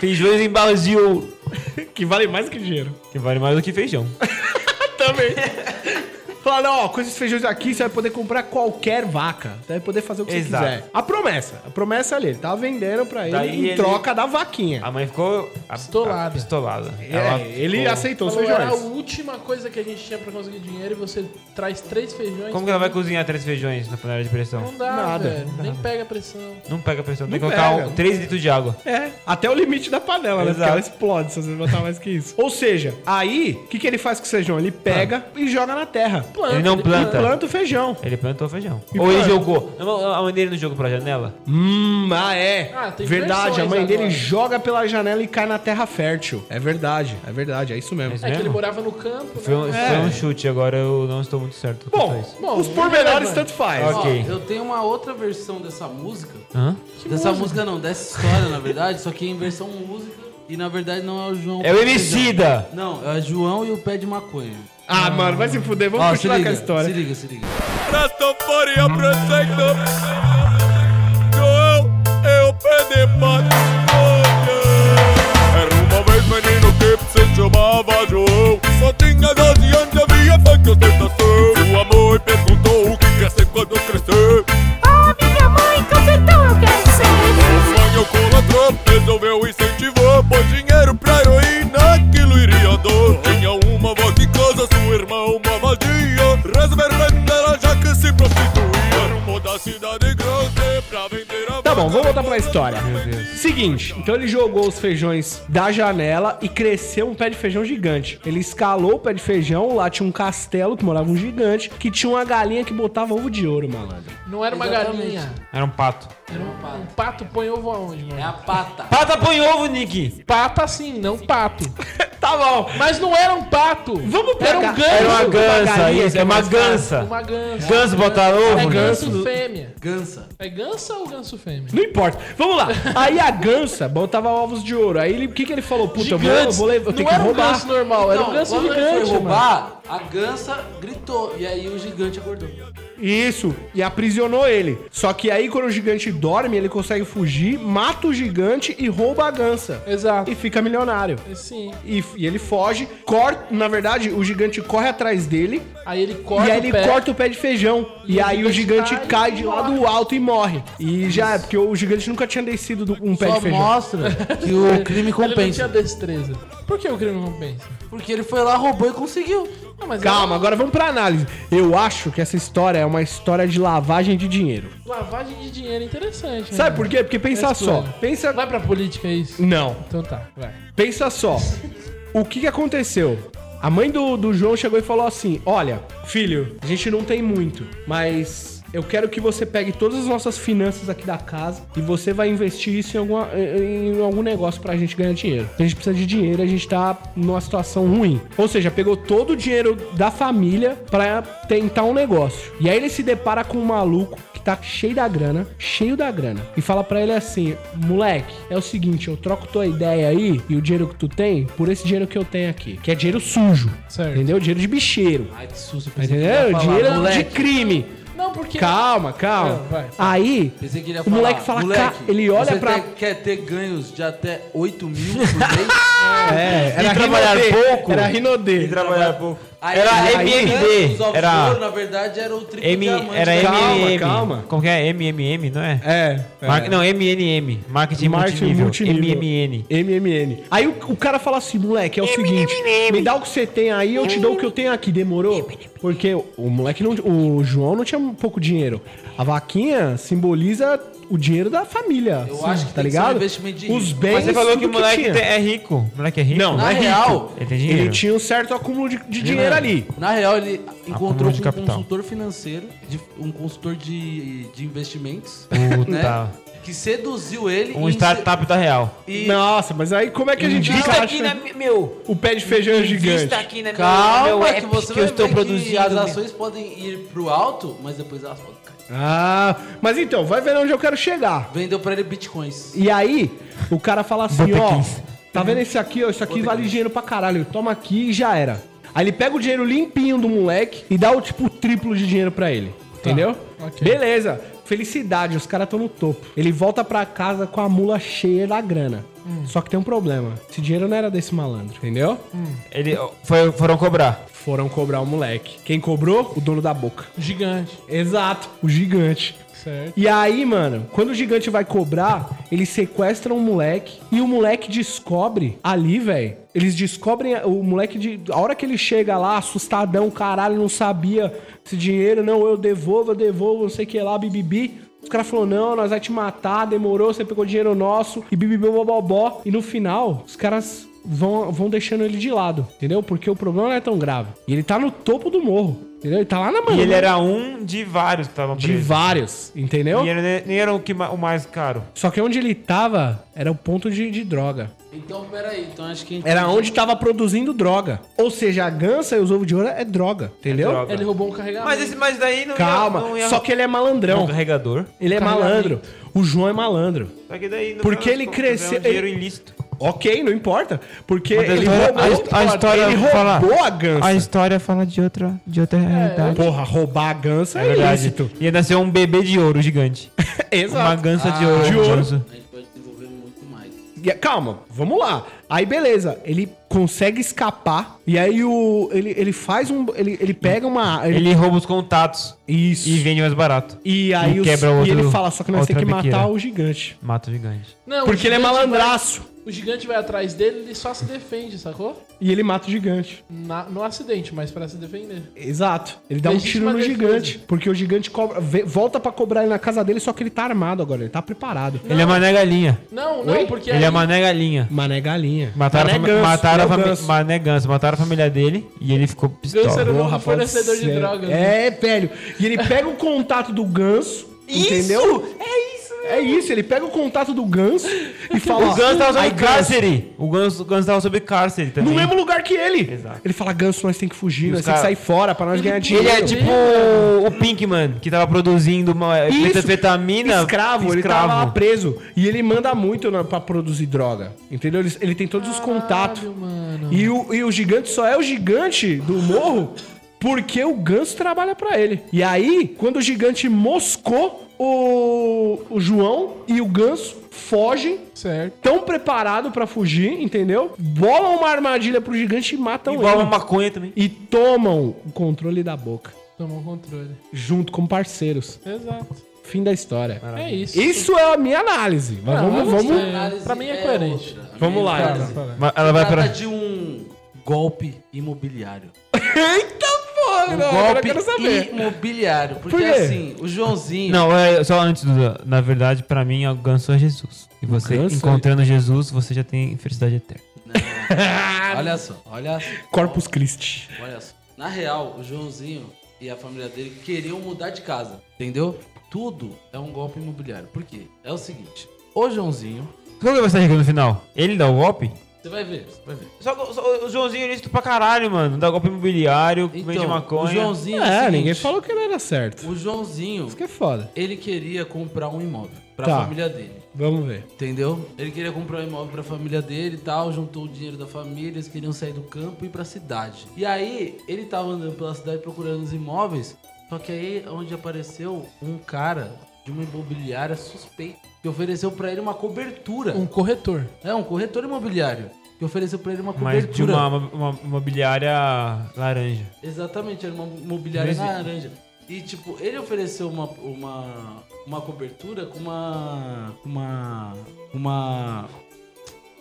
D: Feijões em balas de ouro.
C: que vale mais que dinheiro.
D: Que vale mais do que feijão.
C: Também. Falaram, ó, com esses feijões aqui você vai poder comprar qualquer vaca. Você vai poder fazer o que
D: Exato.
C: você quiser. A promessa. A promessa é ali. Ele tava vendendo pra ele
D: Daí
C: em
D: ele-
C: troca da vaquinha.
D: A mãe ficou a-
A: Pistolada.
D: a- Pistolada.
C: É, ele aceitou os
A: Falou, era um." a
C: feijões.
A: última coisa que a gente tinha pra conseguir dinheiro e você traz três feijões.
D: Como que ela vai cozinhar três feijões na panela de pressão?
A: Não dá,
C: Nada.
A: velho. Nem pega a pressão.
D: Não pega pressão, tem que
C: Não
D: colocar
C: pega.
D: um- três litros de água.
C: É, até o limite da panela, né? Porque
D: Exato.
C: ela explode se você botar mais que isso. Ou seja, aí, o que, que ele faz com o feijão? Ele pega
D: Ah.
C: e joga na terra.
A: Planta,
D: Ele não
A: ele
D: planta.
C: Planta o feijão.
D: Ele plantou feijão.
C: E
D: Ou ele
C: planta.
D: jogou. Não, A mãe dele não jogou pra janela?
C: Hum, ah, é.
A: Ah, tem
C: verdade, a
A: versões
C: mãe dele
A: agora.
C: joga pela janela e cai na terra fértil. É verdade, é verdade, é isso mesmo.
D: É isso
A: É que ele
D: mesmo?
A: morava no campo. né?
D: Foi um,
C: É.
D: foi um chute, agora eu não estou muito certo. quanto a
C: Bom,
D: isso.
A: é Bom,
C: os
A: não
C: pormenores
A: relevante.
C: tanto faz.
D: Ok.
B: Ó, eu tenho uma outra versão dessa música.
D: Hã?
B: dessa música? não, dessa história, na verdade. Só que é em versão música. E na verdade não é o João.
D: É o Emicida!
B: Não, é o João e o pé de maconha.
C: Ah, mano, vai se fuder, vamos
B: Ó, se
C: continuar
B: liga,
C: com a história.
B: se liga, se liga.
H: Rastafaria prosecto João é o pé de patrulha Era uma vez menino que se chamava João Só tinha 12 anos e havia feito tentação Sua mãe perguntou o que quer ser quando crescer
I: Oh, minha mãe, cafetão, eu quero ser.
H: Mãe alcoolatra resolveu incentivar Pôs dinheiro pra heroína que um você pra vender a
C: Tá bom, vamos voltar pra história. Seguinte, então ele jogou os feijões da janela e cresceu um pé de feijão gigante. Ele escalou o pé de feijão, lá tinha um castelo que morava um gigante, que tinha uma galinha que botava ovo de ouro, malandro.
A: Não era uma
B: Exatamente.
A: galinha.
D: Era um pato.
A: Era um pato. Um pato põe ovo aonde, mano?
B: É a pata.
D: Pato põe ovo, Nick!
A: Pato assim, não pato.
C: Tá bom.
A: Mas não era um pato.
C: Vamos
A: Era um
C: pegar-
A: ganso.
D: Era uma gansa,
C: galinha
D: isso,
C: que
D: é uma
C: mais fácil.
D: gansa.
A: Uma gansa.
D: Ganso botar
A: É
D: ovo?
A: ganso fêmea.
B: Gansa.
A: É gansa ou ganso fêmea?
C: Não importa. Vamos lá. Aí a gansa botava ovos de ouro. Aí ele- o que, que ele falou? Puta, eu vou, eu vou, levar- eu
A: não
C: tenho que
A: era um
C: roubar.
A: ganso normal, era um ganso
B: quando ele
A: gigante,
B: foi
A: mano.
B: roubar, a gansa gritou. E aí o gigante acordou.
C: Isso, e aprisionou ele. Só que aí quando o gigante dorme, ele consegue fugir, mata o gigante e rouba a gansa.
A: Exato.
C: E fica milionário.
A: Sim.
C: E, e ele foge, corta, na verdade, o gigante corre atrás dele
A: Aí ele corta
C: e aí ele
A: o pé.
C: corta o pé de feijão.
A: E
C: E,
A: o
C: aí o
A: gigante
C: gigante
A: cai
C: cai
A: e
C: de lá
A: morre.
C: do alto e morre. E já é, porque o gigante nunca tinha descido do- um pé
B: Só
C: de feijão.
B: *laughs* mostra que o crime
A: Ele não tinha
B: compensa.
A: destreza. Por que o crime não compensa?
B: Porque ele foi lá, roubou e conseguiu.
A: Não, mas é
C: Calma, agora vamos pra análise. Eu acho que essa história é uma história de lavagem de dinheiro.
A: é Lavagem de dinheiro é interessante. né?
C: Sabe por quê? Porque pensa
A: Mas,
C: só.
A: claro.
C: Pensa.
A: Vai pra política é isso?
C: Não.
A: Então tá, vai.
C: Pensa só. O que, que aconteceu? A mãe do, do João chegou e falou assim: Olha, filho, a gente não tem muito, mas eu quero que você pegue todas as nossas finanças aqui da casa e você vai investir isso em, alguma- em- em algum negócio pra gente ganhar dinheiro. A gente precisa de dinheiro, a gente tá numa situação ruim. Ou seja, pegou todo o dinheiro da família pra tentar um negócio. E aí ele se depara com um maluco que tá cheio da grana, cheio da grana, e fala pra ele assim: moleque, é o seguinte, eu troco tua ideia aí e o dinheiro que tu tem por esse dinheiro que eu tenho aqui, que é dinheiro sujo,
A: Certo.
C: entendeu? Dinheiro de bicheiro.
B: Ai, que susto. Pensei que ele
C: Entendeu?
B: ia falar,
C: dinheiro de
B: moleque.
C: crime.
A: Não, porque.
C: Calma, calma.
A: Não, vai.
C: Aí,
B: Pensei que ele ia
C: o moleque fala, "Ca-" ele olha
B: você
C: pra.
B: tem- quer ter ganhos de até 8 *laughs* mil por mês?
C: É,
G: E trabalhar
C: Rinodê,
G: pouco?
C: Era Rinodê.
G: Trabalhar pouco.
B: Aí,
G: Era
B: aí,
G: MMD,
B: os ovos
G: era-
B: de ouro, na verdade, era o triplo
G: M,
B: diamante
G: era
B: da-
C: Calma,
G: MMM.
C: calma.
G: Como que é? MMM, não é?
C: É. é.
G: Mar- Não, MNM. Marketing,
C: Marketing
G: multinível.
C: multinível.
G: MMN.
C: MMN. Aí o, o cara fala assim, moleque, é o seguinte, me dá o que você tem aí, eu te dou o que eu tenho aqui. Demorou? Porque o, o moleque não, o João não tinha pouco dinheiro. A vaquinha simboliza o dinheiro da família.
B: Eu acho que
C: tá
B: tem que ser um
C: ligado?
B: investimento de
C: Os
B: rico.
C: bens,
G: Mas você falou que o
C: tudo
G: moleque
C: tinha.
G: te- é rico. O moleque é rico?
C: Não,
B: Na
C: não é
B: real,
C: rico.
G: Ele tem dinheiro.
C: Ele tinha um certo acúmulo de, de dinheiro ali.
B: Na real, ele encontrou
G: de
B: um
G: capital.
B: consultor financeiro, de- um consultor de, de *laughs* investimentos,
G: Puta. né?
B: Que seduziu ele
G: Um
B: e
G: startup da real.
B: e-
C: Nossa, mas aí como é que a gente encaixa
G: né, meu.
C: o pé de feijão gigante? é
G: aqui
B: né,
G: na
B: Calma,
G: app
B: é que você
G: que eu
B: vai
G: estou
B: ver que
G: produzindo.
B: as ações podem ir pro alto, mas depois elas podem cair.
C: Ah, mas então, vai ver onde eu quero chegar.
B: Vendeu pra ele bitcoins.
C: E aí, o cara fala assim,
G: Bota
C: ó,
G: 15.
C: tá vendo esse aqui, ó, isso aqui vale dinheiro pra caralho, toma aqui e já era. Aí ele pega o dinheiro limpinho do moleque e dá o tipo triplo de dinheiro pra ele, entendeu?
A: ok.
C: Beleza. Felicidade, os caras estão no topo. Ele volta pra casa com a mula cheia da grana. Só que tem um problema. Esse dinheiro não era desse malandro, entendeu?
G: Ele, foi, foram cobrar.
C: Foram cobrar o moleque. Quem cobrou? O dono da boca.
A: é Gigante.
C: Exato, o gigante.
A: Certo.
C: E aí, mano, quando o gigante vai cobrar, ele sequestra um moleque e o moleque descobre ali, velho. Eles descobrem a- o moleque de. A hora que ele chega lá, assustadão, caralho, não sabia esse dinheiro, não, eu devolvo, eu devolvo, não sei o que lá, bibibi. Os caras falaram, não, nós vai te matar, demorou, você pegou dinheiro nosso, e bibibobobó. E no final, os caras vão, vão deixando ele de lado, entendeu? Porque o problema não é tão grave. E ele tá no topo do morro, entendeu? Ele tá lá na manhã.
G: E ele era um de vários que estavam
C: De
G: presos.
C: vários, entendeu?
G: E ele ne- nem era o, que, ma- o mais caro.
C: Só que onde ele tava era o ponto de, de droga.
B: Então, peraí, então acho que a gente
C: Era onde tava produzindo droga. Ou seja, a gansa e os ovos de ouro é droga, entendeu?
G: droga.
A: Ele roubou um carregamento.
G: Mas, esse, mas daí não
C: Calma,
G: ia... Não ia
C: só que ele é
G: um
C: malandrão.
G: carregador.
C: Ele é malandro. O João é malandro.
G: Só que daí... no
C: Porque
G: final
C: ele
G: das contas,
C: cresceu-
G: É um dinheiro ilícito.
C: Ok, não importa. Porque
G: Mas a
C: ele
G: história-
C: roubou,
G: a his- a história
C: ele
G: fala-
C: roubou a gansa.
G: história fala de outra, de outra realidade.
C: Porra, roubar a gansa
G: É
C: é,
G: verdade.
C: ilícito. *laughs*
G: Ia nascer um bebê de ouro gigante. Uma
C: Exato. Ah,
G: gança Ah, de ouro.
C: de ouro.
G: Ganso.
B: a gente pode desenvolver muito mais.
C: E- Calma, vamos lá. Aí beleza, ele consegue escapar. E aí o ele, ele faz um ele, ele pega uma ele,
G: Ele rouba os contatos
C: isso.
G: e vende mais barato.
C: E um aí
G: E
C: os-
G: quebra
C: e
G: outro-
C: ele fala, só que nós
G: outra
C: temos que matar
G: biqueira.
C: o gigante.
G: Mata o gigante.
A: Não, o
C: Porque ele é
A: gigante vai-
C: malandraço.
A: o gigante vai atrás dele, ele só se defende, sacou?
C: E ele mata o gigante.
A: Na- no acidente, mas pra se defender.
C: Exato. Ele dá
A: Legítima
C: um tiro no
A: defesa.
C: gigante. Porque o gigante cobra- vê- volta pra cobrar ele na casa dele, só que ele tá armado agora, ele tá preparado.
G: Ele é mané galinha.
A: Não, não,
C: Oi?
A: porque
G: Ele
A: aí-
G: é mané galinha.
C: Mané galinha.
G: Mataram, a
C: Mané
G: fami-
C: ganso,
G: mataram, a
C: meu
G: fami-
C: ganso.
G: Mané ganso, mataram a família dele e ele ficou
A: Ganso
G: pistola.
A: era-
D: é
C: Porra,
A: novo fornecedor
C: pode
A: de
C: ser.
A: drogas, né?
C: É, velho. E ele pega o contato do ganso. Entendeu? É isso, É isso, ele pega o contato do ganso e fala.
G: O ganso tava
C: "Ai,
G: sobre cárcere. O ganso, o ganso tava sobre cárcere
C: No
G: também.
C: mesmo lugar que ele.
G: Exato.
C: Ele fala, ganso, nós tem que fugir,
G: E
C: nós
G: os
C: tem que
G: cara-
C: sair fora pra nós ganhar dinheiro.
G: Ele é tipo o Pinkman, que tava produzindo uma
C: Isso.
G: metanfetamina.
C: Escravo, ele
G: Escravo.
C: tava lá preso. E ele manda muito na, pra produzir droga. Entendeu? Ele, ele tem todos os contatos. E o, e o gigante só é o gigante do morro porque o ganso trabalha pra ele. E aí, quando o gigante moscou, o, o João e o ganso fogem.
A: Certo.
C: Tão preparado pra fugir, entendeu? Bolam uma armadilha pro gigante e matam
G: Igual
C: ele.
G: uma maconha também.
C: E tomam o controle da boca.
A: Tomou o controle.
C: Junto como parceiros.
A: Exato.
C: Fim da história.
A: É isso.
C: Isso é a minha análise. Mas
A: Ah,
C: vamos,
A: eu
C: vamos.
A: gostei.
B: Análise
A: Pra mim é
B: é
A: coerente.
B: outra.
C: Vamos lá,
B: Análise.
C: então.
G: Mas Ela vai
B: Trata
G: pra.
B: de um golpe imobiliário.
C: *laughs* Eita porra!
B: Um
C: Não, agora eu
B: golpe
C: quero saber.
B: imobiliário. Porque
C: Por quê?
B: assim, o Joãozinho.
G: Não, é, só antes, Duda. Na verdade, pra mim, o ganso é Jesus. E você,
C: Ganso? é
G: encontrando Jesus, você já tem felicidade eterna.
B: Olha só, olha só,
C: Corpus Christi.
B: olha só. Na real, o Joãozinho e a família dele queriam mudar de casa, entendeu? Tudo é um golpe imobiliário. Por quê? É o seguinte: o Joãozinho.
G: Qual que vai sair no final? Ele dá o golpe?
B: Você vai ver, você vai ver.
G: Só, o Joãozinho é pra caralho, mano. Dá golpe imobiliário, vende
B: Então, o
G: maconha.
B: Joãozinho.
C: é,
B: o seguinte,
C: ninguém falou que não era certo.
B: O Joãozinho,
C: Isso que é foda.
B: ele queria comprar um imóvel pra
C: Tá.
B: família dele.
C: Vamos ver.
B: Entendeu? Ele queria comprar um imóvel pra família dele e tal, juntou o dinheiro da família, eles queriam sair do campo e ir pra cidade. E aí, ele tava andando pela cidade procurando os imóveis, só que aí é onde apareceu um cara de uma imobiliária suspeita que ofereceu pra ele uma cobertura.
A: Um corretor.
B: É, um corretor imobiliário que ofereceu pra ele uma cobertura.
G: Mas de uma, uma, uma imobiliária laranja.
B: Exatamente, era uma mobiliária
G: Mesmo-
B: laranja. E tipo, ele ofereceu uma, uma, uma cobertura com uma. com uma. com uma.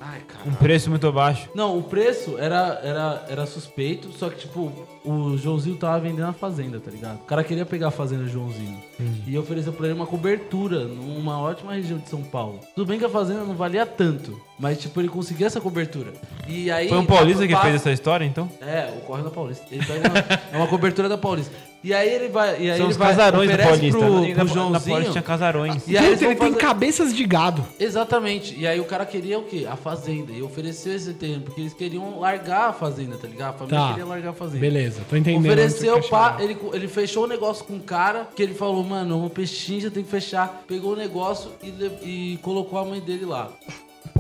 B: Ai,
G: Um
B: cara.
G: preço muito baixo.
B: Não, o preço era, era, era suspeito, só que, tipo, o Joãozinho tava vendendo a fazenda, tá ligado? O cara queria pegar a fazenda do Joãozinho. E ofereceu pra ele uma cobertura numa ótima região de São Paulo. Tudo bem que a fazenda não valia tanto, mas, tipo, ele conseguiu essa cobertura. E aí.
G: Foi um paulista que
B: passa-
G: fez essa história, então?
B: é, o corre da Paulista. Ele pega uma, é uma cobertura da Paulista. E aí ele vai. E
G: São
B: aí É, ele
G: os
B: vai,
G: casarões do
B: oferece
G: Paulista. né?
B: Pro,
G: Na-
B: pro
G: na, na Paulista
B: Joãozinho. Ah,
G: tinha casarões.
B: E aí
C: Gente,
B: eles vão
C: ele tem
B: fazer-
C: cabeças de gado.
B: Exatamente. E aí o cara queria o quê? A fazenda. E ofereceu esse terreno, porque eles queriam largar a fazenda, tá ligado? A família
C: Tá.
B: queria largar a fazenda.
C: Beleza, tô entendendo.
B: Ofereceu,
C: onde você
B: pá,
C: quer
B: ele, ele fechou o negócio com o cara, que ele falou, mano, uma pechincha tem que fechar. Pegou o negócio e, le- e colocou a mãe dele lá.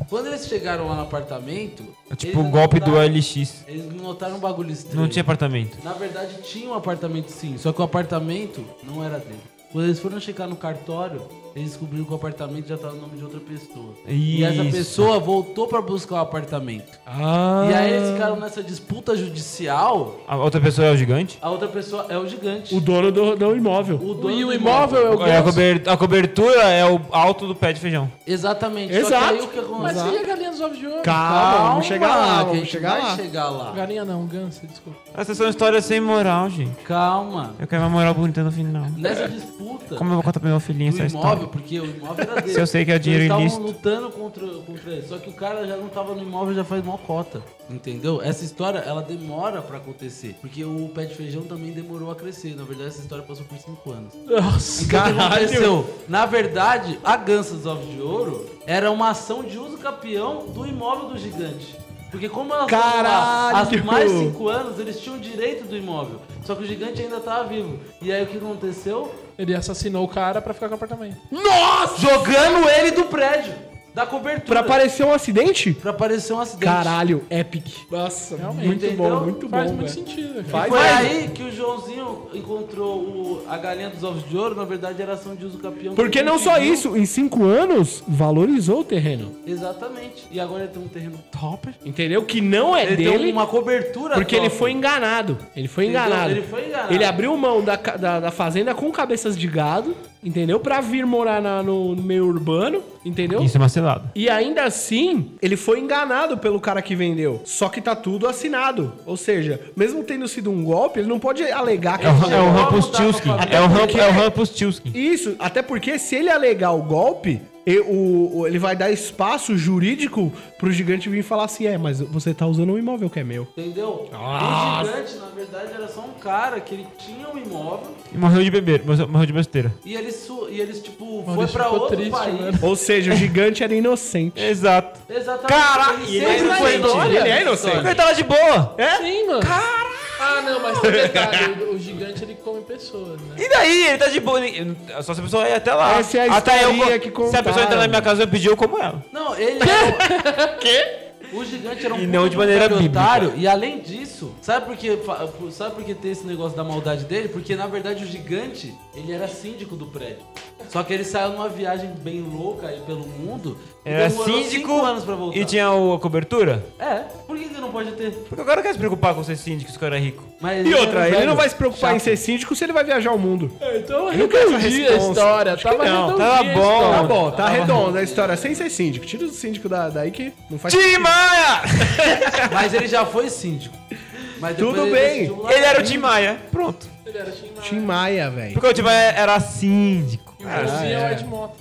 B: Quando eles chegaram lá no apartamento.
G: É tipo
B: eles
G: o golpe do
B: notaram-
G: LX.
B: Eles notaram um bagulho estranho.
G: Não tinha apartamento.
B: Na verdade, tinha um apartamento sim, só que o apartamento não era dele. Quando eles foram checar no cartório, eles descobriram que o apartamento já estava no nome de outra pessoa. E essa
G: Isso.
B: pessoa voltou para buscar o apartamento.
C: achar.
B: E aí eles ficaram nessa disputa judicial.
G: A outra pessoa é o gigante?
B: A outra pessoa é o gigante.
C: O dono do, do imóvel.
B: dono
A: e o
B: do
A: imóvel é o
G: É, a,
A: ganso.
G: cober- a cobertura é o alto do pé de feijão.
B: Exatamente.
C: Exato.
B: Só que aí o que
A: Mas
B: aconteceu?
A: e a galinha dos ovos de ouro?
C: Calma, Tá vamos chegar lá,
B: que a
C: vamos
B: gente
C: chegar
B: vai
C: lá.
B: chegar lá.
A: Galinha não, ganso, desculpa.
G: Essas são histórias sem moral, gente.
B: Calma.
G: Eu quero uma moral bonita no final.
B: Nessa disputa
G: Como eu vou contar pro meu filhinho
B: do
G: essa história?
B: imóvel, porque o imóvel
G: *laughs*
B: era dele.
G: Se eu sei que é dinheiro
B: Eles
G: ilícito.
B: estavam lutando contra, contra ele. Só que o cara já não tava no imóvel já faz mó cota. Entendeu? Essa história, ela demora pra acontecer. Porque o pé de feijão também demorou a crescer. Na verdade, essa história passou por 5 anos.
C: Nossa,
B: Então, o que aconteceu? Na verdade, a Gansa dos Ovos de Ouro era uma ação de uso campeão do imóvel do gigante. Porque como elas estavam lá
C: Caralho!
B: há mais cinco anos, eles tinham direito do imóvel. Só que o gigante ainda tava vivo. E aí o que aconteceu?
A: Ele assassinou o cara pra ficar com o apartamento.
C: Nossa!
B: Jogando ele do prédio, da cobertura.
C: Pra aparecer um acidente?
B: pra aparecer um acidente.
C: Caralho, epic. Nossa,
A: Realmente.
C: muito bom,
B: Entendeu?
C: muito bom.
A: Faz muito
C: velho.
A: sentido. cara.
C: Faz
B: Foi
C: mais.
B: aí que o Joãozinho encontrou o- a galinha dos ovos de ouro, na verdade era ação de uso campeão.
C: Porque
B: que ele
C: não só
B: conseguiu.
C: isso, em cinco anos, valorizou o terreno.
B: Exatamente. E agora ele tem um terreno top.
C: Entendeu? Que não é
B: Ele
C: dele.
B: tem uma cobertura
C: Porque ele
B: top.
C: foi enganado. Ele foi
B: Entendeu?
C: enganado.
B: Ele foi enganado.
C: Ele abriu mão da, ca- da, da fazenda com cabeças de gado entendeu? Pra vir morar na- no, no meio urbano, entendeu?
D: Isso é macelado.
C: E ainda assim, ele foi enganado pelo cara que vendeu. Só que tá tudo assinado. Ou seja, mesmo tendo sido um golpe, ele não pode alegar que
D: É o,
C: ele
D: é
C: chegou
D: o
C: a
D: Rampustilski.
C: mudar pra-
D: É o, Ram-
C: Porque-
D: é o Rampustilski.
C: Isso, até porque se ele alegar o golpe, e- o- o- ele vai dar espaço jurídico pro gigante vir falar assim: é, mas você tá usando um imóvel que é meu. *laughs*
B: Entendeu? O gigante, na verdade, era só um cara que ele tinha um imóvel
D: E morreu de beber, morreu morreu de besteira.
B: e eles, su- e eles tipo, foi
A: Maurício
B: pra
A: ficou
B: outro
A: triste,
B: país.
A: mano.
C: Ou seja, o gigante era inocente.
D: Exato.
B: Exatamente.
D: Caralho,
B: Ele
D: ele
B: sempre
D: é
B: na
D: inocente.
B: história.
C: Ele é inocente.
D: Ele É? tava de boa.
A: Sim, mano. Ah, não, mas tem detalhe. o- O gigante, ele come pessoas, né?
D: E daí? Ele tá de boa. ele- Só se a pessoa ir até lá.
C: Essa é a
D: até eu, co-
C: historinha que
D: Se a
C: contaram.
D: pessoa entrar na minha casa, eu pedi eu como ela.
B: Não, ele era. Quê? O gigante era um
D: E
B: puta
D: não de maneira
B: um
D: bíblica.
B: otário, E além disso, sabe por que fa- por- sabe por que tem esse negócio da maldade dele? Porque na verdade o gigante, ele era síndico do prédio. Só que ele saiu numa viagem bem louca aí pelo mundo. e
D: Era
B: É demorou
D: síndico
B: cinco anos pra voltar.
D: e tinha o- a cobertura.
B: É, por que ele não pode ter?
D: Porque o cara não quer se preocupar com ser síndico se o cara é rico.
B: Mas um
C: E outra, ele não vai se
B: se
C: preocupar em ser síndico se ele vai viajar o mundo.
A: Então
C: Eu não quero essa
A: arrependi a
C: resposta.
A: história.
C: Acho que
A: Tava
C: não,
A: redondinha
D: tava
A: a
D: bom. né?
A: história.
C: Tá bom, tá redonda a história, sem ser síndico. Tira o síndico da, daí que não faz
D: Tim Maia!
B: Mas ele já foi síndico. Mas depois
C: Tudo
B: ele
C: bem.
B: decidiu largar.
D: Ele era o Tim Maia. Pronto.
C: Tim Maia, velho.
D: Porque o Tim Maia era síndico.
A: Inclusive, é o Ed Mota.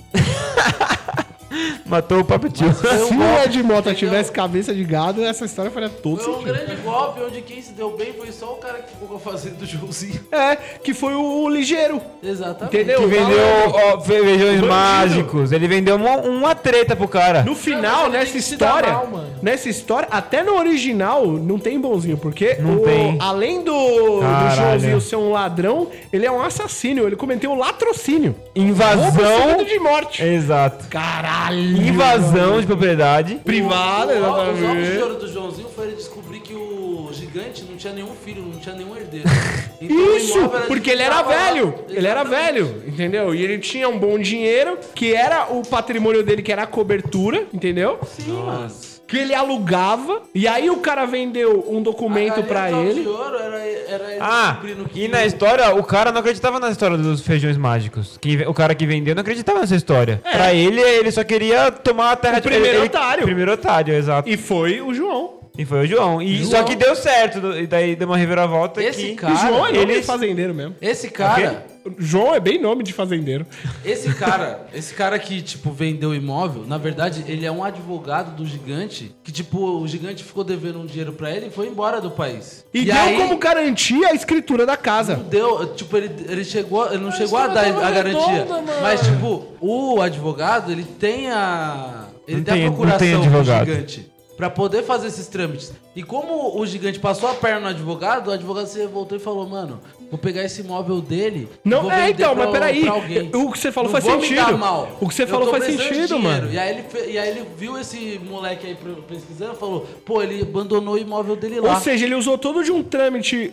D: Matou o próprio tio.
C: Se o Ed Mota tivesse cabeça de gado, essa história faria todo
B: Foi um
C: sentido.
B: grande golpe onde quem se deu bem foi só o cara que ficou fazendo do Joãozinho. *laughs*
C: É, que foi o, o ligeiro.
B: Exatamente.
C: Entendeu?
D: Que vendeu ó, feijões
C: Bandido.
D: mágicos. Ele vendeu uma, uma treta pro cara.
C: No final,
A: ele
C: nessa
A: tem é que se dar
C: história,
A: mal, mano.
C: nessa história, até no original não tem bonzinho, porque
D: Não
C: o-
D: tem.
C: além do, do
D: Caralho.
C: Joãozinho ser um ladrão, ele é um assassino, ele cometeu latrocínio.
D: Invasão.
C: Roubo de morte.
D: Exato.
C: Caralho.
D: Invasão de propriedade.
C: Privada,
B: O alvo- Os alvos de
C: exatamente.
B: ouro do Joãozinho foi ele descobrir que o gigante não tinha nenhum filho, não tinha nenhum herdeiro. *laughs* Então, o
C: Isso,
B: imóvel
C: porque ele era
B: tava lá.
C: velho. Ele era
B: Exatamente.
C: velho, entendeu? E ele tinha um bom dinheiro, que era o patrimônio dele, que era a cobertura, entendeu?
B: Sim, mano.
C: Que ele alugava. E aí o cara vendeu um documento
B: Ali,
C: pra
B: os alvos
C: ele.
B: de ouro era, era ele
D: Ah,
B: descobrindo que...
D: e na história, o cara não acreditava na história dos feijões mágicos. Que, o cara que vendeu não acreditava nessa história. Pra ele, ele só queria tomar a terra
C: O primeiro
D: ele- ele-
C: otário.
D: Primeiro otário, exato. E,
C: E foi o João.
D: foi o João. E, Só que deu certo. do- E daí deu uma reviravolta
B: Esse
D: que...
B: cara-
C: O João é nome
D: Ele-
C: de fazendeiro mesmo.
B: Esse cara,
C: O João é bem nome de fazendeiro.
B: esse cara, esse cara que, tipo, vendeu o imóvel, na verdade, ele é um advogado do gigante, que, tipo, o gigante ficou devendo um dinheiro pra ele e foi embora do país.
C: E, deu
B: aí-
C: como garantia a escritura da casa.
B: deu, tipo, ele, ele chegou, ele não chegou a
A: história
B: dar
A: tava
B: a garantia.
A: redonda, mano.
B: mas, tipo, o advogado, ele tem a. Ele
D: Não
B: tem,
D: tem-
B: a
D: não tem
B: procuração do
D: advogado.
B: gigante. Pra poder fazer esses trâmites. E como o gigante passou a perna no advogado, o advogado se revoltou e falou, mano, vou pegar esse imóvel dele. e
C: Não,
B: vou
C: é,
B: vender
C: então, mas peraí,
B: alguém.
C: o que você falou faz
B: vou me
C: sentido.
B: dar mal.
C: O que você
B: Eu
C: falou
B: tô
C: faz
B: precisando de
C: sentido,
B: dinheiro.
C: mano.
B: E aí, ele, fe- e aí ele viu esse moleque aí pre- pesquisando e falou, pô, ele abandonou o imóvel dele lá.
C: Ou seja, ele usou todo de um trâmite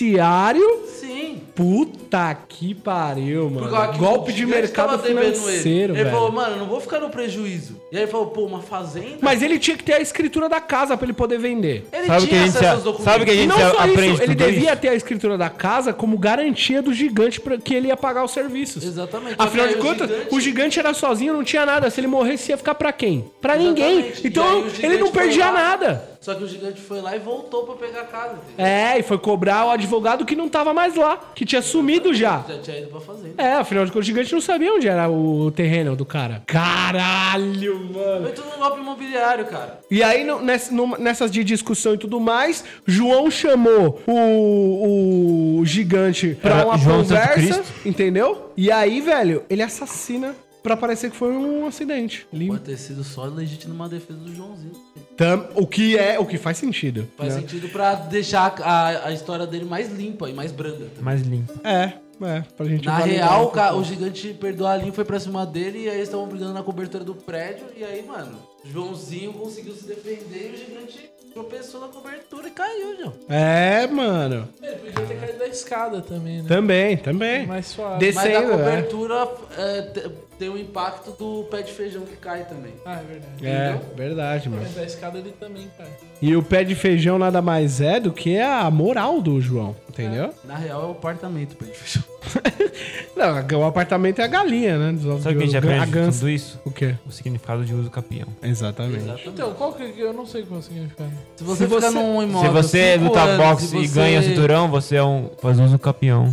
C: judiciário.
B: Sim.
C: Puta que pariu, mano.
B: Por causa que
C: Golpe
B: o
C: de
B: gigante
C: mercado
B: tava devendo
C: financeiro,
B: Ele, ele falou,
C: velho.
B: mano, eu não vou ficar no prejuízo. E aí ele falou, pô, uma fazenda?
C: Mas ele tinha que ter a escritura da casa pra ele poder vender.
B: ele
D: Sabe o que a gente,
B: acesso
D: se-
B: aos documentos.
D: sabe o que a
C: E
D: gente
C: não
D: se
C: só
D: aprende
C: isso, ele
D: com tudo
C: devia
D: isso?
C: ter a escritura da casa como garantia do gigante pra, que ele ia pagar os serviços.
B: Exatamente.
C: Afinal
B: Só que
C: de
B: aí
C: contas, o gigante era sozinho, não tinha nada. Se ele morresse, ia ficar pra quem? Pra
B: Exatamente.
C: ninguém.
B: E aí
C: Então,
B: o gigante
C: ele não
B: foi
C: perdia
B: lá.
C: nada.
B: Só que o gigante foi lá e voltou pra pegar a casa. entendeu?
C: É, e foi cobrar o advogado que não tava mais lá, que tinha sumido já.
B: Já tinha ido pra fazenda.
C: É, afinal de contas, o gigante não sabia onde era o terreno do cara. Caralho, mano.
B: Foi tudo um golpe imobiliário, cara.
C: E aí, no- ness- numa- nessas de discussão e tudo mais, João chamou o, o gigante pra
D: Era
C: uma
D: João Santo
C: conversa,
D: Cristo?
C: entendeu? E aí, velho, ele assassina pra parecer que foi um acidente. Ele
B: Pode ter sido só legítima defesa do Joãozinho.
C: Tam- o que é, o que faz sentido.
B: Faz
C: né?
B: sentido pra deixar a, a história dele mais limpa e mais branca.
D: Mais limpo.
C: É, é, pra gente
B: Na
C: validar
B: real,
C: um
B: o, ca-
C: pouco.
B: o gigante perdoou a linha, foi pra cima dele e aí eles estavam brigando na cobertura do prédio. E aí, mano, Joãozinho conseguiu se defender e o gigante tropeçou na cobertura e caiu, João.
C: É, mano.
A: Ele podia ter caído da escada também, né?
C: Também, também.
A: Mais suave.
B: Mas a
C: Descendo, é.
B: cobertura é, te- tem o impacto do pé de feijão que cai também.
A: Ah, é verdade.
C: É, verdade, mano.
A: Mas da escada ele também cai.
C: E o pé de feijão nada mais é do que a moral do João, entendeu?
B: Na real, é o apartamento, pé de feijão.
C: *laughs* Não, o apartamento é a galinha, né? Dos ovos
D: Sabe o que a
C: de
D: gente
C: ouro.
D: aprende
C: A
D: de
C: gansa.
D: tudo isso?
C: O quê?
D: O significado de uso capião.
C: Exatamente.
A: Então, qual que. Eu não sei qual é o significado.
B: *laughs* Se você, fica num
D: Se
B: imóvel.
D: você
B: cinco
D: lutar
B: anos
D: boxe e ganha cinturão, você é um. faz uso capião.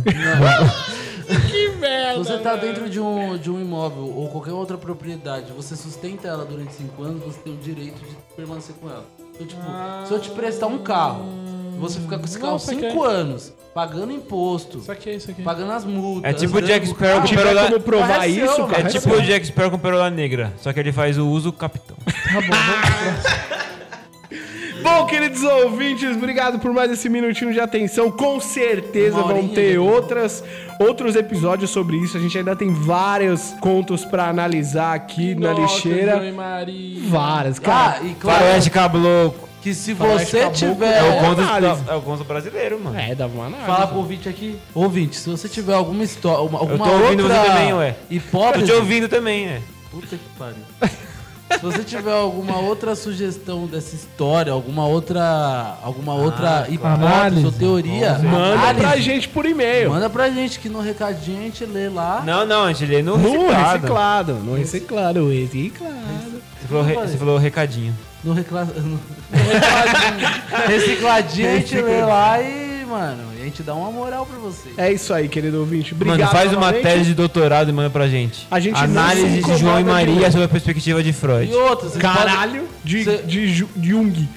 B: Se você tá dentro de um, de um imóvel ou qualquer outra propriedade, você sustenta ela durante 5 anos, você tem o direito de permanecer com ela. Então, tipo, se eu te prestar um carro, você ficar com esse carro
A: Nossa,
B: 5
A: que-
B: anos, pagando imposto,
A: Isso aqui é isso aqui.
B: pagando as multas.
D: É tipo o Jack
B: andando-
D: Sparrow com
C: Se tiver como
D: perola.
C: provar
B: Parece
C: isso,
B: eu,
C: cara.
D: É tipo o Jack Sparrow com perola negra, só que ele faz o uso capitão.
C: Bom, queridos ouvintes, obrigado por mais esse minutinho de atenção. Com certeza
B: Uma
C: vão
B: horinha
C: ter
B: de-
C: outras, outros episódios sobre isso. A gente ainda tem vários contos pra analisar aqui na
A: Nossa, João
C: lixeira.
A: e Maria.
C: Várias,
B: Ah,
C: cara.
B: e claro
G: Faroeste cabloco.
B: que se
C: Faroeste
B: você
C: Caboclo
B: tiver.
D: É o Gonzo,
C: análise.
D: é o Gonzo brasileiro, mano.
C: é, dá uma análise.
B: Falar pro ouvinte aqui. Ouvinte, se você tiver alguma história. Uma,
D: Eu tô
B: alguma
D: ouvindo
B: outra
D: você também, ué.
B: Hipótese.
D: Tô te ouvindo também, é.
B: Puta que pariu. Se você tiver alguma outra sugestão dessa história, alguma outra, alguma
D: Ah,
B: outra hipótese
A: Análise.
B: ou teoria,
C: Manda
B: análise,
C: pra gente por e-mail.
B: manda pra gente que no recadinho a gente lê lá.
D: Não, não, a gente lê no,
C: No
D: reciclado.
C: reciclado. No reciclado, reciclado.
D: Você falou, re- você falou recadinho.
B: No, recla... *laughs* no recladinho. recladinho a gente lê lá e, mano, e a gente dá uma moral pra vocês.
C: É isso aí, querido ouvinte. Obrigado.
D: Mano, faz uma
C: novamente.
D: tese de doutorado e manda pra gente.
C: A gente não se
D: Análise de
C: incomoda
D: João e
C: de
D: Maria
C: ler.
D: sob a perspectiva de Freud.
B: E outras, vocês
C: Caralho de,
B: Cê-
C: de, Ju- de Jung.
B: podem-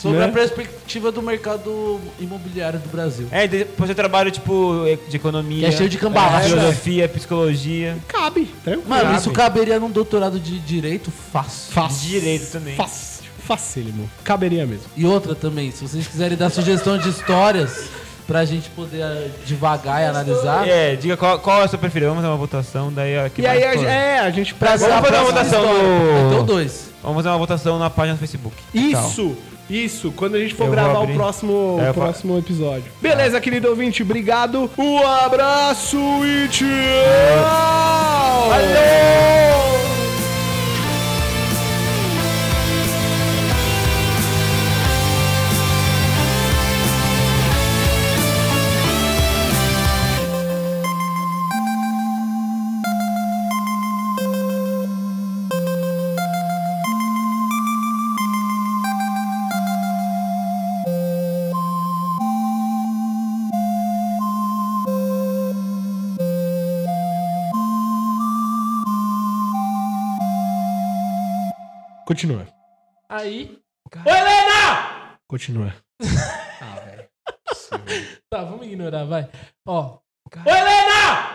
B: sobre
C: né?
B: a perspectiva do mercado imobiliário do Brasil.
D: É, depois eu trabalho, tipo, de economia.
B: Que é cheio de cambalhota.
D: Filosofia, psicologia.
C: Cabe. Tranquilo.
B: Mano, isso caberia num doutorado de direito fácil.
C: Fácil.
D: Direito também.
C: Fácil. Facílimo. Caberia mesmo.
B: E outra também, se vocês quiserem dar sugestão de histórias pra gente poder ah, devagar e analisar.
D: É, diga qual, qual é a sua preferida. Vamos fazer uma votação, daí a que
C: e aí,
D: mais
C: a,
D: for.
C: é, a gente
B: Pra
C: pega
B: ser a
D: fazer uma
B: próxima
D: votação
B: história.
D: no-
B: Então dois.
D: Vamos fazer uma votação na página do Facebook.
C: Isso. Isso, quando a gente for
D: Eu vou
C: gravar o
D: abrir.
C: próximo,
D: É,
C: o
D: eu fa-
C: próximo episódio. Beleza, querido ouvinte, obrigado. Um abraço e tchau! Valeu! Continua.
A: Aí.
C: Continua.
A: Tá, vamos ignorar, vai. Ó.
D: Helena!